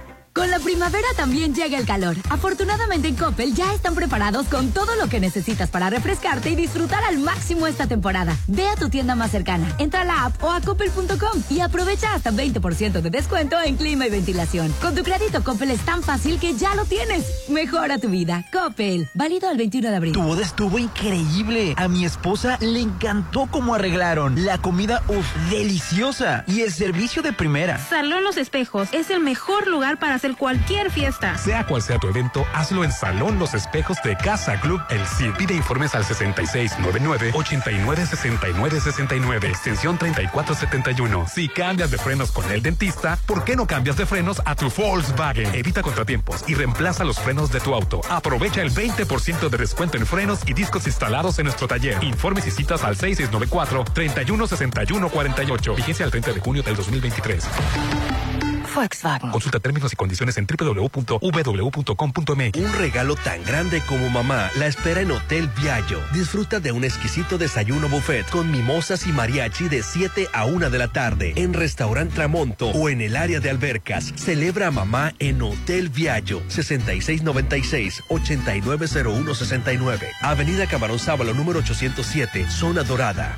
Con la primavera también llega el calor. Afortunadamente en Coppel ya están preparados con todo lo que necesitas para refrescarte y disfrutar al máximo esta temporada. Ve a tu tienda más cercana, entra a la app o a coppel.com y aprovecha hasta 20% de descuento en clima y ventilación. Con tu crédito Coppel es tan fácil que ya lo tienes. Mejora tu vida. Coppel, válido al 21 de abril.
Tu boda estuvo increíble. A mi esposa le encantó cómo arreglaron. La comida, uff, deliciosa. Y el servicio de primera.
Salón Los Espejos es el mejor lugar para hacer cualquier fiesta.
Sea cual sea tu evento, hazlo en Salón Los Espejos de Casa Club El Cid. Pide informes al 6699-896969, extensión 3471. Si cambias de frenos con el dentista, ¿por qué no cambias de frenos a tu Volkswagen? Evita contratiempos y reemplaza los frenos de tu auto. Aprovecha el 20% de descuento en frenos y discos instalados en nuestro taller. Informes y citas al 6694-316148. Vigencia al 30 de junio del 2023.
Volkswagen.
Consulta términos y condiciones en www.ww.com.mx.
Un regalo tan grande como mamá la espera en Hotel Viallo. Disfruta de un exquisito desayuno buffet con mimosas y mariachi de 7 a 1 de la tarde en Restaurant Tramonto o en el área de albercas. Celebra a mamá en Hotel Viallo 6696-890169. Avenida Camarón Sábalo número 807, Zona Dorada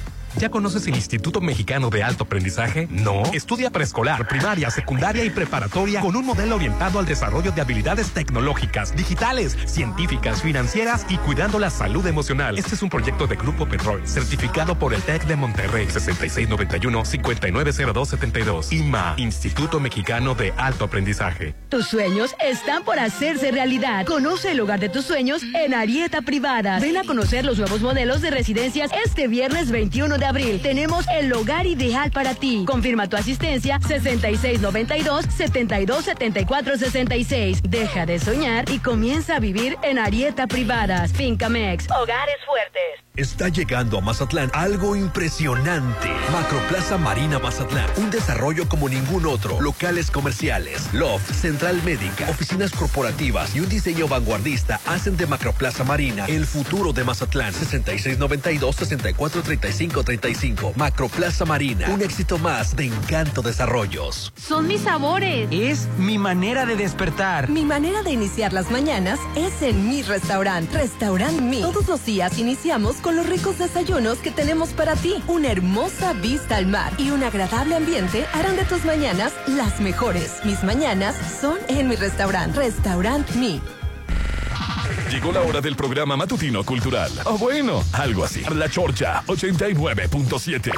¿Ya conoces el Instituto Mexicano de Alto Aprendizaje? No. Estudia preescolar, primaria, secundaria y preparatoria con un modelo orientado al desarrollo de habilidades tecnológicas, digitales, científicas, financieras y cuidando la salud emocional. Este es un proyecto de Grupo Petrol, certificado por el TEC de Monterrey 6691-590272. IMA, Instituto Mexicano de Alto Aprendizaje.
Tus sueños están por hacerse realidad. Conoce el hogar de tus sueños en Arieta Privada. Ven a conocer los nuevos modelos de residencias este viernes 21 de abril tenemos el hogar ideal para ti. Confirma tu asistencia 6692-727466. Deja de soñar y comienza a vivir en Arieta Privadas, Fincamex, Hogares Fuertes.
Está llegando a Mazatlán algo impresionante. Macroplaza Marina Mazatlán. Un desarrollo como ningún otro. Locales comerciales, loft, central médica, oficinas corporativas y un diseño vanguardista hacen de Macroplaza Marina el futuro de Mazatlán. 6692-643535. Macroplaza Marina. Un éxito más de Encanto Desarrollos.
Son mis sabores.
Es mi manera de despertar.
Mi manera de iniciar las mañanas es en mi restaurante. Restaurant Mi. Todos los días iniciamos con los ricos desayunos que tenemos para ti. Una hermosa vista al mar y un agradable ambiente harán de tus mañanas las mejores. Mis mañanas son en mi restaurante, Restaurant Me.
Llegó la hora del programa matutino cultural. O oh, bueno, algo así. La Chorcha 89.7.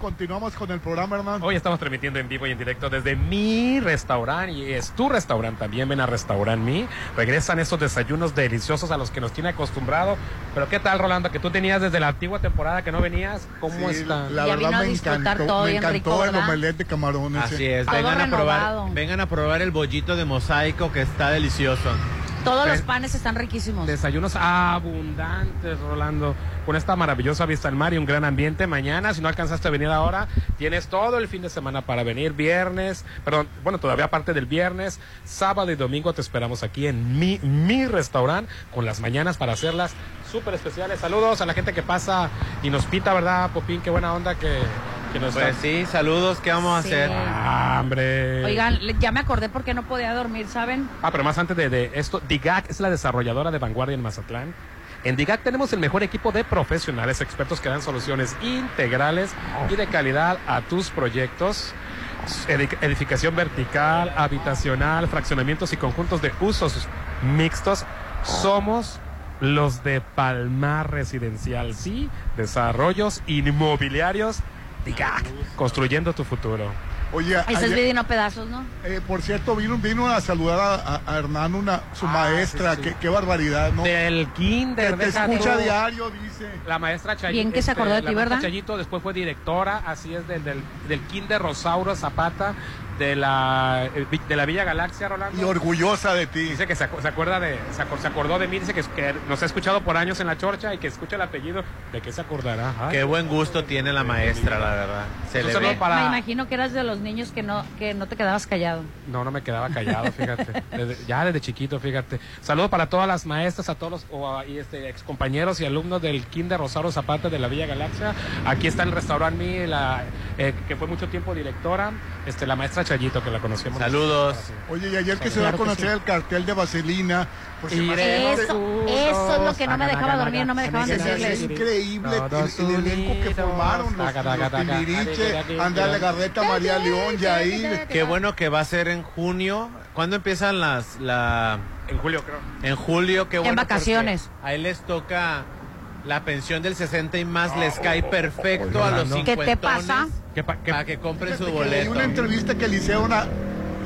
continuamos con el programa, Hernán.
Hoy estamos transmitiendo en vivo y en directo desde mi restaurante y es tu restaurante también. Ven a Restaurant Mi. Regresan esos desayunos deliciosos a los que nos tiene acostumbrado. Pero ¿qué tal, Rolando? Que tú tenías desde la antigua temporada que no venías. ¿Cómo
sí,
está?
La
Ya
verdad
vino a
me
disfrutar
encantó,
todo
me
bien rico,
encantó el
¿verdad?
omelette de camarones.
Así es,
Todo
vengan a, probar,
renovado.
vengan a probar el bollito de mosaico que está delicioso.
Todos los
Des-
panes están riquísimos.
Desayunos abundantes, Rolando. Con esta maravillosa vista al mar y un gran ambiente. Mañana, si no alcanzaste a venir ahora, tienes todo el fin de semana para venir. Viernes, perdón, bueno, todavía aparte del viernes, sábado y domingo te esperamos aquí en mi, mi restaurante con las mañanas para hacerlas súper especiales. Saludos a la gente que pasa y nos pita, ¿verdad, Popín? Qué buena onda que, que nos
Pues sí, saludos, ¿qué vamos a
Sí.
hacer?
Ah, hombre.
Oigan, le- ya me acordé por qué no podía dormir, ¿saben?
Ah, pero más antes de, de esto, DIGAC es la desarrolladora de vanguardia en Mazatlán. En DIGAC tenemos el mejor equipo de profesionales, expertos que dan soluciones integrales y de calidad a tus proyectos. Edi- Edificación vertical, habitacional, fraccionamientos y conjuntos de usos mixtos. Somos los de Palmar Residencial, sí, desarrollos inmobiliarios. DIGAC, construyendo tu futuro.
Oye,
Ahí estás
ayer-
dividiendo pedazos, ¿no?
eh, por cierto, vino, vino a saludar a, a- a Hernán, una, su maestra.
Ah, sí, sí.
Qué, qué barbaridad, ¿no?
Del kinder,
Que te
deja
escucha
tú.
diario, dice.
La maestra Chayito. este,
Bien que se acordó de
la
ti,
maestra
¿verdad?
Chayito después fue directora, así es, del, del, del Kinder Rosauro Zapata de la, eh, vi- de la Villa Galaxia, Rolando.
Y orgullosa de ti.
Dice que se, acu- se acuerda de, se, acor- se acordó de mí, dice que, que nos ha escuchado por años en la chorcha y que escucha el apellido. ¿De qué se acordará? Ay.
Qué buen gusto tiene la maestra, la verdad. Se
Un
le
saludo
ve.
para-
Me imagino que eras de los niños que no, que no te quedabas callado.
No, no me quedaba callado, fíjate. Desde- ya desde chiquito, fíjate. Saludos para todas las maestras, a todos los o a- y este, excompañeros y alumnos del Kinder Rosario Zapata de la Villa Galaxia. Aquí está el restaurante Mi, la, eh, que fue mucho tiempo directora, este, la maestra Chayito, que la conocemos.
Oye, y ayer que
Saludos.
se va a
Claro que
conocer
sí.
el cartel de Vaselina. por si más
Eso,
adelante-
eso es lo que no me dejaba dormir, no me dejaban
Es
decirles.
increíble
Todos
el, el elenco que formaron los,
Taca, taca,
los
taca.
Timbiriche, Andale Garreta, María León, Yair.
Qué bueno que va a ser en junio. ¿Cuándo empiezan las la
en julio creo?
En julio, qué
En
bueno.
vacaciones.
porque A él les toca la pensión del 60 y más, les cae
oh,
perfecto a los 50.
¿Qué te pasa?
Para que compren su
Hay
boleto.
una entrevista que le hicieron a,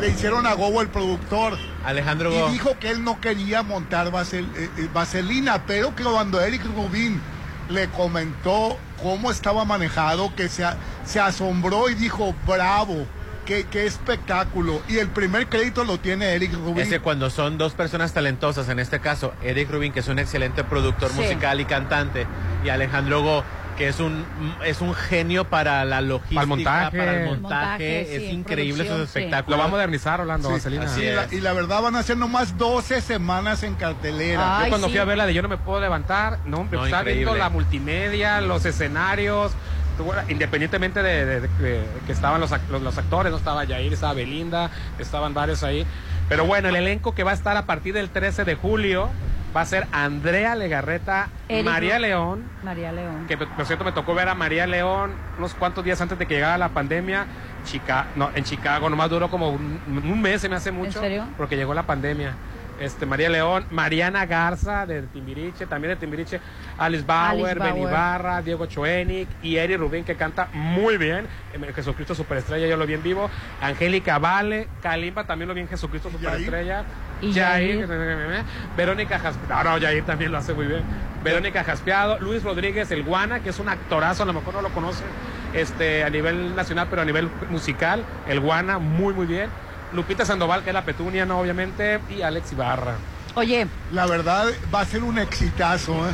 le hicieron a Gobo, el productor.
Alejandro
Y
Go.
dijo que él no quería montar vasel- eh, eh, vaselina, pero que cuando Eric Rubin le comentó cómo estaba manejado, que se, a- se asombró y dijo, bravo, qué, qué espectáculo. Y el primer crédito lo tiene Eric Rubin.
Es que cuando son dos personas talentosas, en este caso Eric Rubin, que es un excelente productor
Sí.
musical y cantante, y Alejandro Go, que es un es un genio para la logística,
Para el montaje.
para el montaje,
Montaje, sí,
es increíble sus
producción, sí.
espectáculos.
Lo va a modernizar, Orlando,
Sí,
Vaselina.
así
Sí, la-
es.
y la verdad van a ser nomás 12 semanas en cartelera.
yo cuando fui a verla de Yo no me puedo levantar, no, hombre,
No,
estaba viendo
increíble.
la multimedia, los escenarios, tú, bueno, independientemente de, de- de que- que estaban los, ac- los, los actores, no estaba Yair, estaba Belinda, estaban varios ahí. Pero bueno, el elenco que va a estar a partir del 13 de julio va a ser Andrea Legarreta,
Eric
María
Ro-
León,
María León.
que por cierto me tocó ver a María León unos cuantos días antes de que llegara la pandemia. Chica, no, en Chicago, nomás duró como un, un mes, se me hace mucho.
serio?
Porque llegó la pandemia. Este, María León, Mariana Garza de Timbiriche, también de Timbiriche, Alice Bauer,
Alice Bauer.
Benny Barra, Diego Choenic y Eri Rubín, que canta muy bien. En Jesucristo Superestrella, yo lo vi en vivo. Angélica Vale, Kalimba, también lo vi en Jesucristo Superestrella.
Y
Jair,
Yair.
Verónica Jaspeado, no, no, Jair también lo hace muy bien. Verónica Jaspeado, Luis Rodríguez, el Guana, que es un actorazo, a lo mejor no lo conocen este, a nivel nacional, pero a nivel musical, el Guana, muy, muy bien. Lupita Sandoval, que es la Petunia, no, obviamente, y Alex Ibarra.
Oye,
La verdad va a ser un exitazo. ¿eh?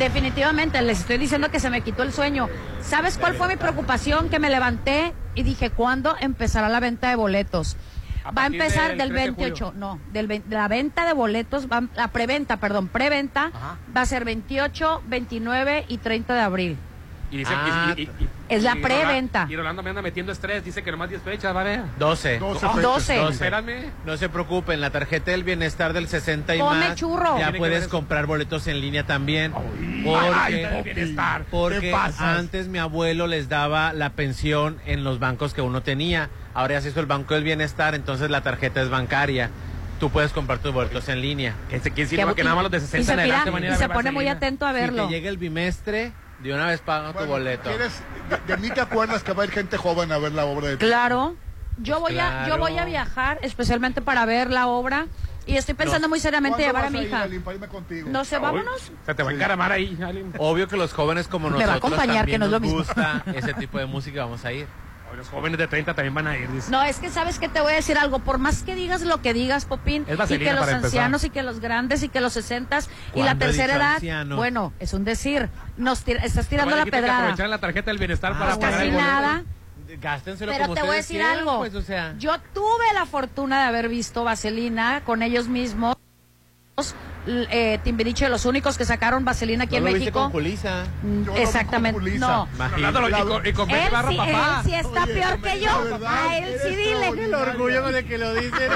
definitivamente les estoy diciendo que se me quitó el sueño. ¿Sabes cuál fue mi preocupación? Que me levanté y dije, ¿cuándo empezará la venta de boletos? Va a
partir
empezar
del
del
13 de julio.
28, no, del ve- la venta de boletos, va- la preventa, perdón, preventa va a ser 28, 29 y 30 de abril.
Y dice,
Ah,
y- y- y-
es la
y Rola-
preventa.
Y Rolando me anda metiendo estrés, dice que nomás 10 fechas, ¿vale?
12.
12 fechas. 12.
12.
Espérame.
No se preocupen, la tarjeta del bienestar del 60 y
Come
más.
churro. Tiene
Ya
que ver
puedes
eso.
comprar boletos en línea también.
Ay, del bienestar. Te
Porque
pasas.
antes mi abuelo les daba la pensión en los bancos que uno tenía. Ahora ya se hizo el Banco del Bienestar, entonces la tarjeta es bancaria. Tú puedes comprar tus boletos en línea.
Que, que,
sí,
Que-
porque nada más los de
y
60
se
en adelante
mira,
van a ir
y
a
se
ver
pone muy
vaselina.
atento a
Si te
verlo.
llega el bimestre, de una vez paga tu boleto.
¿Quieres- de, de mí te acuerdas que va a ir gente joven a ver la obra de
Claro. Yo voy a yo
claro.
voy a viajar especialmente para ver la obra y estoy pensando muy seriamente llevar a mi hija. No sé, vámonos.
Se te
va a encaramar ahí, Alin.
Obvio que los jóvenes como
Me va a
nosotros
acompañar,
también
que no es
nos
lo mismo.
gusta ese tipo de música, vamos a ir.
Los jóvenes de 30 también van a ir, dice.
No, es que sabes que te voy a decir algo. Por más que digas lo que digas, Popín,
Es
y
vaselina
que los
para empezar.
ancianos y que los grandes y que los sesentas y la
¿Cuándo he
tercera
dicho
edad,
anciano?
bueno, es un decir. Nos tira- estás tirando
Nomás
la
dijiste que
pedrada.
aprovecharan la tarjeta del bienestar para
Pues
pagar
casi
el boleto.
nada.
Gástenselo
Pero
como
te voy a
ustedes
decir
quieran,
algo.
pues, o sea.
Yo tuve la fortuna de haber visto Vaselina con ellos mismos. L- Eh, Timbiriche, los únicos que sacaron Vaselina aquí
no
en
lo viste
México.
con Julisa.
Mm,
Yo lo vi
Exactamente.
con Julisa.
No.
Imagínate. Hablándolo y con- y con
él,
Betty Barra,
sí,
papá.
él sí está
Oye,
peor que yo.
la verdad,
A él sí
eres
dile.
El orgullo con el que lo dice.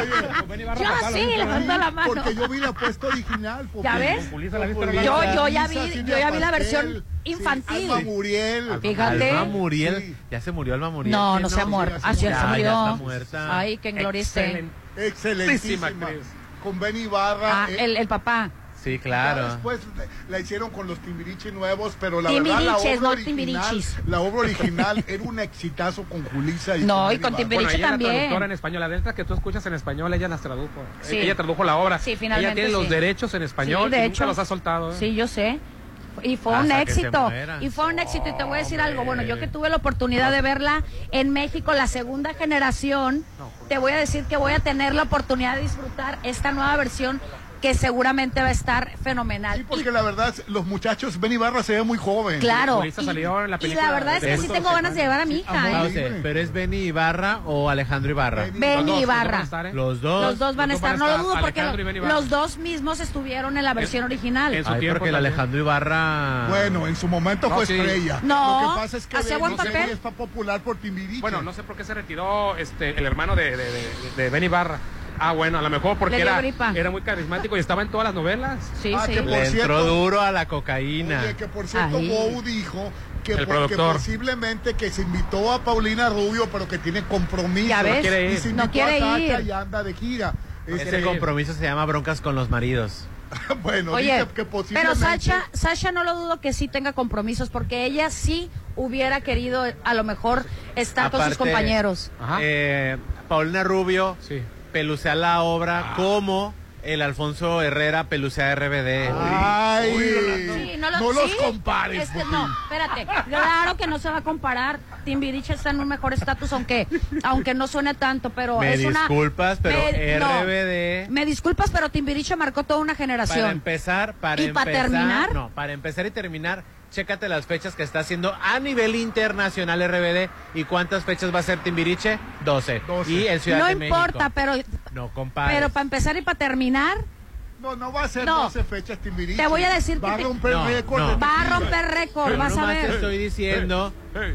Yo sí, levanta la mano.
Porque yo vi la puesta original. porque-
¿Ya ves?
Populista, la viste,
Yo,
la-
yo ya vi,
Populista, Silvia
yo ya vi la
Pastel.
versión infantil.
Alma Muriel.
Fíjate.
Alma Muriel. Ya se murió Alma Muriel.
No,
Sí,
no se ha muerto.
sí,
Ah, sí,
ya,
ya se murió.
Ya está muerta.
Ay, que en gloria esté.
Excelentísima. Con Benny Ibarra.
Ah,
eh,
el, el papá.
Sí,
Ya
claro.
Después la hicieron con los timbiriches nuevos, pero la verdad la
Timbiriches,
obra
no
original,
timbirichis.
la obra original era un exitazo con Julisa y
No, y
Benny
con
Barra.
Timbiriche
Bueno, ella es la
también.
traductora en español. Las letras que tú escuchas en español, ella las tradujo.
Sí.
Ella tradujo la obra.
Sí, finalmente
Ella tiene los
sí.
derechos en español
Sí, de
y
hecho.
nunca los ha soltado. ¿eh?
Sí, yo sé. Y fue un
Hasta que se
éxito.
muera.
Y fue un éxito. Y te voy a decir algo. Bueno, yo que tuve la oportunidad de verla en México, la segunda generación, te voy a decir que voy a tener la oportunidad de disfrutar esta nueva versión que seguramente va a estar fenomenal.
Sí, porque la verdad, los muchachos, Benny Barra se ve muy joven.
Claro.
Julissa salió en la
Y
película
la verdad es que sí tengo ganas de llevar a mi
Ah,
hija.
o
¿eh?
sea, pero es Benny Ibarra o Alejandro Ibarra.
Benny
Los dos,
Ibarra.
los dos van a estar, ¿eh? Los dos.
Los dos van a estar, no lo dudo, porque
Alejandro y Benny Ibarra.
los dos mismos estuvieron en la versión original.
Ay, porque el Alejandro Ibarra.
Bueno, en su momento
No,
fue
sí.
estrella.
No,
Lo que pasa es que
hacía
Benny
buen
Barra
papel.
está popular por Timbiriche.
Bueno, no sé por qué se retiró este, el hermano de, de, de- de Benny Barra. Ah, bueno, a lo mejor
Le
porque
dio
era,
gripa.
era muy carismático y estaba en todas las novelas.
Sí,
Ah,
sí.
Le entró duro a la cocaína.
Oye, que por cierto,
Ay.
Bou dijo que,
El
porque
productor.
posiblemente que se invitó a Paulina Rubio, pero que tiene compromiso.
Ya ves, No quiere
Y
ir.
se
no
invitó
quiere
a Tata
ir.
y anda de gira.
Ese
Este,
compromiso se llama broncas con los maridos.
bueno,
Oye,
dice que posiblemente...
pero Sasha, Sasha no lo dudo que sí tenga compromisos, porque ella sí hubiera querido a lo mejor estar con sus
Aparte,
compañeros.
eh, Paulina Rubio pelucea la obra como el Alfonso Herrera pelucea RBD.
Ah.
Ay,
Sí, no, lo-
no los
sí,
compares,
es que
Popín.
no, espérate. Claro que no se va a comparar. Timbiriche está en un mejor estatus, aunque, aunque no suene tanto, pero
Me
es una.
disculpas, pero
me- no.
RBD.
Me disculpas, pero Timbiriche marcó toda una
Para
generación.
empezar, para
¿Y para
empezar,
terminar?
no, para empezar y terminar, chécate las fechas que está haciendo a nivel internacional RBD y cuántas fechas va a ser Timbiriche, 12. Y en Ciudad
No
de México.
importa, pero,
No compares.
pero para empezar y para terminar,
No, no va a ser
No.
12 fechas Timbiriche.
te voy a decir que.
Va a
te-
romper
No,
récord.
no.
de
Va a
tequila.
romper récord,
Yo
vas a
nomás
ver.
te estoy diciendo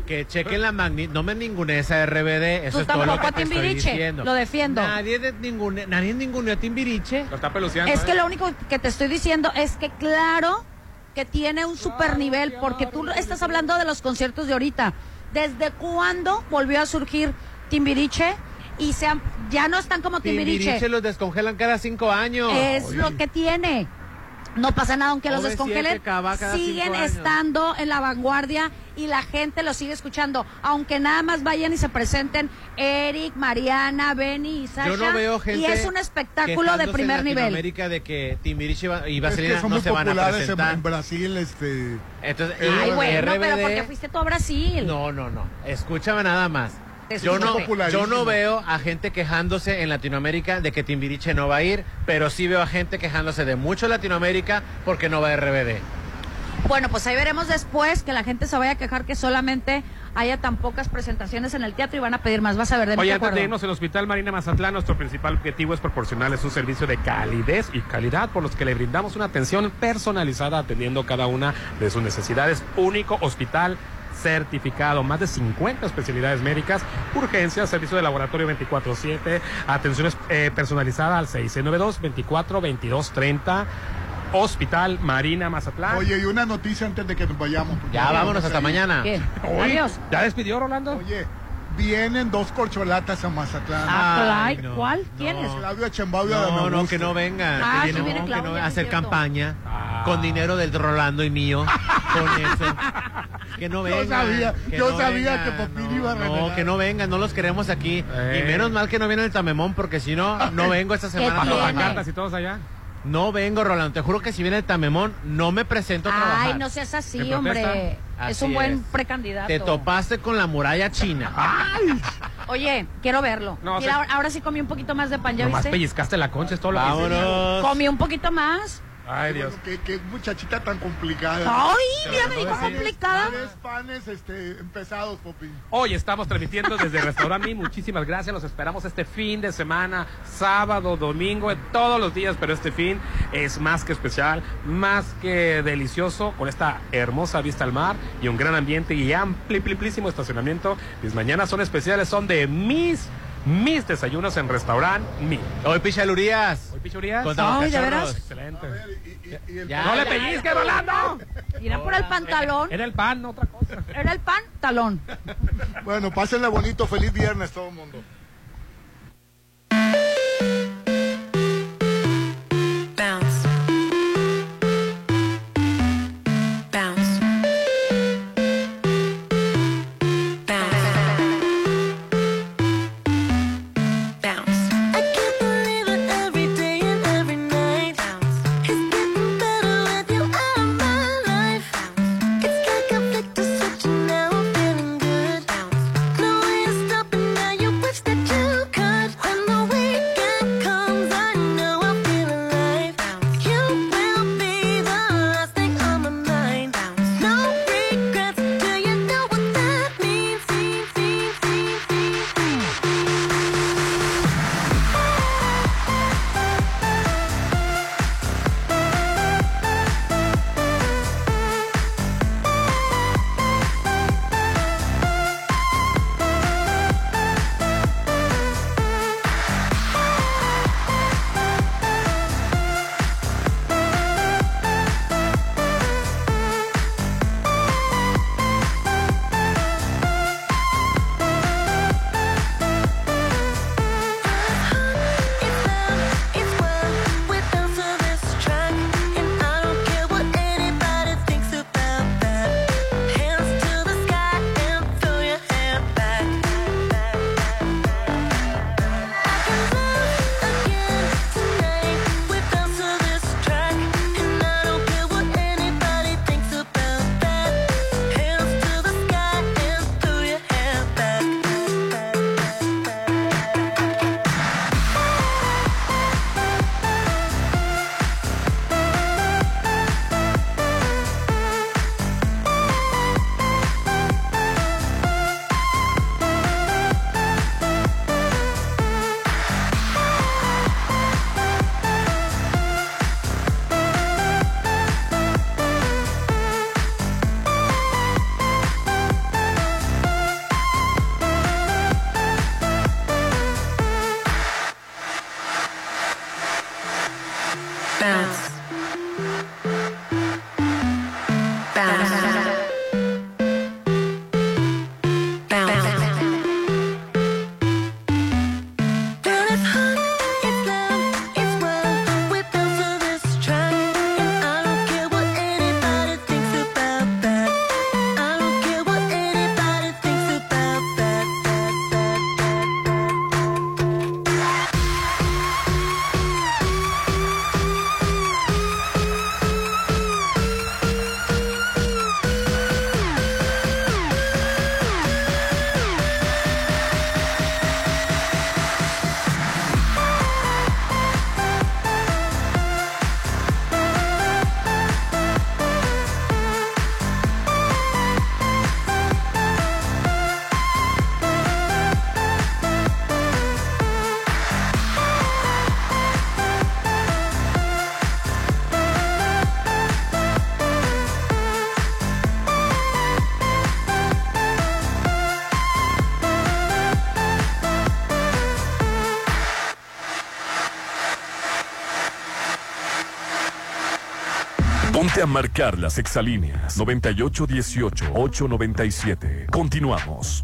que chequen la magnitud. No me ninguneza RBD. Eso
Tú
es todo lo
tampoco
que
a
te estoy
Timbiriche,
diciendo.
lo defiendo.
Nadie, de ningune, nadie ninguneó a Timbiriche. Lo está ¿eh? peluceando.
Es que lo único que te estoy diciendo es que claro que tiene un super nivel, porque tú estás hablando de los conciertos de ahorita. ¿Desde cuándo volvió a surgir Timbiriche? Y se han- ya no están como Timbiriche.
Timbiriche los descongelan cada cinco años.
Es lo que tiene. No pasa nada, aunque los
OV7
descongelen,
cada- cada
siguen
cinco años.
estando en la vanguardia y la gente los sigue escuchando. Aunque nada más vayan y se presenten Eric, Mariana, Benny y Sasha.
Yo no veo gente
y es un espectáculo de
quejándose
primer
en
nivel.
Latinoamérica de que Timbiriche va- y
Es
Vaselina
que son
no
muy
se van a
populares en,
presentar.
en Brasil, este...
Entonces,
Ay,
y
bueno, pero
RBD
porque fuiste tú a Brasil.
No, no, no. Escúchame nada más.
Es
Yo
muy
no,
popularísimo.
yo no veo a gente quejándose en Latinoamérica de que Timbiriche no va a ir, pero sí veo a gente quejándose de mucho Latinoamérica porque no va a RBD.
Bueno, pues ahí veremos después que la gente se vaya a quejar que solamente haya tan pocas presentaciones en el teatro y van a pedir más. Vas a ver de mí,
Oye,
te
antes de
acuerdo.
irnos al Hospital Marina Mazatlán, nuestro principal objetivo es proporcionarles un servicio de calidez y calidad por los que le brindamos una atención personalizada atendiendo cada una de sus necesidades. Único hospital certificado, más de 50 especialidades médicas, urgencias, servicio de laboratorio 24/7, atenciones eh, personalizada al 692 24 22 30 Hospital Marina Mazatlán.
Oye, y una noticia antes de que nos vayamos. porque
Ya,
no vamos
vámonos
a
hasta
ir.
mañana. ¿Qué?
Oye,
Adiós.
¿Ya despidió Rolando?
Oye, vienen dos corcholatas a Mazatlán.
Ah, Ay, caray, no.
¿Cuál? ¿Quién es?
Claudio Chembabio de
No,
Don
no,
Augusto.
que no vengan.
Ah,
que
sí
no,
viene
que
Claudia,
no
sí
vengan.
es
hacer
cierto.
campaña
Ah.
con dinero del Rolando y mío. Con eso. Que no vengan.
Yo sabía,
que
yo
no
sabía
vengan.
que Popín iba a
No,
renegar.
que no vengan, no los queremos aquí.
Eh.
Y menos mal que no viene el Tamemón, porque si no, no vengo esta semana.
¿Qué
para
tiene?
trabajar.
¿Cartas y todos allá?
No vengo, Rolando. Te juro que si viene el Tamemón, no me presento a trabajar.
Ay, no seas así,
¿Me
hombre.
protesta?
Es un
Así
buen
es.
precandidato.
Te topaste con la muralla china.
Ah,
Oye, quiero verlo.
No,
Mira,
se-
ahora, ahora sí comí un poquito más de pan, ¿ya
Nomás
viste?
pellizcaste la concha, es todo lo que hice.
Comí un poquito más.
Ay, Dios.
Qué, qué muchachita tan complicada.
Ay,
Te
mira,
lo
me
acabo
dijo
de decir.
complicada.
Panes, panes, este, empezados, Popín.
Hoy estamos transmitiendo desde el restaurante. Muchísimas gracias. Los esperamos este fin de semana, sábado, domingo, eh, todos los días. Pero este fin es más que especial, más que delicioso, con esta hermosa vista al mar y un gran ambiente y amplísimo estacionamiento. Mis mañanas son especiales, son de mis, mis desayunos en restaurante Mi.
Hoy pichalurías.
Hoy pichalurías.
Con Don Ay, ¿de Cachorros. veras?
Excelente.
Ya.
Ah, no le pellizques, Rolando.
Mira por el pantalón.
Era el pan, no otra cosa.
Era el pan, talón.
Bueno, pásenle bonito. Feliz viernes, todo el mundo.
Bounce. Bounce. Bounce. I can't believe it every day and every night. It's getting better with you out of my life. It's like I flicked a switch and now I'm feeling good. No way to stop and now you wish that you could. When the weekend comes, I know I'll feel alive. You will be the last thing on my mind. No regrets, do you know what that means? It's wild without this track, and I don't care what anybody thinks about that. Hands to the sky and throw your hair back. I can love again tonight without this track, and I don't care what anybody thinks about that. Hands to the sky and throw your hair back. Bounce. Bounce. Bounce. Girl, it's hot, it's loud, it's wild. We're built for this track, and I don't care what anybody thinks about that. I don't care what anybody thinks about that. that, that, that, that.
Ponte a marcar las exalíneas 9818-897. Continuamos.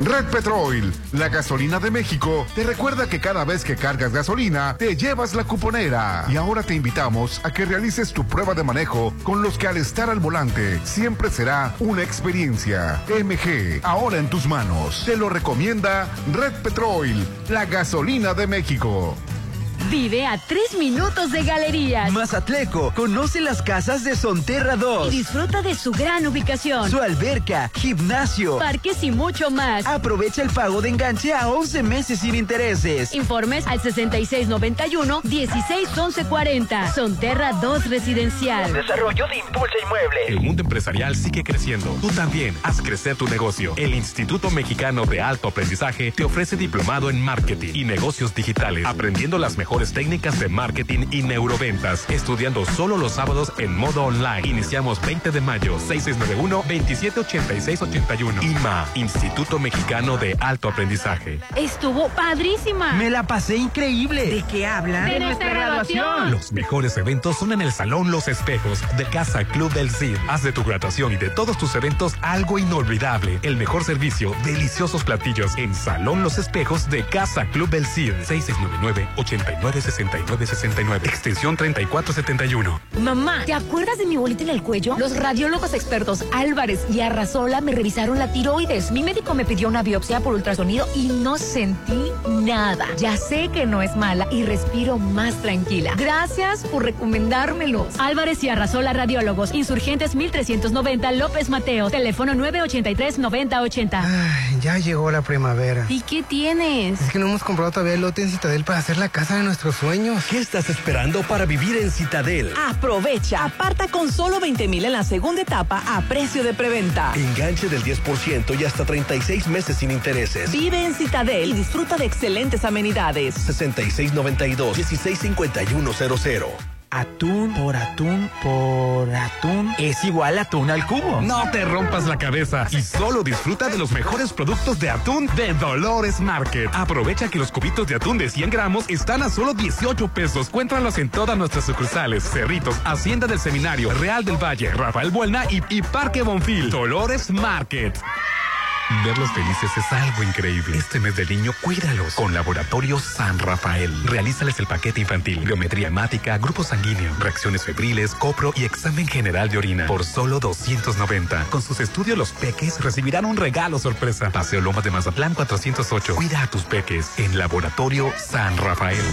Red Petrol, la gasolina de México, te recuerda que cada vez que cargas gasolina, te llevas la cuponera. Y ahora te invitamos a que realices tu prueba de manejo con los que al estar al volante siempre será una experiencia. MG, ahora en tus manos. Te lo recomienda Red Petrol, la gasolina de México.
Vive a tres minutos de galerías.
Mazatleco, conoce las casas de Sonterra 2.
Y disfruta de su gran ubicación.
Su alberca, gimnasio,
parques y mucho más.
Aprovecha el pago de enganche a 11 meses sin intereses.
Informes al 6691-161140. Sonterra 2 Residencial.
Desarrollo de Impulsa Inmueble.
El mundo empresarial sigue creciendo. Tú también haz crecer tu negocio. El Instituto Mexicano de Alto Aprendizaje te ofrece diplomado en marketing y negocios digitales, aprendiendo las mejores técnicas de marketing y neuroventas, estudiando solo los sábados en modo online. Iniciamos 20 de mayo, 6691-278681. IMA, Instituto Mexicano de Alto Aprendizaje.
Estuvo padrísima.
Me la pasé increíble.
¿De qué hablan?
De nuestra graduación.
Los mejores eventos son en el Salón Los Espejos de Casa Club del CID. Haz de tu graduación y de todos tus eventos algo inolvidable. El mejor servicio, deliciosos platillos en Salón Los Espejos de Casa Club del CID. 6699-896969. Extensión 3471.
Mamá, ¿te acuerdas de mi bolita en el cuello? Los radiólogos expertos Álvarez y Arrasola me revisaron la tiroides. Mi médico me pidió una biopsia por ultrasonido y no sentí nada. Ya sé que no es mala y respiro más tranquila. Gracias por recomendármelos.
Álvarez y Arrasola Radiólogos, Insurgentes 1390 López Mateo, teléfono 983-9080.
Ay, ya llegó la primavera.
¿Y qué tienes?
Es que no hemos comprado todavía el lote en Citadel para hacer la casa de nuestros sueños.
¿Qué estás esperando para vivir en Citadel?
Aprovecha. Aparta con solo 20 mil en la segunda etapa a precio de preventa.
Enganche del 10% y hasta 36 meses sin intereses.
Vive en Citadel y disfruta de excelentes amenidades.
6692-165100.
Atún por atún por atún es igual a atún al cubo.
No te rompas la cabeza y solo disfruta de los mejores productos de atún de Dolores Market. Aprovecha que los cubitos de atún de 100 gramos están a solo 18 pesos. Cuéntralos en todas nuestras sucursales: Cerritos, Hacienda del Seminario, Real del Valle, Rafael Buelna y, y Parque Bonfil. Dolores Market. Verlos felices es algo increíble. Este mes del niño, cuídalos con Laboratorio San Rafael. Realízales el paquete infantil, biometría hemática, grupo sanguíneo, reacciones febriles, copro y examen general de orina por solo 290. Con sus estudios, los peques recibirán un regalo sorpresa. Paseo Lomas de Mazatlán 408. Cuida a tus peques en Laboratorio San Rafael.
Mami,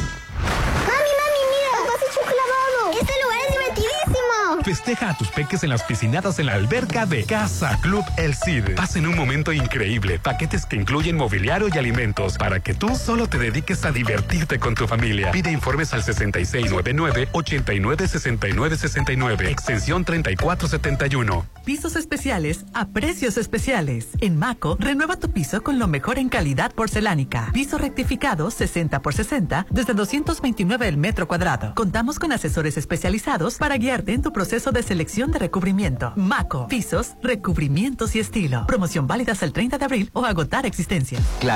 mami, mira, papá se echó un clavado. Este lugar es divertidísimo.
Festeja a tus peques en las piscinadas en la alberca de Casa Club El Cid. Pasen un momento increíble. Paquetes que incluyen mobiliario y alimentos para que tú solo te dediques a divertirte con tu familia. Pide informes al 6699-896969, extensión 3471.
Pisos especiales a precios especiales. En Maco, renueva tu piso con lo mejor en calidad porcelánica. Piso rectificado 60 por 60 desde 229 el metro cuadrado. Contamos con asesores especializados para guiarte en tu proceso de selección de recubrimiento. Maco, pisos, recubrimientos y estilo. Promoción válida hasta el 30 de abril o agotar existencia.
Claro.